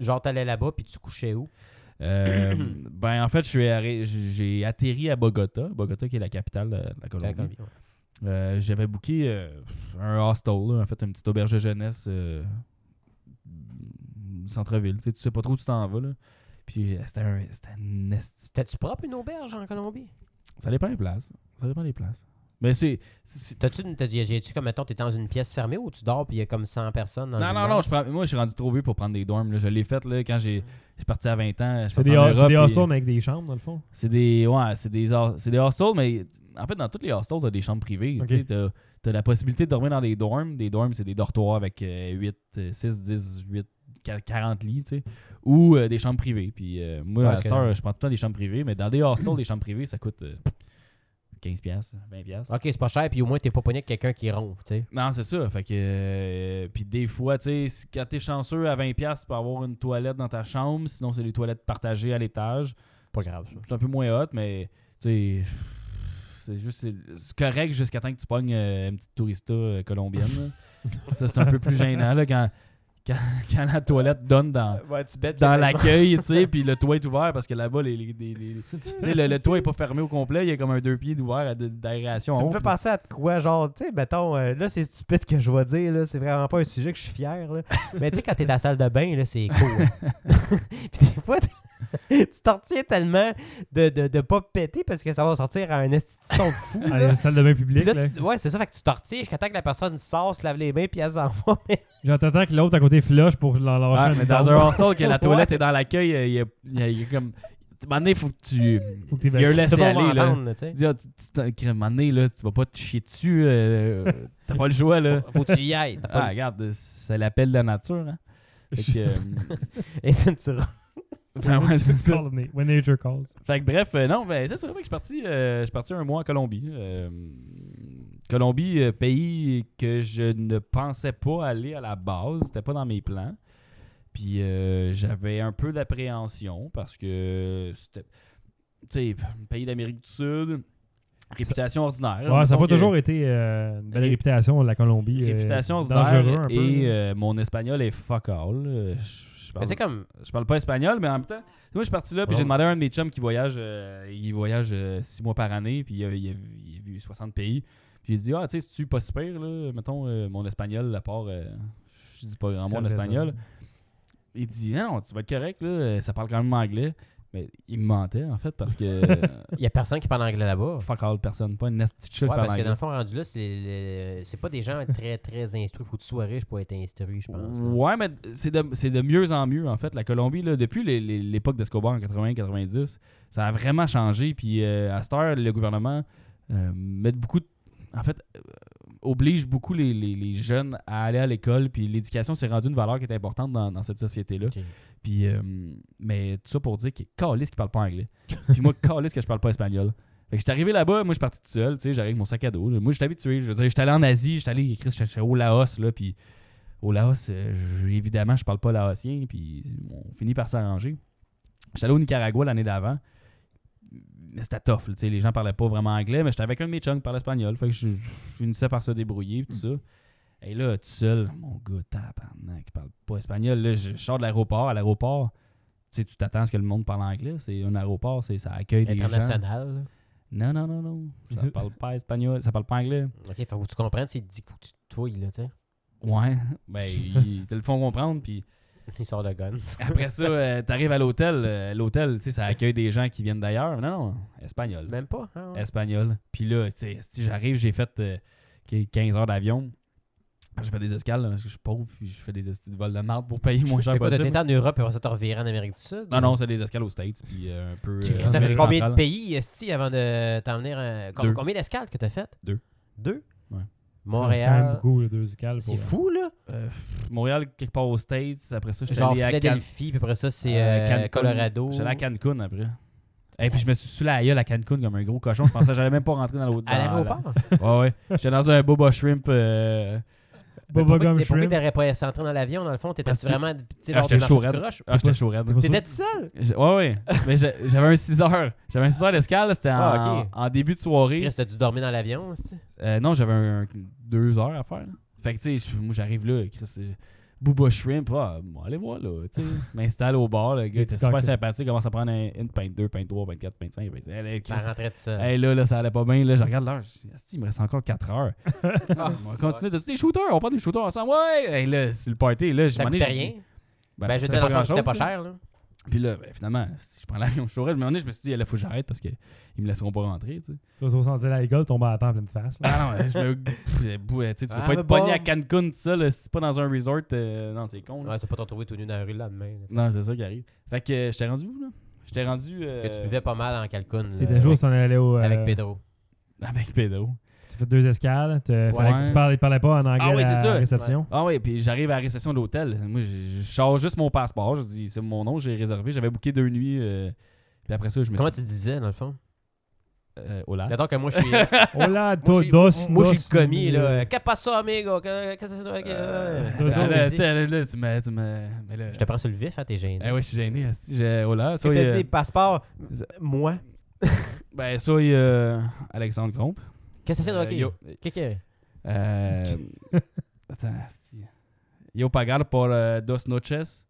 Speaker 6: Genre, t'allais là-bas, puis tu couchais où?
Speaker 5: Euh, ben, en fait, je suis arri- j'ai atterri à Bogota, Bogota qui est la capitale de la
Speaker 6: T'as
Speaker 5: Colombie.
Speaker 6: comme-
Speaker 5: Euh, j'avais booké euh, un hostel, là, en fait, une petite auberge de jeunesse, euh, centre-ville. Tu sais, tu sais pas trop où tu t'en vas. Là. Puis euh, c'était un. C'était un esti-
Speaker 6: T'as-tu propre une auberge en Colombie?
Speaker 5: Ça dépend des places. Ça dépend des places. Mais c'est. c'est-
Speaker 6: T'as-tu une- t'as- y a- y a-tu comme, mettons, t'es dans une pièce fermée où tu dors, puis il y a comme 100 personnes dans le
Speaker 5: Non, non, non, je prends- moi je suis rendu trop vieux pour prendre des dorms. là. Je l'ai fait là, quand j'ai. Je suis parti à 20 ans. je suis
Speaker 7: C'est
Speaker 5: parti
Speaker 7: des,
Speaker 5: en
Speaker 7: c'est
Speaker 5: Europe,
Speaker 7: des
Speaker 5: puis-
Speaker 7: hostels, mais avec des chambres, dans le fond.
Speaker 5: C'est des. Ouais, c'est des, hos- c'est des hostels, mais en fait, dans tous les hostels, t'as des chambres privées.
Speaker 7: Ok.
Speaker 5: Tu sais, t'as, t'as la possibilité de dormir dans des dorms. Des dorms, c'est des dortoirs avec euh, 8, 6, 10, 8, 40 lits, tu sais. Ou euh, des chambres privées. Puis euh, moi,
Speaker 6: Ouais,
Speaker 5: à
Speaker 6: c'est
Speaker 5: cette heure, je prends tout le temps des chambres privées, mais dans des hostels, des chambres privées, ça coûte euh, 15$, 20$. piastres.
Speaker 6: Ok, c'est pas cher, puis au moins, t'es pas pogné avec quelqu'un qui ronfle, tu sais.
Speaker 5: Non, c'est ça. Fait que. euh, puis des fois, tu sais, si- quand t'es chanceux à 20$, tu peux avoir une toilette dans ta chambre. Sinon, c'est des toilettes partagées à l'étage.
Speaker 6: Pas grave, ça.
Speaker 5: C'est un peu moins hot, mais tu sais, c'est juste c'est- c'est correct jusqu'à temps que tu pognes euh, une petite tourista euh, colombienne. là. ça, c'est un peu plus gênant là, quand, quand, quand la toilette donne dans,
Speaker 6: Ouais, tu bêtes.
Speaker 5: dans l'accueil, tu sais, puis le toit est ouvert parce que là-bas, les, les- les- les- tu sais, le, le toit est pas fermé au complet, il y a comme un deux pieds d'ouvert à de- d'aération. en haut, puis-
Speaker 6: penser à de quoi, genre, tu sais, mettons, euh, là, c'est stupide que je vais dire, là, c'est vraiment pas un sujet que je suis fier, là. Mais tu sais, quand t'es dans la salle de bain, là, c'est cool. puis des fois, t- tu t'en retiens tellement de, de, de pas péter parce que ça va sortir à un esti de son de fou.
Speaker 5: Ah,
Speaker 7: à
Speaker 6: là.
Speaker 7: la salle de bain
Speaker 6: Puis
Speaker 7: publique.
Speaker 6: là,
Speaker 7: là.
Speaker 6: tu- ouais, c'est ça, fait que tu t'en retiens jusqu'à temps que la personne sort, se lave les mains, puis elle s'en va. Mais
Speaker 7: J'entends tant que l'autre à côté flush pour l'en lâcher
Speaker 5: Ah,
Speaker 7: un
Speaker 5: mais dans
Speaker 7: bidon.
Speaker 5: un hostel que la
Speaker 6: Ouais.
Speaker 5: toilette est dans l'accueil, il y a, il y a- il y a comme. À un moment donné, il faut que tu.
Speaker 7: Faut que t'y
Speaker 5: Il y a un
Speaker 6: tout le monde
Speaker 5: laisser-aller,
Speaker 6: va
Speaker 5: là.
Speaker 6: entendre, là, tu sais.
Speaker 5: Tu dis, ah, tu- tu t'en- crème, à un moment donné, là, tu vas pas te chier dessus. euh, T'as pas le choix, là.
Speaker 6: Faut que tu y ailles. t'as
Speaker 5: Ah,
Speaker 6: pas
Speaker 5: regarde, c'est l'appel de la nature, hein. Fait que, euh,
Speaker 6: le- Et ça, tu rentres.
Speaker 5: ben ouais, c'est ça.
Speaker 7: Call me, When nature calls.
Speaker 5: Fait que bref, euh, non, ben, c'est ça. Fait que je suis parti, euh, je suis parti un mois en Colombie. Euh, Colombie, euh, pays que je ne pensais pas aller à la base. C'était pas dans mes plans. Puis euh, j'avais un peu d'appréhension parce que c'était, tu sais, pays d'Amérique du Sud, réputation ordinaire.
Speaker 7: Ouais, ça n'a pas
Speaker 5: Donc, euh,
Speaker 7: toujours été euh, une belle
Speaker 5: ré-
Speaker 7: réputation, la Colombie. euh,
Speaker 5: Réputation ordinaire.
Speaker 7: dangereux un peu.
Speaker 5: et
Speaker 7: là.
Speaker 5: euh, mon espagnol est fuck all. Euh, je- je
Speaker 6: Mais
Speaker 5: parle-
Speaker 6: tu sais, comme.
Speaker 5: je parle pas espagnol, mais en même temps, moi, je suis parti là, puis
Speaker 6: Ouais.
Speaker 5: j'ai demandé à un de mes chums qui voyage, euh, il voyage euh, six mois par année, puis il a, il a- il a vu 60 pays. Puis j'ai dit, ah, tu sais, c'est-tu pas si pire, là, mettons, euh, mon espagnol, à part, euh, je dis pas grand mot en
Speaker 7: Cerveza.
Speaker 5: espagnol. Il dit, non, tu vas être correct, là, euh, ça parle quand même anglais. Mais il me mentait, en fait, parce que euh,
Speaker 6: Il n'y a personne qui parle anglais là-bas.
Speaker 5: fuck all personne, pas une nasty de chat qui
Speaker 6: Ouais,
Speaker 5: parle
Speaker 6: parce que
Speaker 5: anglais.
Speaker 6: dans le fond, rendu là, c'est le- c'est pas des gens très, très instruits. Faut que tu sois riche pour être instruit, je pense. là.
Speaker 5: Ouais, mais c'est de, c'est de mieux en mieux, en fait. La Colombie, là, depuis les- les- l'époque d'Escobar en 80-90, ça a vraiment changé. Puis euh, à cette heure, le gouvernement euh, met beaucoup de- En fait, euh, oblige beaucoup les, les- les jeunes à aller à l'école. Puis l'éducation s'est rendue une valeur qui est importante dans, dans cette société-là.
Speaker 6: Ok.
Speaker 5: Puis, euh, mais tout ça pour dire que Calis qui parle pas anglais. Puis moi, Calis que je parle pas espagnol. Fait que j'étais arrivé là-bas, moi je suis parti tout seul, tu sais, j'arrive avec mon sac à dos. Moi j'étais habitué, je veux dire, j'étais allé en Asie, j'étais allé, Chris, j'étais au Laos, là, puis au Laos, euh, je- évidemment, je parle pas laotien, puis on finit par s'arranger. J'étais allé au Nicaragua l'année d'avant, mais c'était tough, là, tu sais, les gens parlaient pas vraiment anglais, mais j'étais avec un de mes chums qui parlait espagnol, fait que je, je finissais par se débrouiller, puis tout ça. Et là, tout seul, mon gars, tabarnak, qui parle pas espagnol. Là, je je sors de l'aéroport. À l'aéroport, tu sais, tu t'attends à ce que le monde parle anglais. C'est un aéroport, c'est, ça accueille les gens.
Speaker 6: International. là.
Speaker 5: Non, non, non, non. Ça parle pas espagnol, ça parle pas anglais.
Speaker 6: Ok, fait que tu comprends, c'est dit que tu te fouilles, là, tu sais.
Speaker 5: Ouais, ben, ils te le font comprendre. Puis
Speaker 6: Il sort le gun.
Speaker 5: après ça, euh, t'arrives à l'hôtel. euh, l'hôtel, tu sais, ça accueille des gens qui viennent d'ailleurs. Non, non, espagnol.
Speaker 6: Même pas, hein?
Speaker 5: espagnol. Puis là, tu sais, si j'arrive, j'ai fait euh, qu- 15 heures d'avion. J'ai fait des escales, là, parce que je suis pauvre, puis je fais des estis de vol de marde pour payer moins cher
Speaker 6: C'est quoi,
Speaker 5: possible.
Speaker 6: t'étais en Europe et après ça, t'as reviré en Amérique du Sud?
Speaker 5: Ah Non, non, c'est des escales aux States, puis euh, un peu. euh,
Speaker 6: Christ, T'as fait
Speaker 5: Amérique
Speaker 6: combien de
Speaker 5: centrale.
Speaker 6: pays, Esti, avant de t'emmener. un- com-
Speaker 5: Deux.
Speaker 6: Combien d'escales que t'as faites?
Speaker 5: Deux.
Speaker 6: Deux?
Speaker 7: C'est quand
Speaker 5: Ouais.
Speaker 7: même
Speaker 6: Montréal.
Speaker 7: beaucoup, là, deux escales.
Speaker 6: C'est
Speaker 7: pour-
Speaker 6: fou, là.
Speaker 5: Euh, Montréal, quelque part aux States. Après ça, j'étais
Speaker 6: Genre
Speaker 5: allé à Can-
Speaker 6: Philadelphie, puis après ça, c'est
Speaker 5: euh,
Speaker 6: euh,
Speaker 5: Cancun.
Speaker 6: Colorado.
Speaker 5: J'étais allé à Cancun après. Et puis je me suis saoulé à la gueule à Cancun comme un gros cochon. Je pensais que j'allais même pas rentrer dans l'autre.
Speaker 6: À
Speaker 5: dans la-
Speaker 6: l'aéroport?
Speaker 5: Ouais, ouais. J'étais dans un boba shrimp. euh,
Speaker 6: Mais
Speaker 7: Bubba Gum
Speaker 6: pourquoi- Pourquoi
Speaker 7: Shrimp.
Speaker 6: t'aurais pas essayé d'entrer dans l'avion, dans le fond? T'étais-tu
Speaker 5: Parce que-
Speaker 6: vraiment. tu sais,
Speaker 5: Ah,
Speaker 6: lors
Speaker 5: j'étais
Speaker 6: du marché
Speaker 5: chaud
Speaker 6: du
Speaker 5: raide.
Speaker 6: croche?
Speaker 5: Ah, j'étais chaud raide.
Speaker 7: T'es pas-
Speaker 6: T'étais tout seul?
Speaker 5: Je- Ouais, ouais. Mais j'ai- j'avais un 6 heures. J'avais un 6 heures d'escale. C'était en,
Speaker 6: Ah, ok.
Speaker 5: en début de soirée.
Speaker 6: Chris, t'as dû dormir dans l'avion, Esti?
Speaker 5: Euh, non, j'avais un, 2 heures à faire. là. Fait que, tu sais, je- moi, j'arrive là, Chris. euh, Booba Shrimp, ah, bon, allez voir là. tu sais. Je m'installe au bar,
Speaker 7: Des
Speaker 5: le gars était
Speaker 7: petits
Speaker 5: super
Speaker 7: cocktails.
Speaker 5: sympathique, commence à prendre un- une pinte 2, pinte 3, 24, pinte 5. Pinte, allez, Chris,
Speaker 6: Ça rentrait tout Ben, seul.
Speaker 5: Hey, là, là, ça allait pas bien. Là, je regarde l'heure. je dis, Asti, il me reste encore 4 heures. on va continuer. T'as-tu des shooters? On prend des shooters ensemble. Ouais! Hey, là, c'est le party. Là, je
Speaker 6: Ça
Speaker 5: m'en ai-
Speaker 6: coûtait
Speaker 5: j'ai dit,
Speaker 6: rien?
Speaker 5: Ben,
Speaker 6: Ben,
Speaker 5: ça
Speaker 6: j'étais
Speaker 5: coûtait
Speaker 6: dans
Speaker 5: pas
Speaker 6: le fond, c'était
Speaker 5: grand-chose,
Speaker 6: pas
Speaker 5: tu sais.
Speaker 6: cher, là.
Speaker 5: Puis là, ben, finalement, si je prends l'avion, je saurais. Je m'en ai, je me suis dit, il faut que j'arrête parce qu'ils me laisseront pas rentrer. Tu sais.
Speaker 7: Tu vas te sentir l'alcool tomber à terre en pleine face. là.
Speaker 5: Ah non, je me. Pff, j'ai bou- tu sais, tu peux
Speaker 6: Ah,
Speaker 5: pas
Speaker 6: mais
Speaker 5: être pogné
Speaker 6: bon.
Speaker 5: à Cancun, tout ça. là, si c'est pas dans un resort. euh, non, c'est con. là.
Speaker 6: Ouais, t'as pas t'en trouvé tout nu dans la rue le lendemain. là.
Speaker 5: Non, c'est ça qui arrive. Fait que euh, j'étais rendu où, là? J'étais rendu. euh,
Speaker 6: Que tu buvais pas mal en Cancun. là,
Speaker 7: T'étais chaud si t'en allais au. euh,
Speaker 6: avec- Avec Pedro.
Speaker 5: Avec Pédo.
Speaker 7: Tu fais deux escales. Tu fallait que tu parles, il parlait pas en anglais
Speaker 5: Ah oui,
Speaker 7: à
Speaker 5: c'est ça.
Speaker 7: la réception.
Speaker 5: Ah oui, puis j'arrive à la réception de l'hôtel. Moi, je, je change juste mon passeport. Je dis, c'est mon nom, j'ai réservé. J'avais booké deux nuits. euh, puis après ça, je me
Speaker 6: Comment
Speaker 5: suis.
Speaker 6: tu disais, dans le fond?
Speaker 5: Euh, au lard.
Speaker 6: Mettons que moi, je suis.
Speaker 7: Oh là,
Speaker 6: Moi,
Speaker 7: dos,
Speaker 6: je suis-
Speaker 7: dos.
Speaker 6: moi, je suis le
Speaker 7: dos,
Speaker 6: commis, là.
Speaker 7: euh,
Speaker 6: Que passe ça, amigo? Que- Qu'est-ce que c'est? que-
Speaker 5: Euh,
Speaker 6: Ouais.
Speaker 7: Dodo,
Speaker 5: là,
Speaker 7: c'est
Speaker 5: là,
Speaker 6: Je
Speaker 5: tu sais, là, tu me. Tu me mais là,
Speaker 6: te prends sur le vif, hein, t'es gêné.
Speaker 5: eh euh, ouais, je suis gêné. asti, j'ai- Au lard.
Speaker 6: Tu
Speaker 5: Soyez,
Speaker 6: t'as dit, passeport,
Speaker 5: ça-
Speaker 6: moi.
Speaker 5: ben, soyez euh, Alexandre Gromp.
Speaker 6: Qu'est-ce que c'est?
Speaker 5: Euh,
Speaker 6: ok.
Speaker 5: yo.
Speaker 6: Qu'est-ce que-
Speaker 5: Euh, attends, asti. Yo pagar por euh, dos noches.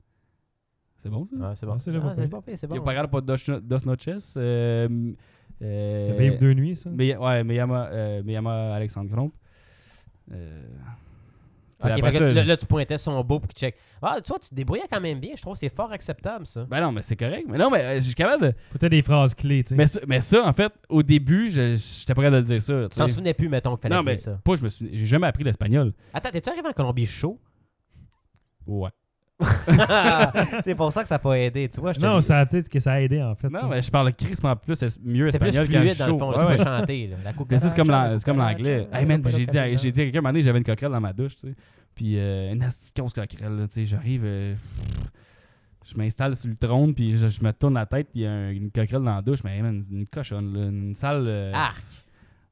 Speaker 5: C'est bon, ça?
Speaker 6: Ah, c'est bon.
Speaker 7: Ah, c'est là,
Speaker 6: Ah,
Speaker 7: pas
Speaker 6: c'est
Speaker 7: pire.
Speaker 6: pas pire, c'est
Speaker 5: Yo
Speaker 6: bon.
Speaker 5: pagar por dos, no- dos noches. Euh, euh,
Speaker 7: T'as payé pour deux nuits, ça.
Speaker 5: Mais, ouais, Miyama, euh, Miyama Alexandre Cromp. Euh, Puis
Speaker 6: Ok,
Speaker 5: après
Speaker 6: fait que
Speaker 5: ça,
Speaker 6: là,
Speaker 5: je-
Speaker 6: là, tu pointais son beau pour qu'il check. Ah, tu vois, tu te débrouillais quand même bien. Je trouve que c'est fort acceptable, ça.
Speaker 5: Ben non, mais c'est correct. Mais non, mais euh, je suis capable de.
Speaker 7: Peut-être des phrases clés, tu sais.
Speaker 5: Mais ça, mais ça, en fait, au début, je- j'étais pas capable de le dire ça. tu
Speaker 6: Tu t'en
Speaker 5: sais.
Speaker 6: souvenais plus, mettons, qu'il fallait
Speaker 5: Non,
Speaker 6: dire
Speaker 5: mais
Speaker 6: ça.
Speaker 5: pas, je me suis. J'ai jamais appris l'espagnol.
Speaker 6: Attends, t'es-tu arrivé en Colombie chaud?
Speaker 5: Ouais.
Speaker 6: c'est pour ça que ça n'a pas aidé, tu vois. je te
Speaker 7: non,
Speaker 6: le-
Speaker 7: ça a peut-être que ça a aidé, en fait. ça.
Speaker 5: Non, mais je parle crispement plus, es- mieux
Speaker 6: C'était plus
Speaker 5: espagnol qu'en
Speaker 6: fluide, dans le
Speaker 5: chaud.
Speaker 6: fond. là,
Speaker 5: Ouais, ouais.
Speaker 6: Tu peux chanter. là. La
Speaker 5: Mais ça, c'est comme
Speaker 6: cucaracha,
Speaker 5: l'an- c'est comme
Speaker 6: la
Speaker 5: l'anglais.
Speaker 6: cucaracha,
Speaker 5: Hey man,
Speaker 6: la
Speaker 5: j'ai dit, à-
Speaker 6: cucaracha.
Speaker 5: j'ai dit à quelqu'un, un moment donné, j'avais une coquerelle dans ma douche, tu sais. Puis euh, une astuce grosse coquerelle, là, tu sais. J'arrive, euh, je m'installe sur le trône, puis je, je me tourne la tête, puis il y a un- une coquerelle dans la douche. Mais hey man, une cochonne, là, une salle. euh,
Speaker 6: Ah!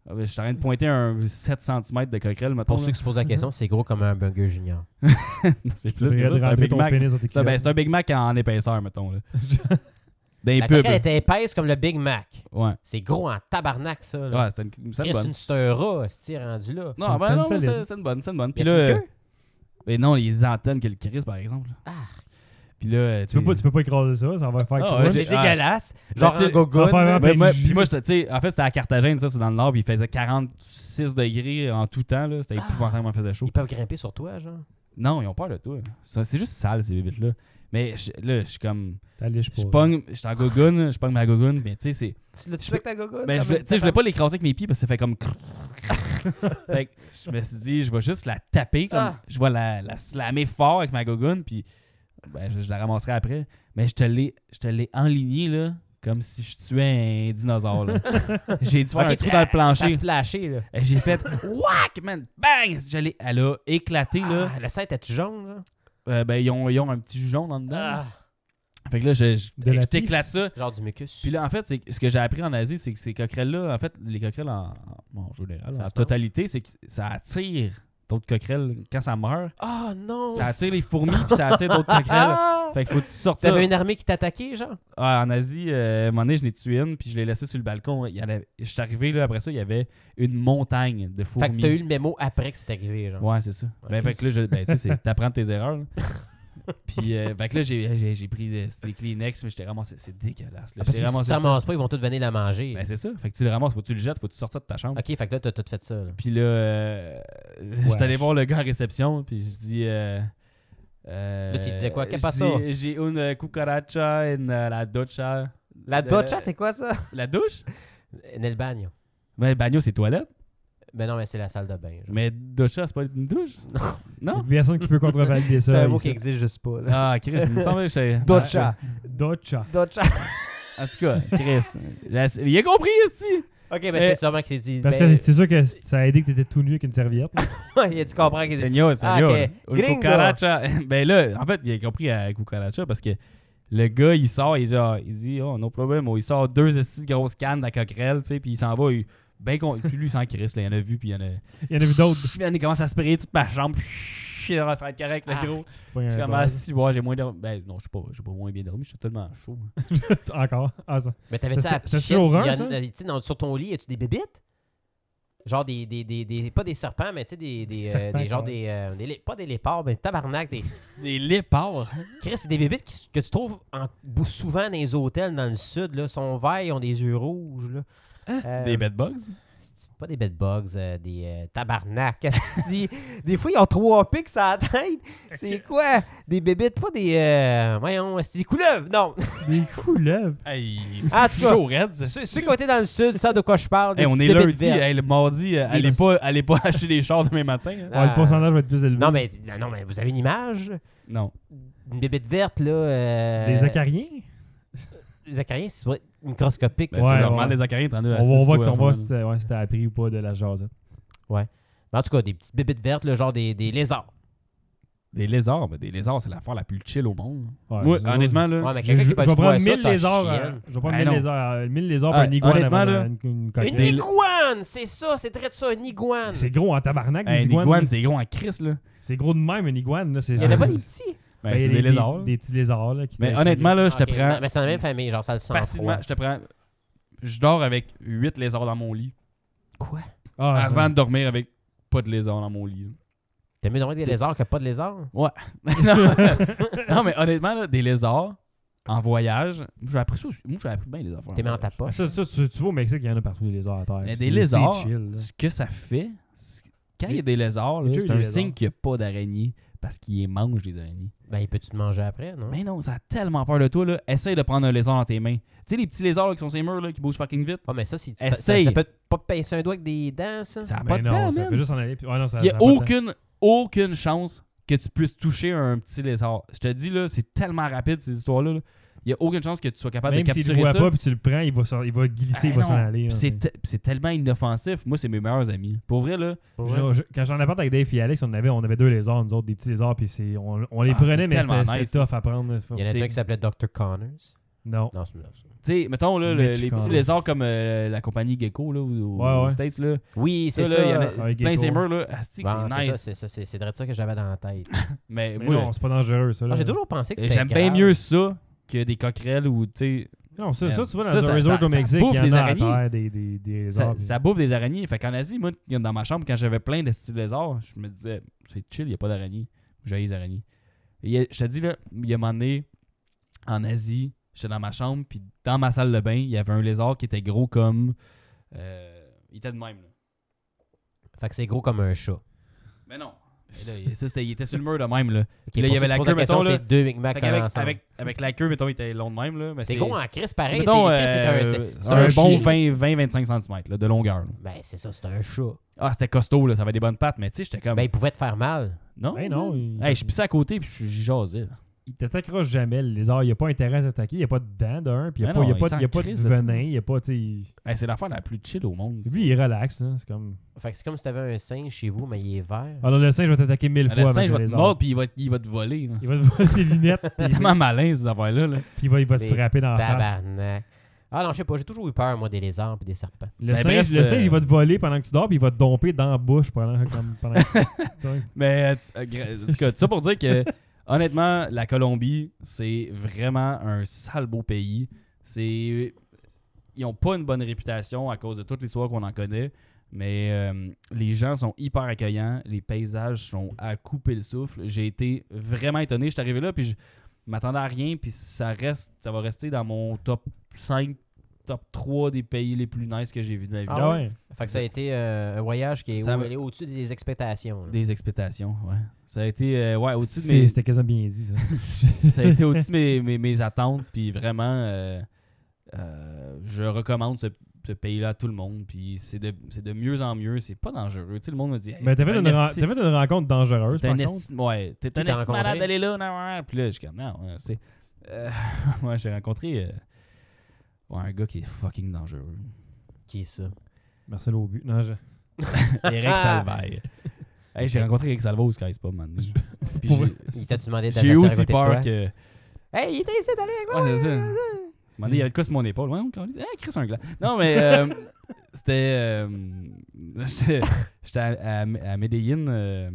Speaker 5: ah, ben, Je suis en train de pointer un 7 cm de coquerelle, mettons.
Speaker 6: Pour
Speaker 5: là.
Speaker 6: ceux qui se posent la question, c'est gros comme un burger junior.
Speaker 5: Non, c'est
Speaker 7: Tu
Speaker 5: plus que
Speaker 7: devrais
Speaker 5: ça, c'est un
Speaker 7: rentrer
Speaker 5: Big
Speaker 7: ton
Speaker 5: Mac.
Speaker 7: pénis dans tes
Speaker 5: C'est un, ben,
Speaker 7: culottes.
Speaker 5: c'est un Big Mac en épaisseur, mettons. Là. Dans les
Speaker 6: La
Speaker 5: pubs.
Speaker 6: coquille était épaisse comme le Big Mac.
Speaker 5: Ouais.
Speaker 6: C'est gros en tabarnak, ça. là.
Speaker 5: Ouais, c'était une, c'était une
Speaker 6: Christ,
Speaker 5: bonne.
Speaker 6: une steura, c'est rendu là.
Speaker 5: Non,
Speaker 7: c'est
Speaker 5: ben,
Speaker 7: une
Speaker 5: non, mais
Speaker 7: solide.
Speaker 5: c'est c'est une bonne, c'est une bonne.
Speaker 6: Y
Speaker 5: Puis
Speaker 6: a-tu
Speaker 5: là, euh,
Speaker 6: une queue?
Speaker 5: mais non, les antennes que le Chris, par exemple. là.
Speaker 6: Ah.
Speaker 5: Puis là, euh,
Speaker 7: Tu peux, pas, tu peux pas écraser ça, ça va faire
Speaker 5: Ah,
Speaker 7: quoi?
Speaker 5: ouais,
Speaker 6: C'est
Speaker 5: c'est- ah.
Speaker 6: dégueulasse. Genre
Speaker 5: tu-
Speaker 6: un gogoon.
Speaker 7: Enfin, vraiment,
Speaker 5: Ben, moi,
Speaker 7: Belgique.
Speaker 5: puis moi, j'étais- tu sais, en fait, c'était à Carthagène, ça, c'est dans le nord, puis il faisait 46 degrés en tout temps, là. C'était épouvantable comment il faisait chaud.
Speaker 6: Ils peuvent grimper sur toi, genre.
Speaker 5: Non, ils ont peur de toi. Ça, C'est juste sale, ces bébites-là. Mais je- là, je suis comme.
Speaker 7: T'alliges
Speaker 5: Je
Speaker 7: pas.
Speaker 5: pogne, je suis en gogoune, je pogne ma gogoune, mais tu sais, c'est.
Speaker 6: Tu l'as tué avec ta gogoune.
Speaker 5: Ben,
Speaker 6: quand
Speaker 5: je voulais-
Speaker 6: même,
Speaker 5: tu sais, je voulais
Speaker 6: tabarnak.
Speaker 5: pas l'écraser avec mes pieds parce que ça fait comme. fait que je me suis dit, je vais juste la taper. Comme,
Speaker 6: Ah.
Speaker 5: Je vais la, la slammer fort avec ma gogoune, puis ben, je, je la ramasserai après. Mais je te l'ai je te l'ai enligné, là, comme si je tuais un dinosaure. là. J'ai dû faire un
Speaker 6: Ok,
Speaker 5: trou dans le
Speaker 6: Ça
Speaker 5: plancher.
Speaker 6: se plashait, là.
Speaker 5: Et J'ai fait Whack, man! Bang! Je l'ai- Elle a éclaté, là.
Speaker 6: Ah, le set était-tu jaune, là?
Speaker 5: Euh, ben, ils ont, ils ont un petit jugeon dans le dedans. là. Fait que là, je, je-
Speaker 7: De la
Speaker 5: je t'éclate
Speaker 7: pisse.
Speaker 5: ça.
Speaker 6: Ah, genre du mucus.
Speaker 5: Puis là, en fait, c'est que- ce que j'ai appris en Asie, c'est que ces coquerelles-là, en fait, les coquerelles en, bon, en général,
Speaker 6: Ça
Speaker 5: en
Speaker 6: se mange.
Speaker 5: totalité, c'est que ça attire d'autres coquerelles. Quand ça meurt,
Speaker 6: Ah non!
Speaker 5: ça attire les fourmis puis ça attire d'autres coquerelles.
Speaker 6: Ah!
Speaker 5: Fait que faut que tu sortes ça.
Speaker 6: T'avais une armée qui t'attaquait, genre?
Speaker 5: Ah, en Asie, euh, à un moment donné, je l'ai tué une puis je l'ai laissée sur le balcon. Il y en avait- Je suis arrivé, là, après ça, il y avait une montagne de
Speaker 6: Fait
Speaker 5: fourmis.
Speaker 6: que t'as eu le mémo après que c'est arrivé, genre.
Speaker 5: Ouais, c'est ça. Ben, fait que là, je, ben, tu sais, c'est- t'apprends tes erreurs. là. Puis, euh, fait que là, j'ai- j'ai j'ai pris des, des Kleenex, mais j'étais ramassé. C'est dégueulasse. Là.
Speaker 6: Ah, parce
Speaker 5: J'étais
Speaker 6: que si
Speaker 5: ramassé
Speaker 6: tu
Speaker 5: ça.
Speaker 6: ramasses pas, ils vont tous venir la manger.
Speaker 5: Ben, c'est ça. Fait que tu le ramasses, faut que tu le jettes, faut que tu sortes ça de ta chambre.
Speaker 6: ok, fait que là, t'as tout fait ça, là.
Speaker 5: Puis là, euh, j'étais allé voir le gars en réception, puis je dis... Euh, euh,
Speaker 6: Là, tu disais quoi? Que
Speaker 5: je
Speaker 6: passo?
Speaker 5: dis, J'ai une cucaracha et la ducha.
Speaker 6: La
Speaker 5: Le-
Speaker 6: docha, c'est quoi ça?
Speaker 5: La douche?
Speaker 6: Nel bagno.
Speaker 5: Ben, le bagno, c'est toilette.
Speaker 6: Euh, Ben non, mais c'est la salle de bain. genre.
Speaker 5: Mais ducha, c'est pas une douche? Non?
Speaker 7: Personne qui peut contrevalider ça.
Speaker 6: C'est un mot qui
Speaker 7: ici.
Speaker 6: existe juste pas, là.
Speaker 5: Ah, Chris, il me semblait que j'étais-
Speaker 6: Docha.
Speaker 7: Docha.
Speaker 6: Docha.
Speaker 5: En tout cas, Chris, la- il a compris, esti!
Speaker 6: Ok, ben
Speaker 5: Mais-
Speaker 6: c'est sûrement qu'il s'est dit.
Speaker 7: Parce
Speaker 6: ben,
Speaker 7: que c'est sûr que ça a aidé que t'étais tout nu avec une serviette. là.
Speaker 6: il a dû comprendre qu'il s'est
Speaker 5: Seigneur,
Speaker 6: Ah,
Speaker 5: seigneur.
Speaker 6: ok.
Speaker 5: Une
Speaker 6: Gringo.
Speaker 5: cucaracha. ben là, en fait, il a compris à cucaracha parce que le gars, il sort, il dit, ah, il dit oh, no problem. Oh, Il sort deux estis de grosses cannes de la coquerelle, tu sais, puis il s'en va. Il, ben con... Puis lui, il s'en crisse, là, il en a vu, puis il y en a.
Speaker 7: Il y en a vu d'autres.
Speaker 5: Puis il commence à sprayer toute ma chambre. Puis, ah, ça va être correct, le
Speaker 6: Ah.
Speaker 5: gros.
Speaker 7: C'est pas un
Speaker 5: Je suis comme,
Speaker 7: buzz.
Speaker 5: ah, si, ouais, j'ai moins dormi. Ben non, je sais pas, j'ai pas moins bien dormi, j'étais tellement chaud.
Speaker 7: Encore. Ah, ça.
Speaker 6: Mais t'avais-tu
Speaker 7: Ça,
Speaker 6: à la
Speaker 7: c'est- c'est
Speaker 6: piscine,
Speaker 7: toujours
Speaker 6: puis
Speaker 7: un,
Speaker 6: il y en a- euh, tu sais, dans- sur ton lit, as-tu des bébites? Genre des, des, des, des- Pas des serpents, mais tu sais, des. Des, euh,
Speaker 7: serpents,
Speaker 6: des genre
Speaker 7: ouais.
Speaker 6: des, euh, des lé- Pas des lépards, mais tabarnak. Des...
Speaker 5: Des lépards.
Speaker 6: Chris, c'est des bébites qui- que tu trouves en- bou- souvent dans les hôtels dans le sud. Là, sont verts, ils ont des yeux rouges. Là.
Speaker 7: Ah.
Speaker 6: Euh,
Speaker 5: Des bedbugs.
Speaker 6: Pas des bedbugs, euh, des euh, tabarnak. asti. des fois, ils ont trois pics sur la tête. C'est quoi? Des bébites, pas des. euh, voyons, c'est des couleuvres. Non.
Speaker 7: Des couleuvres.
Speaker 5: Hey,
Speaker 6: Ah, en tout
Speaker 5: c'est
Speaker 6: cas,
Speaker 5: toujours raide, ça.
Speaker 6: ceux, ceux qui ont été dans le sud, ça de quoi je parle. des
Speaker 5: Hey, on
Speaker 6: petits
Speaker 5: est
Speaker 6: bébites
Speaker 5: lundi,
Speaker 6: vertes.
Speaker 5: hey, le mardi, euh, allez
Speaker 7: petits-
Speaker 5: pas, allez pas acheter des chars demain matin. hein.
Speaker 7: Ouais, Ah, le pourcentage va être plus élevé.
Speaker 6: Non, mais, non, mais vous avez une image?
Speaker 5: Non.
Speaker 6: Une bébête verte, là. euh,
Speaker 7: Des acariens?
Speaker 6: Des acariens, c'est vrai, microscopique.
Speaker 5: Ben,
Speaker 7: Ouais,
Speaker 5: tu
Speaker 7: ouais.
Speaker 5: leur demandes les acariens, t'en as à
Speaker 7: On va
Speaker 5: six,
Speaker 7: voir
Speaker 5: toi,
Speaker 7: qu'on voit
Speaker 5: vraiment.
Speaker 7: si t'as ouais, si t'as appris ou pas de la jasette.
Speaker 6: Mais en tout cas, des petites bébites vertes, là, genre des, des lézards.
Speaker 5: Des lézards, ben, des lézards, c'est l'affaire la plus chill au monde.
Speaker 7: Ouais,
Speaker 5: Moi,
Speaker 7: c'est-
Speaker 5: honnêtement, là,
Speaker 6: Ouais, mais
Speaker 7: Je, je- je
Speaker 6: quelqu'un qui
Speaker 7: vais
Speaker 6: peut pas
Speaker 7: prendre
Speaker 6: ça,
Speaker 7: 1000
Speaker 6: t'as
Speaker 7: lézards. euh,
Speaker 6: chienne.
Speaker 7: Je vais prendre
Speaker 5: Ben
Speaker 7: 1000
Speaker 5: non.
Speaker 7: lézards. euh, 1000 lézards pour
Speaker 5: Ah,
Speaker 7: un iguane
Speaker 5: honnêtement,
Speaker 7: avant
Speaker 5: là,
Speaker 7: une, une
Speaker 6: Une
Speaker 7: coquille.
Speaker 5: Des-
Speaker 6: iguane! C'est ça, c'est très de ça, une iguane.
Speaker 7: hein. C'est gros en tabarnak,
Speaker 5: hey,
Speaker 7: des
Speaker 5: une iguane,
Speaker 7: iguanes.
Speaker 5: c'est gros en crise, là.
Speaker 7: C'est gros de même, une iguane. là, c'est-
Speaker 6: Il y en a pas des petits.
Speaker 5: Ben,
Speaker 7: Ben, il y
Speaker 5: c'est
Speaker 7: a
Speaker 5: des lézards.
Speaker 7: Des,
Speaker 5: là.
Speaker 7: petits lézards. Là, qui
Speaker 5: mais
Speaker 7: t'attaquent.
Speaker 5: honnêtement, là, je te
Speaker 6: Ok,
Speaker 5: prends.
Speaker 6: non, Mais c'est dans la même famille, genre ça le sent.
Speaker 5: facilement, je te prends. Je dors avec 8 lézards dans mon lit.
Speaker 6: Quoi?
Speaker 7: Ah, ça-
Speaker 5: avant de dormir avec pas de lézards dans mon lit. là.
Speaker 6: T'as mieux d'avoir des
Speaker 5: C'est-
Speaker 6: lézards que pas de lézards?
Speaker 5: non, non, mais honnêtement, là, des lézards en voyage, j'ai appris ça aussi. Moi, j'ai appris bien les affaires.
Speaker 6: T'es mis
Speaker 5: en
Speaker 6: dans ta
Speaker 5: voyage.
Speaker 6: poche.
Speaker 7: Ça, ça, tu, tu vois au Mexique, il y en a partout des lézards à terre.
Speaker 5: Mais
Speaker 7: C'est- c'est
Speaker 5: des lézards,
Speaker 7: chill, là.
Speaker 5: Ce que ça fait, c'est- Quand il y a des lézards, là,
Speaker 7: Déjà,
Speaker 5: c'est
Speaker 7: il y a
Speaker 5: un
Speaker 7: des lézards.
Speaker 5: signe qu'il n'y a pas d'araignées parce qu'ils mangent des araignées.
Speaker 6: Ben, il peut-tu te manger après, non?
Speaker 5: Hein? Mais non, ça a tellement peur de toi. Là. Essaye de prendre un lézard dans tes mains. Tu sais, les petits lézards là, qui sont ces murs là, qui bougent fucking vite.
Speaker 6: Ah, mais ça, c'est- ça, ça,
Speaker 5: Essaye.
Speaker 6: ça peut pas pincer un doigt avec des dents, ça?
Speaker 5: Ça n'a pas
Speaker 7: Mais
Speaker 5: de
Speaker 7: non,
Speaker 5: temps,
Speaker 7: ça
Speaker 5: man.
Speaker 7: fait juste en aller. puis- Ouais, non, ça,
Speaker 5: Il n'y
Speaker 7: ça
Speaker 5: a
Speaker 7: pas de temps.
Speaker 5: aucune, aucune chance que tu puisses toucher un petit lézard. Je te dis, là, c'est tellement rapide ces histoires-là. là. Il n'y a aucune chance que tu sois capable
Speaker 7: Même
Speaker 5: de
Speaker 7: s'il
Speaker 5: capturer
Speaker 7: ne voit
Speaker 5: ça.
Speaker 7: pas, euh, puis tu le prends, il va, sor- il va glisser,
Speaker 5: Ah,
Speaker 7: il va
Speaker 5: non.
Speaker 7: s'en aller.
Speaker 5: Puis
Speaker 7: là.
Speaker 5: c'est te- puis c'est tellement inoffensif. Moi, c'est mes meilleurs amis. Pour vrai, là,
Speaker 6: Pour vrai?
Speaker 7: Je- je- quand j'en apporte avec Dave et Alex, on avait, on avait deux lézards, nous autres, des petits lézards, puis c'est- on, on les
Speaker 5: Ah, c'est
Speaker 7: prenait, mais
Speaker 5: tellement
Speaker 7: c'était c'était
Speaker 5: nice.
Speaker 7: tough à prendre. Faut-
Speaker 6: Il y en a
Speaker 5: C'est-
Speaker 6: un qui s'appelait Dr. Connors.
Speaker 7: Non.
Speaker 6: Non, c'est pas ça.
Speaker 5: tu sais, mettons, là, le-
Speaker 7: Mitch
Speaker 5: les petits
Speaker 7: Collins.
Speaker 5: lézards comme euh, la compagnie Gecko, là, ou- ou-
Speaker 7: Ouais,
Speaker 5: aux
Speaker 7: ouais.
Speaker 5: States, là.
Speaker 6: Oui, c'est
Speaker 5: Ça,
Speaker 6: ça.
Speaker 5: là, il y en
Speaker 7: un
Speaker 5: a plein
Speaker 7: Gecko.
Speaker 5: ces murs, là. Asti que
Speaker 6: Bon,
Speaker 5: c'est
Speaker 6: c'est
Speaker 5: nice.
Speaker 6: ça, c'est ça, c'est- c'est vrai ça que j'avais dans la tête.
Speaker 5: Mais,
Speaker 7: Mais
Speaker 5: moi,
Speaker 7: non, c'est pas dangereux, ça. là.
Speaker 6: Ah, J'ai toujours pensé que c'était
Speaker 5: j'aime bien
Speaker 6: grave.
Speaker 5: mieux ça que des coquerelles ou, tu sais,
Speaker 7: Non, ça,
Speaker 5: Man.
Speaker 7: ça, tu vois, dans
Speaker 5: Ça,
Speaker 7: un
Speaker 5: ça-
Speaker 7: resort
Speaker 5: ça-
Speaker 7: au
Speaker 5: ça
Speaker 7: Mexique,
Speaker 5: bouffe
Speaker 7: il y en
Speaker 5: les
Speaker 7: a à
Speaker 5: araignées.
Speaker 7: terre des, des, des lézards.
Speaker 5: ça,
Speaker 7: puis-
Speaker 5: ça bouffe des araignées. Fait qu'en Asie, moi, dans ma chambre, quand j'avais plein de petits lézards, je me disais, c'est chill, il n'y a pas d'araignées. J'ai les araignées. Il y a- je te dis, là, il y a un moment donné, en Asie, j'étais dans ma chambre, puis dans ma salle de bain, il y avait un lézard qui était gros comme. euh, il était de même, là.
Speaker 6: Fait que c'est gros comme un chat.
Speaker 5: Mais non. Mais là, il- ça, c'était- il était sur le mur de même, là. Là,
Speaker 6: Ok,
Speaker 5: il y
Speaker 6: pour
Speaker 5: avait
Speaker 6: ceux qui
Speaker 5: la
Speaker 6: se posent
Speaker 5: queue, mettons,
Speaker 6: question,
Speaker 5: là.
Speaker 6: c'est deux Big Mac
Speaker 5: Fait
Speaker 6: en
Speaker 5: qu'avec- avec,
Speaker 6: ensemble.
Speaker 5: avec la queue, mettons, il était long de même, là. mais
Speaker 6: C'est gros en crise,
Speaker 5: c'est,
Speaker 6: pareil. C'est
Speaker 5: mettons,
Speaker 6: Chris, c'est un-
Speaker 5: euh,
Speaker 6: c'est-
Speaker 5: c'est un, bon
Speaker 6: chien.
Speaker 5: 20-25 cm de longueur. là.
Speaker 6: Ben, c'est ça, c'est un chat.
Speaker 5: Ah, c'était costaud, là, ça avait des bonnes pattes, mais tu sais, j'étais comme.
Speaker 6: Ben, il pouvait te faire mal.
Speaker 5: non.
Speaker 7: Ben non, il-
Speaker 5: Hey, je pissais à côté, puis je je jasais. là.
Speaker 7: Il t'attaquera jamais, le lézard. Il n'y a pas intérêt à t'attaquer. Il n'y a pas de dents d'un. Puis il n'y a, pas- il y a
Speaker 5: Mais Ben non,
Speaker 7: pas
Speaker 5: il
Speaker 7: de- il y a
Speaker 5: s'en
Speaker 7: pas de
Speaker 5: crisse de
Speaker 7: venin.
Speaker 5: tout.
Speaker 7: Il n'y a pas. tu sais, il-
Speaker 5: Hey, c'est l'affaire la plus chill au monde. ça.
Speaker 7: Lui, il relaxe. là, C'est comme.
Speaker 6: Fait que c'est comme si t'avais un singe chez vous, mais il est vert.
Speaker 7: Alors, le singe va t'attaquer mille
Speaker 5: Ah, le
Speaker 7: fois.
Speaker 5: singe
Speaker 7: avec
Speaker 5: va
Speaker 7: le
Speaker 5: te
Speaker 7: lézard.
Speaker 5: mordre, puis il va, il va te voler. là.
Speaker 7: Il va te voler tes lunettes. puis
Speaker 5: C'est
Speaker 7: il va-
Speaker 5: tellement malin, ces affaires-là. là.
Speaker 7: Puis il va, il va te
Speaker 6: Mais
Speaker 7: frapper
Speaker 5: ah.
Speaker 7: dans la face.
Speaker 6: Tabarnak. Ah non, je sais pas, j'ai toujours eu peur, moi, des lézards et des serpents.
Speaker 7: Le
Speaker 5: Ben,
Speaker 7: singe,
Speaker 5: bref,
Speaker 7: le singe,
Speaker 5: euh,
Speaker 7: il va te voler pendant que tu dors. Puis il va te domper dans la bouche pendant comme- pendant que.
Speaker 5: Mais, euh, tu- euh, gra- en tout cas, tout ça pour dire que, honnêtement, la Colombie, c'est vraiment un sale beau pays. C'est... Ils ont pas une bonne réputation à cause de toutes les histoires qu'on en connaît, mais euh, les gens sont hyper accueillants, les paysages sont à couper le souffle. J'ai été vraiment étonné. Je suis arrivé là, puis je m'attendais à rien, puis ça reste, ça va rester dans mon top 5, top 3 des pays les plus nice que j'ai vu de ma vie.
Speaker 7: Ah ouais.
Speaker 6: Fait que ça a été euh, un voyage qui est,
Speaker 5: Ça
Speaker 6: au-
Speaker 5: me-
Speaker 6: allé au-dessus des expectations. là.
Speaker 5: Des expectations, ouais. Ça a été, euh, ouais, au-dessus de
Speaker 7: C'est-
Speaker 5: mes...
Speaker 7: C'était quasiment bien dit, ça.
Speaker 5: ça a été au-dessus de mes, mes- mes attentes. Puis vraiment, euh, euh, je recommande ce, ce pays-là à tout le monde. Puis c'est de, c'est de mieux en mieux. C'est pas dangereux. Tu sais, le monde me dit. Hey,
Speaker 7: Mais t'as fait,
Speaker 5: un
Speaker 7: une ren-
Speaker 5: esti-
Speaker 7: t'as fait une rencontre dangereuse,
Speaker 5: T'es
Speaker 7: par
Speaker 5: Ben, un
Speaker 7: contre.
Speaker 5: esti- ouais, t'es un
Speaker 6: t'as
Speaker 5: esti
Speaker 6: rencontré?
Speaker 5: malade d'aller là. nan, nan, nan. Puis là, je suis comme, non, euh, c'est. euh, ouais, j'ai rencontré euh, ouais, un gars qui est fucking dangereux.
Speaker 6: Qui ça?
Speaker 7: Marcelo Aubu. Non, je-
Speaker 5: Eric Salvaille. Ah! Hey, j'ai rencontré Eric Salvaille au Sky Spa, man. Puis
Speaker 7: Pour vrai,
Speaker 5: j'ai-
Speaker 6: Il t'a demandé de
Speaker 5: j'ai eu
Speaker 6: passer à
Speaker 5: aussi
Speaker 6: côté de toi?
Speaker 5: peur que.
Speaker 6: Hey, il était ici, t'allais avec
Speaker 5: Ouais, c'est ça. Un moment donné, Il y avait de quoi sur mon épaule. Ouais, on calisse. Ah, Chris, un gland. Non, mais euh, c'était. euh, J'étais j'étais à, à, à Medellin. euh,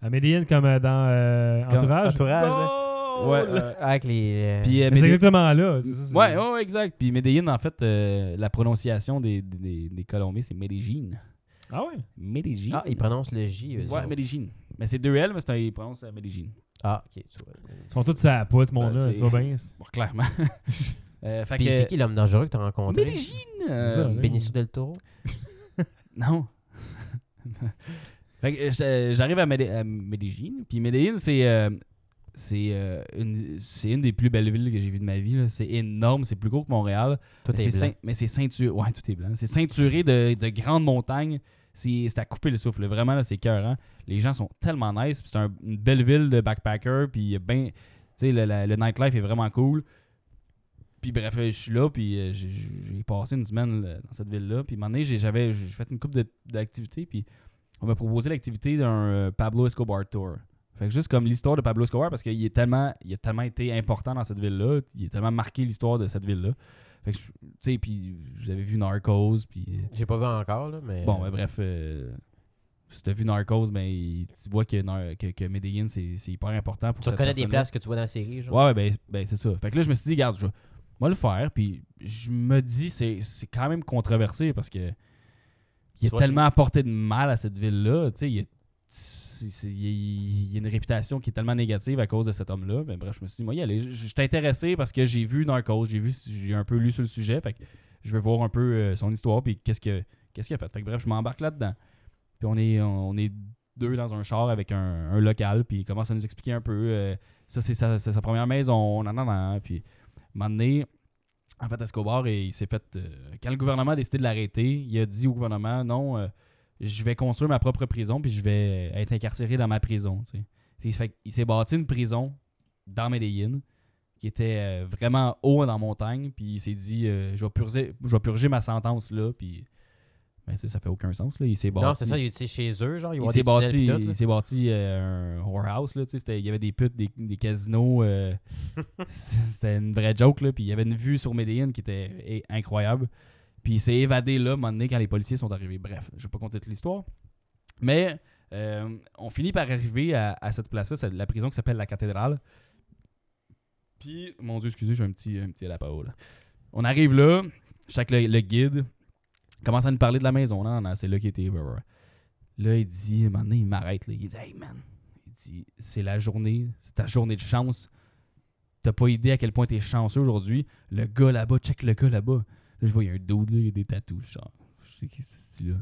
Speaker 7: À Medellin, comme euh, dans euh,
Speaker 5: Comme-
Speaker 7: Entourage.
Speaker 6: Entourage, là.
Speaker 5: ouais.
Speaker 6: euh, avec les. euh,
Speaker 5: Puis, euh,
Speaker 7: Mais c'est
Speaker 5: Medellin-
Speaker 7: exactement là. c'est ça, c'est-
Speaker 5: ouais, ouais, ouais, exact. Puis Medellin, en fait, euh, la prononciation des, des- des, des Colombiens, c'est Medellin.
Speaker 7: Ah ouais?
Speaker 5: Medellin.
Speaker 6: Ah, ils prononcent le J, eux
Speaker 5: Ouais,
Speaker 6: autres.
Speaker 5: Medellin. Mais c'est deux L, mais c'est un, ils prononcent euh, Medellin.
Speaker 6: Ah, ok. tu vois.
Speaker 7: Ils sont tous ça à pas, ce
Speaker 5: Ben,
Speaker 7: monde-là. Tu
Speaker 5: c'est-
Speaker 7: vois bien? c'est-
Speaker 5: Bon, clairement. Euh, fait
Speaker 6: Puis
Speaker 5: que.
Speaker 6: c'est qui l'homme dangereux que t'as rencontré?
Speaker 5: Medellin.
Speaker 7: C'est ça,
Speaker 5: euh,
Speaker 7: là.
Speaker 6: Benicio del Toro?
Speaker 5: Non. Fait que, euh, j'étais- j'arrive à, Médé- à Medellin. Puis Medellin, c'est euh, c'est euh, une, c'est une des plus belles villes que j'ai vues de ma vie. là. C'est énorme, c'est plus gros que Montréal.
Speaker 6: Tout
Speaker 5: mais
Speaker 6: est
Speaker 5: c'est ceint-
Speaker 6: blanc.
Speaker 5: mais c'est ceinturé. Ouais, tout est blanc. C'est ceinturé de, de grandes montagnes. C'est c'est à couper le souffle. Vraiment, là, c'est écœurant. Les gens sont tellement nice. Puis c'est un- une belle ville de backpackers. Puis il y a ben, tu sais, le, la- le nightlife est vraiment cool. Puis bref, euh, je suis là, puis euh, j'ai- j'ai j'ai passé une semaine là, dans cette ville-là. Puis à un moment donné, j'ai- j'avais j'ai fait une couple de- d'activités, puis on m'a proposé l'activité d'un euh, Pablo Escobar Tour. Fait que juste comme l'histoire de Pablo Escobar, parce qu'il est tellement, il a tellement été important dans cette ville-là, il a tellement marqué l'histoire de cette ville-là. Fait que, je- tu sais, puis vous avez vu Narcos, puis... euh,
Speaker 6: J'ai pas vu encore, là, mais.
Speaker 5: Bon, ben, bref, euh, si t'as vu Narcos, ben, il- tu vois que, Nar- que, que Medellin, c'est c'est hyper important pour
Speaker 6: Tu
Speaker 5: cette
Speaker 6: reconnais des
Speaker 5: personne-là.
Speaker 6: places que tu vois dans la série, genre?
Speaker 5: Ouais, ouais, ben, ben, c'est ça. Fait que là, je me suis dit, regarde, je vais je vais le faire. Puis je me dis, c'est c'est quand même controversé parce que il a
Speaker 6: Soit
Speaker 5: tellement apporté de mal à cette ville-là. Tu sais, il y a- c'est- c'est- il y a, il y a une réputation qui est tellement négative à cause de cet homme-là. Mais bref, je me suis dit, moi, y aller. Je je suis intéressé parce que j'ai vu Narcos, j'ai vu, j'ai un peu lu sur le sujet. Fait que je vais voir un peu euh, son histoire puis qu'est-ce que qu'est-ce qu'il a fait. Fait que bref, je m'embarque là-dedans. Puis on est, on est deux dans un char avec un, un local, puis il commence à nous expliquer un peu. euh, ça, c'est sa, c'est sa première maison, on en a. Puis, à un moment donné, en fait, Escobar, et il s'est fait. euh, quand le gouvernement a décidé de l'arrêter, il a dit au gouvernement non, euh, je vais construire ma propre prison, puis je vais être incarcéré dans ma prison. tu sais. Puis, fait qu'il s'est bâti une prison dans Medellin qui était euh, vraiment haut dans la montagne, puis il s'est dit euh, je, vais purger, je vais purger ma sentence là, puis. Ben, tu sais, ça fait aucun sens, là. Il s'est bâti.
Speaker 6: Non, c'est ça, il était chez eux, genre, ils
Speaker 5: Il
Speaker 6: ont
Speaker 5: s'est
Speaker 6: des tunnels
Speaker 5: bâti,
Speaker 6: pis tout, là.
Speaker 5: il s'est bâti euh, un whorehouse. Là, tu sais, c'était- il y avait des putes, des, des casinos. euh, c'était une vraie joke. Là, puis il y avait une vue sur Medellin qui était eh, incroyable. Puis il s'est évadé là, un moment donné, quand les policiers sont arrivés. Bref, je ne vais pas compter toute l'histoire. Mais euh, on finit par arriver à, à cette place-là, c'est la prison qui s'appelle la cathédrale. Puis, mon Dieu, excusez, j'ai un petit, un petit à la parole. On arrive là, chaque le, le guide commence à nous parler de la maison. Non, non, non, c'est là qu'il était. Là, il dit, à un moment donné, il m'arrête. là. Il dit, hey man, il dit, c'est la journée, c'est ta journée de chance. T'as pas idée à quel point t'es chanceux aujourd'hui. Le gars là-bas, check le gars là-bas. Là, je vois, il y a un dude, là, il y a des tatouages. Genre, je sais qui c'est ce style-là.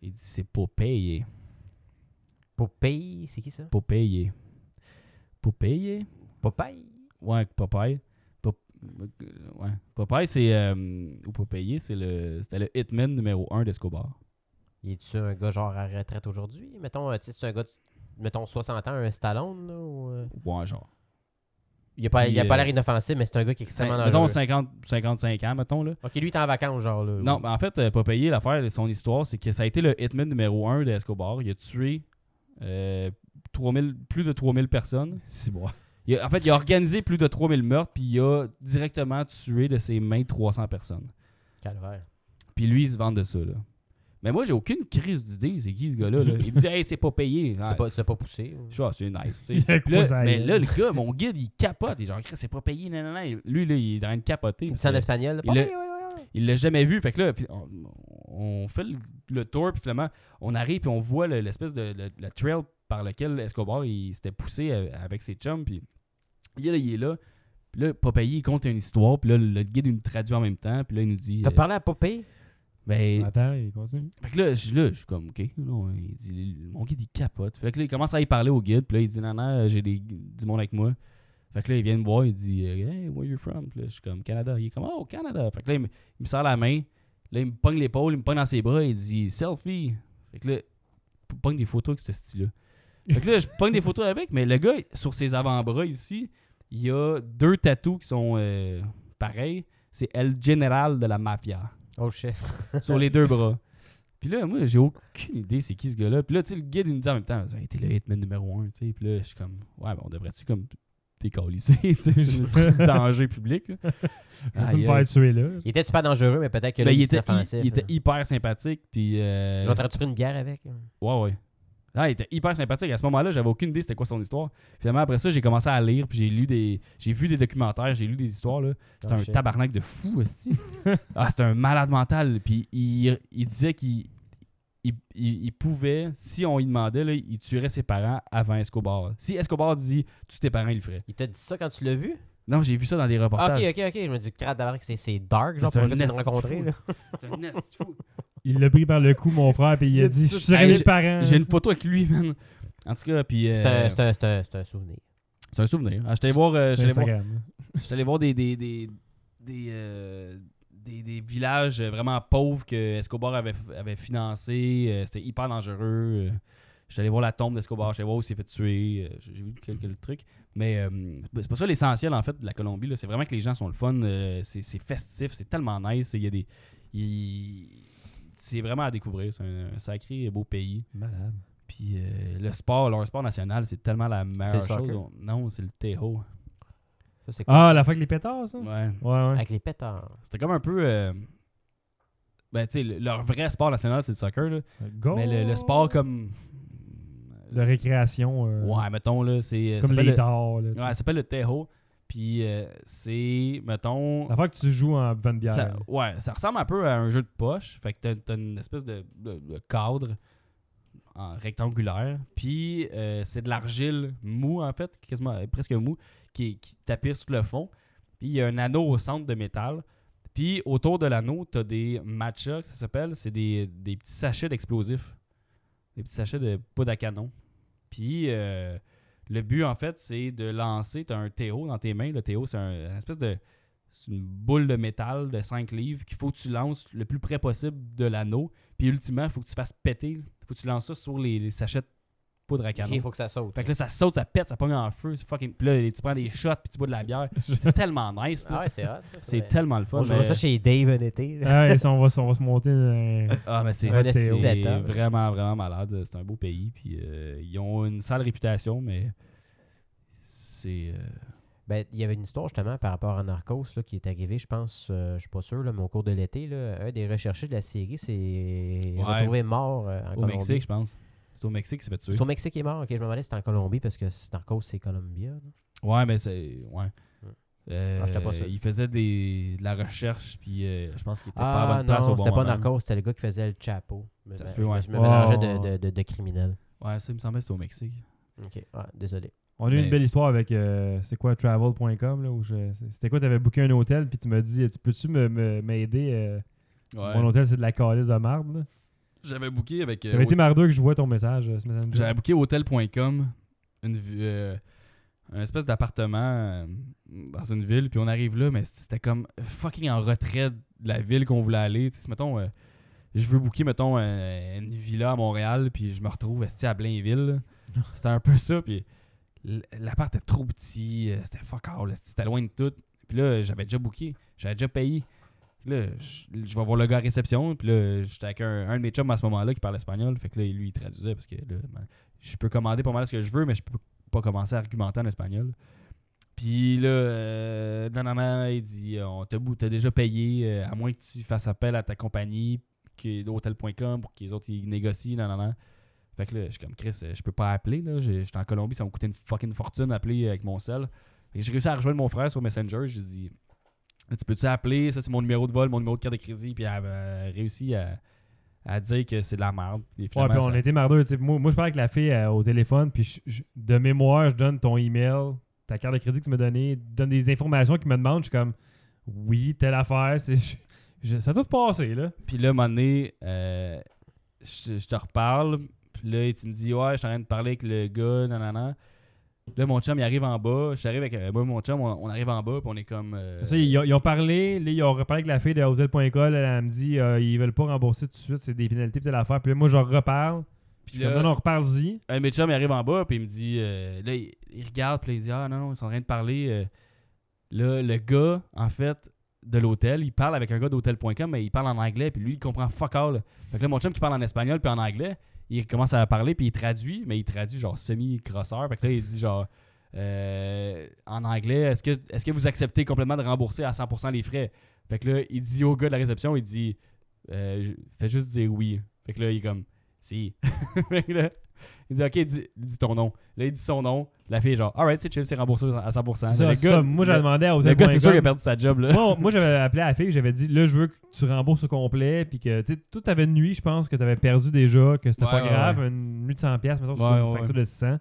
Speaker 5: Il dit, c'est pas payé.
Speaker 6: Pour payer, c'est qui ça?
Speaker 5: Pas payé. Pas payé?
Speaker 6: Popeye?
Speaker 5: Ouais, avec Popeye. Pop- euh, ouais. Popeye, c'est. euh, ou pas payé, c'est le. C'était le hitman numéro 1 d'Escobar.
Speaker 6: Il est-tu un gars genre à retraite aujourd'hui? Mettons, euh, tu sais, c'est un gars, de- mettons, 60 ans, un Stallone, là, ou, euh,
Speaker 5: Ouais, genre.
Speaker 6: Il a pas, il a
Speaker 5: Puis,
Speaker 6: pas
Speaker 5: euh,
Speaker 6: l'air inoffensif, mais c'est un gars qui est extrêmement
Speaker 5: Cin-
Speaker 6: dangereux.
Speaker 5: Ben, mettons 50, 55 ans, mettons, là.
Speaker 6: Ok, lui, il est en vacances, genre, là.
Speaker 5: Non,
Speaker 6: ou-
Speaker 5: mais en fait, euh, Popeye, l'affaire, son histoire, c'est que ça a été le hitman numéro 1 d'Escobar. Il a tué euh, 3000 plus de 3000 personnes.
Speaker 7: C'est bon.
Speaker 5: Il a- en fait, il a organisé plus de 3000 meurtres, puis il a directement tué de ses mains 300 personnes.
Speaker 6: Calvaire.
Speaker 5: Puis lui, il se vend de ça, là. Mais moi, j'ai aucune crise d'idée. C'est qui ce gars-là? là? Il me dit, hey, c'est pas payé.
Speaker 6: Tu
Speaker 5: Ah,
Speaker 6: t'es pas, tu t'es pas poussé. ou-
Speaker 5: Je suis ah, c'est nice. tu sais.
Speaker 7: Il a un
Speaker 5: Puis là,
Speaker 7: gros
Speaker 5: mais
Speaker 7: aïeul.
Speaker 5: là, le gars, mon guide, il capote. Il est genre, Chris, c'est pas payé. nan, nan, nan. Lui, là, il est en train de capoter.
Speaker 6: Il dit ça en espagnol. là,
Speaker 5: il a-
Speaker 6: Popeye, ouais, ouais, ouais.
Speaker 5: Il l'a jamais vu. Fait que là, puis on, on fait le, le tour, puis finalement, on arrive, puis on voit le- l'espèce de le, le trail par lequel Escobar il s'était poussé euh, avec ses chums. Puis il est là, il est là. Puis là, Popeye, il compte une histoire, puis là, le guide, il nous traduit en même temps, puis là, il nous dit.
Speaker 6: T'as
Speaker 5: euh,
Speaker 6: parlé à Popeye?
Speaker 5: ben,
Speaker 7: Attends, il continue.
Speaker 5: fait que là, je suis là, je suis comme, OK. Non, il dit, mon guide, il capote. Fait que là, il commence à y parler au guide. Puis là, il dit, non, non, j'ai des, du monde avec moi. Fait que là, il vient me voir, il dit, euh, Hey, where you from? Puis là, je suis comme, Canada. Il est comme, oh, Canada. Fait que là, il me, il me serre la main. Là, il me pogne l'épaule, il me pogne dans ses bras, il dit, selfie. Fait que là, il me pogne des photos avec ce style-là. Fait que là, je pogne des photos avec, mais le gars, sur ses avant-bras ici, il y a deux tatous qui sont euh, pareils. C'est El General de la Mafia
Speaker 6: Oh, shit.
Speaker 5: sur les deux bras. Puis là, moi, j'ai aucune idée c'est qui ce gars-là. Puis là, tu sais, le guide, il nous dit en même temps, ça a été le hitman numéro un, tu sais. Puis là, je suis comme, ouais, ben, on devrait-tu comme décalisser, tu sais, c'est un danger public. là.
Speaker 7: Je vais
Speaker 5: Aïe,
Speaker 7: me
Speaker 5: aïe.
Speaker 7: faire tuer là.
Speaker 6: Il était super dangereux, mais peut-être que là,
Speaker 5: Ben,
Speaker 6: il
Speaker 5: il,
Speaker 6: était
Speaker 5: était, hi-
Speaker 6: offensif.
Speaker 5: il était hyper sympathique, puis... euh,
Speaker 6: Genre, t'aurais-tu pris une bière avec? hein?
Speaker 5: ouais, ouais. Ah, il était hyper sympathique. À ce moment-là, j'avais aucune idée c'était quoi son histoire. Finalement, après ça, j'ai commencé à lire, puis j'ai lu des... J'ai vu des documentaires, j'ai lu des histoires, là. C'était
Speaker 6: Oh,
Speaker 5: un
Speaker 6: shit.
Speaker 5: tabarnak de fou, esti. ah, c'était un malade mental. Puis il, il disait qu'il il, il- il pouvait, si on lui demandait, là, il tuerait ses parents avant Escobar. Si Escobar dit « tue tes parents », il le ferait.
Speaker 6: Il t'a dit ça quand tu l'as vu?
Speaker 5: Non, j'ai vu ça dans des
Speaker 6: Ah, ok,
Speaker 5: reportages.
Speaker 6: ok, ok. Je me dis, crade d'abord que c'est- c'est dark, genre,
Speaker 5: C'est
Speaker 6: pour
Speaker 5: un
Speaker 6: que tu viens de
Speaker 5: nasty
Speaker 6: rencontrer.
Speaker 5: fou.
Speaker 6: là.
Speaker 5: C'est un esti fou.
Speaker 7: Il l'a pris par le cou, mon frère, puis il a dit Je suis
Speaker 5: Hey,
Speaker 7: mes parents.
Speaker 5: J'ai une photo avec lui, man. En tout cas, puis... euh,
Speaker 6: C'est un- c'est un- c'est un- c'est un souvenir.
Speaker 5: c'est un souvenir. Ah, J'étais allé voir, euh,
Speaker 7: Sur
Speaker 5: j'étais allé voir
Speaker 7: Instagram.
Speaker 5: J'étais allé voir des des, des, des, euh, des- des villages vraiment pauvres que Escobar avait, avait financé. Euh, C'était hyper dangereux. Euh, J'étais allé voir la tombe d'Escobar. J'étais allé voir où il s'est fait tuer. Euh, J'ai j'ai vu quelques trucs. Mais euh, c'est pas ça l'essentiel, en fait, de la Colombie. là. C'est vraiment que les gens sont le fun. Euh, c'est c'est festif. C'est tellement nice. Il y a des... il- C'est vraiment à découvrir. C'est un, un sacré beau pays.
Speaker 7: Malade.
Speaker 5: Puis euh, le sport, leur sport national, c'est tellement la meilleure
Speaker 6: soccer?
Speaker 5: chose. On- Non, c'est le tejo.
Speaker 6: Ça, c'est quoi?
Speaker 7: Ah, la fois avec les pétards, ça
Speaker 5: Ouais.
Speaker 7: Ouais, ouais.
Speaker 6: Avec les pétards.
Speaker 5: C'était comme un peu. euh, ben, tu sais, le- leur vrai sport national, c'est le soccer, là.
Speaker 7: Go.
Speaker 5: Mais le, le sport comme.
Speaker 7: De récréation. euh,
Speaker 5: Ouais, mettons, là, c'est. euh, ça
Speaker 7: Comme
Speaker 5: s'appelle
Speaker 7: les
Speaker 5: le-
Speaker 7: dards, là. tu sais.
Speaker 5: Ouais, ça s'appelle le Tejo. Puis, euh, c'est. Mettons.
Speaker 7: La fois que tu joues en van bière.
Speaker 5: Ça, ouais, ça ressemble un peu à un jeu de poche. Fait que t'as- t'as une espèce de, de- de cadre en rectangulaire. Puis euh, c'est de l'argile mou, en fait, quasiment, euh, presque mou, qui, qui tapisse sur le fond. Puis il y a un anneau au centre de métal. Puis autour de l'anneau, t'as des matchas, que ça s'appelle. C'est des, des petits sachets d'explosifs. des petits sachets de poudre à canon. Puis euh, le but, en fait, c'est de lancer. Tu un théo dans tes mains. Le théo, c'est un, une espèce de. C'est une boule de métal de 5 livres qu'il faut que tu lances le plus près possible de l'anneau. Puis ultimement, il faut que tu fasses péter. faut que tu lances ça sur les, les sachets de poudre à
Speaker 6: Il
Speaker 5: canon.
Speaker 6: faut que ça saute.
Speaker 5: Fait que là, ça saute, ça pète, ça pogne en feu. c'est Fucking... Puis là, tu prends des shots, puis tu bois de la bière. C'est tellement nice. là.
Speaker 6: Ah ouais, c'est hot. ça.
Speaker 5: c'est
Speaker 6: Ouais.
Speaker 5: tellement le fun. Euh,
Speaker 6: On jouera
Speaker 5: mais-
Speaker 6: ça chez Dave un été. là.
Speaker 7: Ah, et ça, on, va, se- on va se monter. euh,
Speaker 5: Ah, mais c'est
Speaker 6: Un
Speaker 5: c'est
Speaker 6: STO.
Speaker 5: vraiment, vraiment, malade. C'est un beau pays. Puis euh, ils ont une sale réputation, mais c'est. euh,
Speaker 6: Ben, il y avait une histoire justement par rapport à Narcos là, qui est arrivée, je pense, euh, je suis pas sûr, là, mais au cours de l'été, là, un des recherchés de la série s'est retrouvé mort euh, en
Speaker 5: au
Speaker 6: Colombie.
Speaker 5: Mexique, je pense. C'est au Mexique, c'est fait tuer.
Speaker 6: C'est au Mexique qui est mort. Ok, je me demandais si c'était en Colombie parce que c'est- Narcos, c'est Colombia. là.
Speaker 5: Ouais, mais c'est. Ouais. Euh,
Speaker 6: Ah, j'étais pas sûr.
Speaker 5: il faisait des, de la recherche, puis euh, je pense qu'il était pas à la
Speaker 6: Ah
Speaker 5: bonne place
Speaker 6: non,
Speaker 5: au bon
Speaker 6: c'était pas
Speaker 5: moment.
Speaker 6: Narcos, c'était le gars qui faisait le chapeau. Je me-
Speaker 5: Ça se
Speaker 6: je
Speaker 5: peut,
Speaker 6: me-
Speaker 5: ouais.
Speaker 6: Je me
Speaker 7: Oh.
Speaker 6: mélangeais de, de, de, de criminels.
Speaker 5: Ouais, ça il me semblait que c'était au Mexique.
Speaker 6: Ok, ah, désolé.
Speaker 7: on a eu
Speaker 5: Mais-
Speaker 7: une belle histoire avec, euh, c'est quoi, travel.com, là, où je- c'était quoi, t'avais booké un hôtel, puis tu m'as dit, tu peux-tu me- me- m'aider, euh,
Speaker 5: Ouais. Euh,
Speaker 7: mon hôtel, c'est de la calice de marde, là.
Speaker 5: J'avais booké avec. euh,
Speaker 7: T'avais été mardeux que je vois ton message, euh, ce message.
Speaker 5: J'avais booké hôtel.com, une vi- euh, un espèce d'appartement euh, dans une ville, puis on arrive là, mais c'était comme fucking en retrait de la ville qu'on voulait aller. Tu sais, si, mettons, euh, je veux booker, mettons, euh, une villa à Montréal, puis je me retrouve esti, à Blainville. là. C'était un peu ça, puis l- l'appart était trop petit, euh, c'était fuck all, esti, c'était loin de tout. Puis là, j'avais déjà booké, j'avais déjà payé. Là, je, je vais voir le gars à réception. Puis là, j'étais avec un, un de mes chums à ce moment-là qui parle espagnol. Fait que là, lui, il traduisait parce que là, ben, je peux commander pas mal ce que je veux, mais je peux pas commencer à argumenter en espagnol. Puis là, euh, nanana, il dit euh, On t'a bou- t'as déjà payé, euh, à moins que tu fasses appel à ta compagnie, qui est d'hôtel.com, pour que les autres ils négocient, nanana. Fait que là, je suis comme Chris, euh, je peux pas appeler, là. J'ai- J'étais en Colombie, ça m'a coûté une fucking fortune appeler avec mon sel. Fait que j'ai réussi à rejoindre mon frère sur Messenger. J'ai dit Tu peux-tu appeler Ça, c'est mon numéro de vol, mon numéro de carte de crédit. Puis elle a réussi à, à dire que c'est de la merde. Puis
Speaker 7: Ouais,
Speaker 5: finalement,
Speaker 7: puis on
Speaker 5: ça-
Speaker 7: était mardeux. tu sais, Moi, moi, je parle avec la fille euh, au téléphone, puis je- je- de mémoire, je donne ton email, ta carte de crédit que tu m'as donnée, donne des informations qu'ils me demandent. Je suis comme, oui, telle affaire, c'est, je- je- ça a tout passé, là.
Speaker 5: Puis là, à un moment donné, euh, je, je te reparle. Puis là, tu me dis, ouais, je suis en train de parler avec le gars, nanana. Là, mon chum, il arrive en bas. Je suis arrivé avec euh, moi et mon chum, on, on arrive en bas, puis on est comme. euh,
Speaker 7: Ça, ils, ont- ils ont parlé, là, ils ont reparlé avec la fille de Hotel.com, elle, elle me dit, euh, ils veulent pas rembourser tout de suite, c'est des pénalités, puis telle affaire. Puis là, moi, je reparle,
Speaker 5: puis
Speaker 7: puis comme, non, non, reparle-y.
Speaker 5: un de mes chums, il arrive en bas, puis il me dit, euh, là, il, il regarde, puis là, il dit, ah non, non, ils sont en train de parler. euh. là, le gars, en fait, de l'hôtel, il parle avec un gars d'hôtel.com, mais il parle en anglais, puis lui, il comprend fuck all. Fait que là, mon chum qui parle en espagnol, puis en anglais, il commence à parler, puis il traduit, mais il traduit genre semi-crosseur. Fait que là, il dit genre. euh, en anglais, est-ce que, est que vous acceptez complètement de rembourser à 100% les frais? Fait que là, il dit au gars de la réception, il dit, euh, fais juste dire oui. Fait que là, il est comme, si. Fait que là, il dit, OK, dis, dis ton nom. Là, il dit son nom. La fille est genre, alright, c'est chill, c'est remboursé à 100%.
Speaker 7: Ça,
Speaker 5: Mais le gars,
Speaker 7: ça, moi, j'avais
Speaker 5: le-
Speaker 7: demandé à
Speaker 5: le
Speaker 7: Hotel.com.
Speaker 5: gars, c'est sûr qu'il a perdu sa job, là.
Speaker 7: moi, on- moi, j'avais appelé la fille, j'avais dit là, je veux que tu rembourses au complet, puis que tu sais, tout avait une nuit, je pense, que tu avais perdu déjà, que c'était
Speaker 5: Ouais,
Speaker 7: pas
Speaker 5: ouais,
Speaker 7: grave, une nuit de 100$, piastres, mettons, sur
Speaker 5: Ouais,
Speaker 7: une
Speaker 5: ouais,
Speaker 7: facture
Speaker 5: ouais.
Speaker 7: de 600.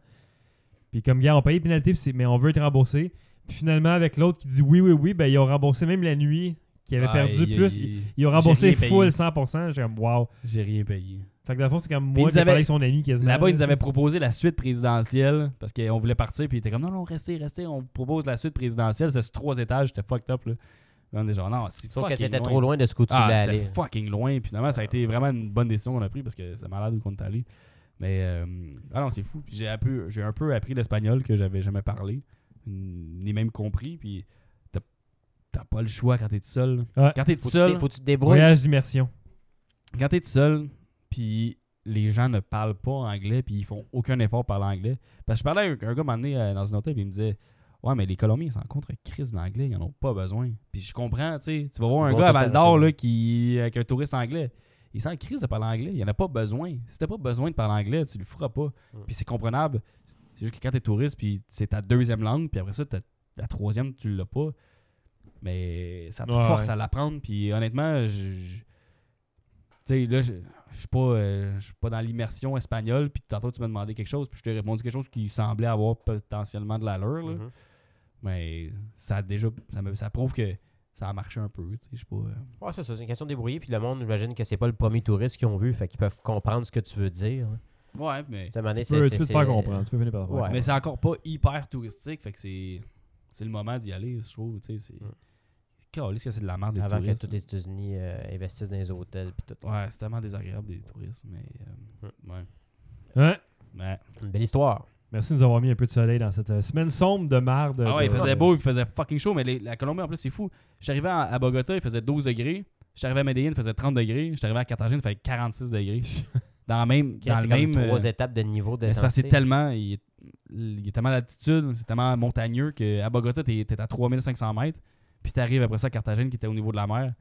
Speaker 7: Puis comme gars, on paye les pénalités, puis c'est- mais on veut être remboursé. Puis finalement, avec l'autre qui dit oui, oui, oui, ben ils ont remboursé même la nuit qui avait
Speaker 5: Ah,
Speaker 7: perdu
Speaker 5: il-
Speaker 7: plus. Ils,
Speaker 5: il-
Speaker 7: ont remboursé
Speaker 5: j'ai rien payé.
Speaker 7: full 100%. J'ai comme wow.
Speaker 5: J'ai rien payé.
Speaker 7: Fait que dans le fond, c'est comme
Speaker 5: Puis
Speaker 7: moi
Speaker 5: ils
Speaker 7: qui ai
Speaker 5: avaient-
Speaker 7: parlé avec son ami quasiment.
Speaker 5: Là-bas, ils
Speaker 7: là,
Speaker 5: nous
Speaker 7: tu
Speaker 5: avaient
Speaker 7: sais.
Speaker 5: proposé la suite présidentielle parce qu'on voulait partir. Puis ils étaient comme, non, non, restez, restez, on vous propose la suite présidentielle. C'est sur trois étages, c'était fucked up, là. Là, on est genre, non, c'est
Speaker 6: Sauf que
Speaker 5: fucking
Speaker 6: t'étais
Speaker 5: loin.
Speaker 6: trop loin de ce que tu voulais
Speaker 5: Ah,
Speaker 6: aller.
Speaker 5: c'était fucking loin. Puis finalement, ça a été vraiment une bonne décision qu'on a prise parce que c'était malade où qu'on est allé. Mais, euh, ah non, c'est fou. Puis J'ai un, peu- j'ai un peu appris l'espagnol que j'avais jamais parlé, n- ni même compris. Puis t'as t'as pas le choix quand t'es tout seul.
Speaker 7: Ouais.
Speaker 5: Quand t'es
Speaker 6: Faut
Speaker 5: tout
Speaker 6: que tu
Speaker 5: seul,
Speaker 6: dé- faut que tu te débrouilles.
Speaker 7: Voyage d'immersion.
Speaker 5: quand t'es tout seul, puis les gens ne parlent pas anglais, puis ils font aucun effort pour parler anglais. Parce que je parlais avec un gars un moment donné, euh, dans une hôtel, puis il me disait Ouais, mais les Colombiens, ils s'en contre crise d'anglais, ils en ont pas besoin. Puis je comprends, tu sais. Tu vas voir un
Speaker 6: Ils vont
Speaker 5: gars à
Speaker 6: tout le
Speaker 5: Val
Speaker 6: temps
Speaker 5: d'Or
Speaker 6: essayer.
Speaker 5: là, qui euh, avec un touriste anglais. Il s'en crise de parler anglais, il n'y en a pas besoin. Si t'as pas besoin de parler anglais, tu le feras pas. Puis c'est comprenable. C'est juste que quand t'es touriste, puis c'est ta deuxième langue, puis après ça, t'as- la troisième, tu l'as pas. Mais ça te
Speaker 7: Ouais,
Speaker 5: force
Speaker 7: ouais.
Speaker 5: à l'apprendre. Puis honnêtement, je. je- Tu sais, là, je je suis pas, euh, je suis pas dans l'immersion espagnole. Puis tantôt, tu m'as demandé quelque chose. Puis je t'ai répondu quelque chose qui semblait avoir potentiellement de l'allure. là.
Speaker 6: Mhm.
Speaker 5: Mais ça a déjà. Ça, me- ça prouve que ça a marché un peu. tu sais, Je sais pas. euh.
Speaker 6: Ouais, c'est ça, c'est une question de débrouiller. Puis le monde, j'imagine que c'est pas le premier touriste qu'ils ont vu, fait qu'ils peuvent comprendre ce que tu veux dire. hein.
Speaker 5: Ouais, mais.
Speaker 6: Tu sais, à un moment donné,
Speaker 7: Tu
Speaker 6: c'est-
Speaker 7: peux,
Speaker 6: c'est-
Speaker 7: tu peux te
Speaker 6: c'est-
Speaker 5: euh,
Speaker 7: faire comprendre. Tu peux finir par te faire
Speaker 6: Ouais.
Speaker 7: comprendre.
Speaker 5: Mais c'est encore pas hyper touristique, fait que c'est. C'est le moment d'y aller, je trouve. Tu sais, c'est.
Speaker 6: Mm.
Speaker 5: Calisse que c'est de la merde des
Speaker 6: Avant que
Speaker 5: touristes.
Speaker 6: tous les États-Unis euh, investissent dans les hôtels puis tout.
Speaker 5: Ouais, c'est tellement désagréable des touristes, mais. euh, ouais.
Speaker 7: Hein?
Speaker 5: Ouais.
Speaker 6: Une belle histoire.
Speaker 7: Merci de nous avoir mis un peu de soleil dans cette euh, semaine sombre de marde.
Speaker 5: Ah ouais, il
Speaker 7: de-
Speaker 5: faisait beau, il faisait fucking chaud, mais les- la Colombie en plus, c'est fou. J'arrivais à, à Bogota, il faisait 12 degrés. J'arrivais à Medellin, il faisait 30 degrés. J'arrivais à Cartagena, il faisait 46 degrés. Dans, la même, dans
Speaker 6: C'est
Speaker 5: le
Speaker 6: comme
Speaker 5: même. euh,
Speaker 6: trois étapes de niveau de
Speaker 5: Mais c'est parce que c'est
Speaker 6: densité.
Speaker 5: tellement. Il est, il est tellement d'altitude, c'est tellement montagneux qu'à Bogota, t'es t'es à 3500 mètres. Puis t'arrives après ça à Cartagène qui était au niveau de la mer.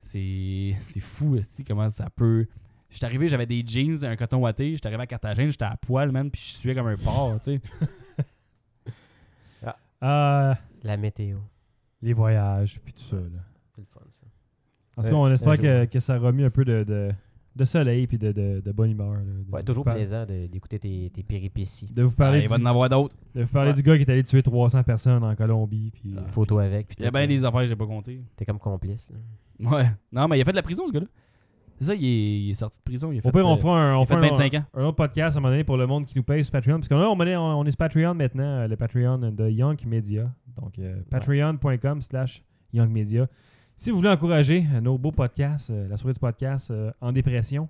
Speaker 5: C'est c'est fou, aussi comment ça peut. Je suis arrivé, j'avais des jeans, un coton watté. Je suis arrivé à Cartagène, j'étais à poil, man. Puis je suais comme un porc, tu sais.
Speaker 7: Euh,
Speaker 6: La météo.
Speaker 7: les voyages, puis tout ça. Là.
Speaker 6: C'est le fun, ça.
Speaker 7: En tout
Speaker 5: Euh,
Speaker 7: cas,
Speaker 6: Ouais,
Speaker 7: on espère
Speaker 6: un
Speaker 7: que,
Speaker 6: jour.
Speaker 7: que ça remet un peu de, de, de soleil puis de, de, de bonne humeur. là, de-
Speaker 6: Ouais,
Speaker 7: de
Speaker 6: toujours
Speaker 7: vous par-
Speaker 6: plaisant de- d'écouter tes, tes péripéties.
Speaker 7: De vous parler,
Speaker 5: Ah, il va
Speaker 7: du,
Speaker 5: en avoir d'autres.
Speaker 7: de vous parler
Speaker 6: Ouais.
Speaker 7: du gars qui est allé tuer 300 personnes en Colombie. Puis,
Speaker 5: Ah.
Speaker 6: Photo avec. Puis
Speaker 5: Il y a
Speaker 6: tout,
Speaker 5: bien
Speaker 6: là.
Speaker 5: des affaires que j'ai pas comptées.
Speaker 6: T'es comme complice. là.
Speaker 5: Ouais. Non, mais il a fait de la prison, ce gars-là. C'est ça, il est, il est sorti de prison. Il a
Speaker 7: Au
Speaker 5: fait,
Speaker 7: pire, on
Speaker 5: euh,
Speaker 7: fera un, on
Speaker 5: il a fait
Speaker 7: fera un-
Speaker 5: 25 ans.
Speaker 7: un autre podcast à un moment donné pour le monde qui nous paye sur Patreon. Parce que là, on, est- on- on est sur Patreon maintenant, euh, le Patreon de Young Media. Donc, euh, patreon.com slash Young Media. Si vous voulez encourager euh, nos beaux podcasts, euh, la soirée du podcast euh, en dépression,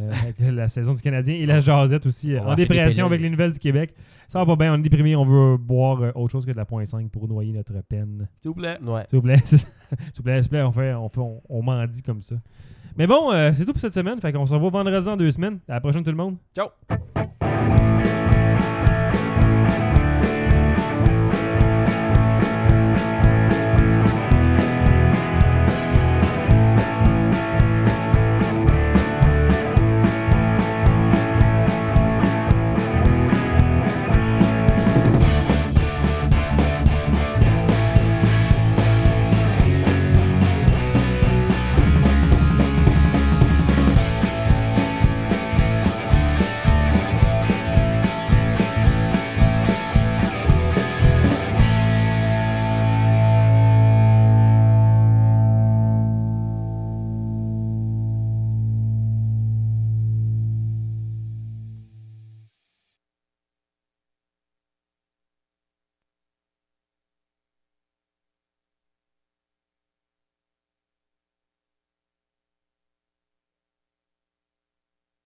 Speaker 7: euh, avec la, la saison du Canadien et la jasette aussi, euh,
Speaker 6: On va
Speaker 7: en
Speaker 6: acheter des
Speaker 7: dépression
Speaker 6: pellets.
Speaker 7: avec les nouvelles du Québec. Ça va pas bien, on est déprimé, on veut boire euh, autre chose que de la 0.5 pour noyer notre peine.
Speaker 5: S'il vous plaît.
Speaker 6: Ouais.
Speaker 7: S'il vous plaît, c'est ça. s'il vous plaît, s'il vous plaît, on, fait, on, fait- on, on m'en dit comme ça. Mais bon, euh, c'est tout pour cette semaine. Fait qu'on se revoit vendredi en deux semaines. À la prochaine tout le monde.
Speaker 5: Ciao.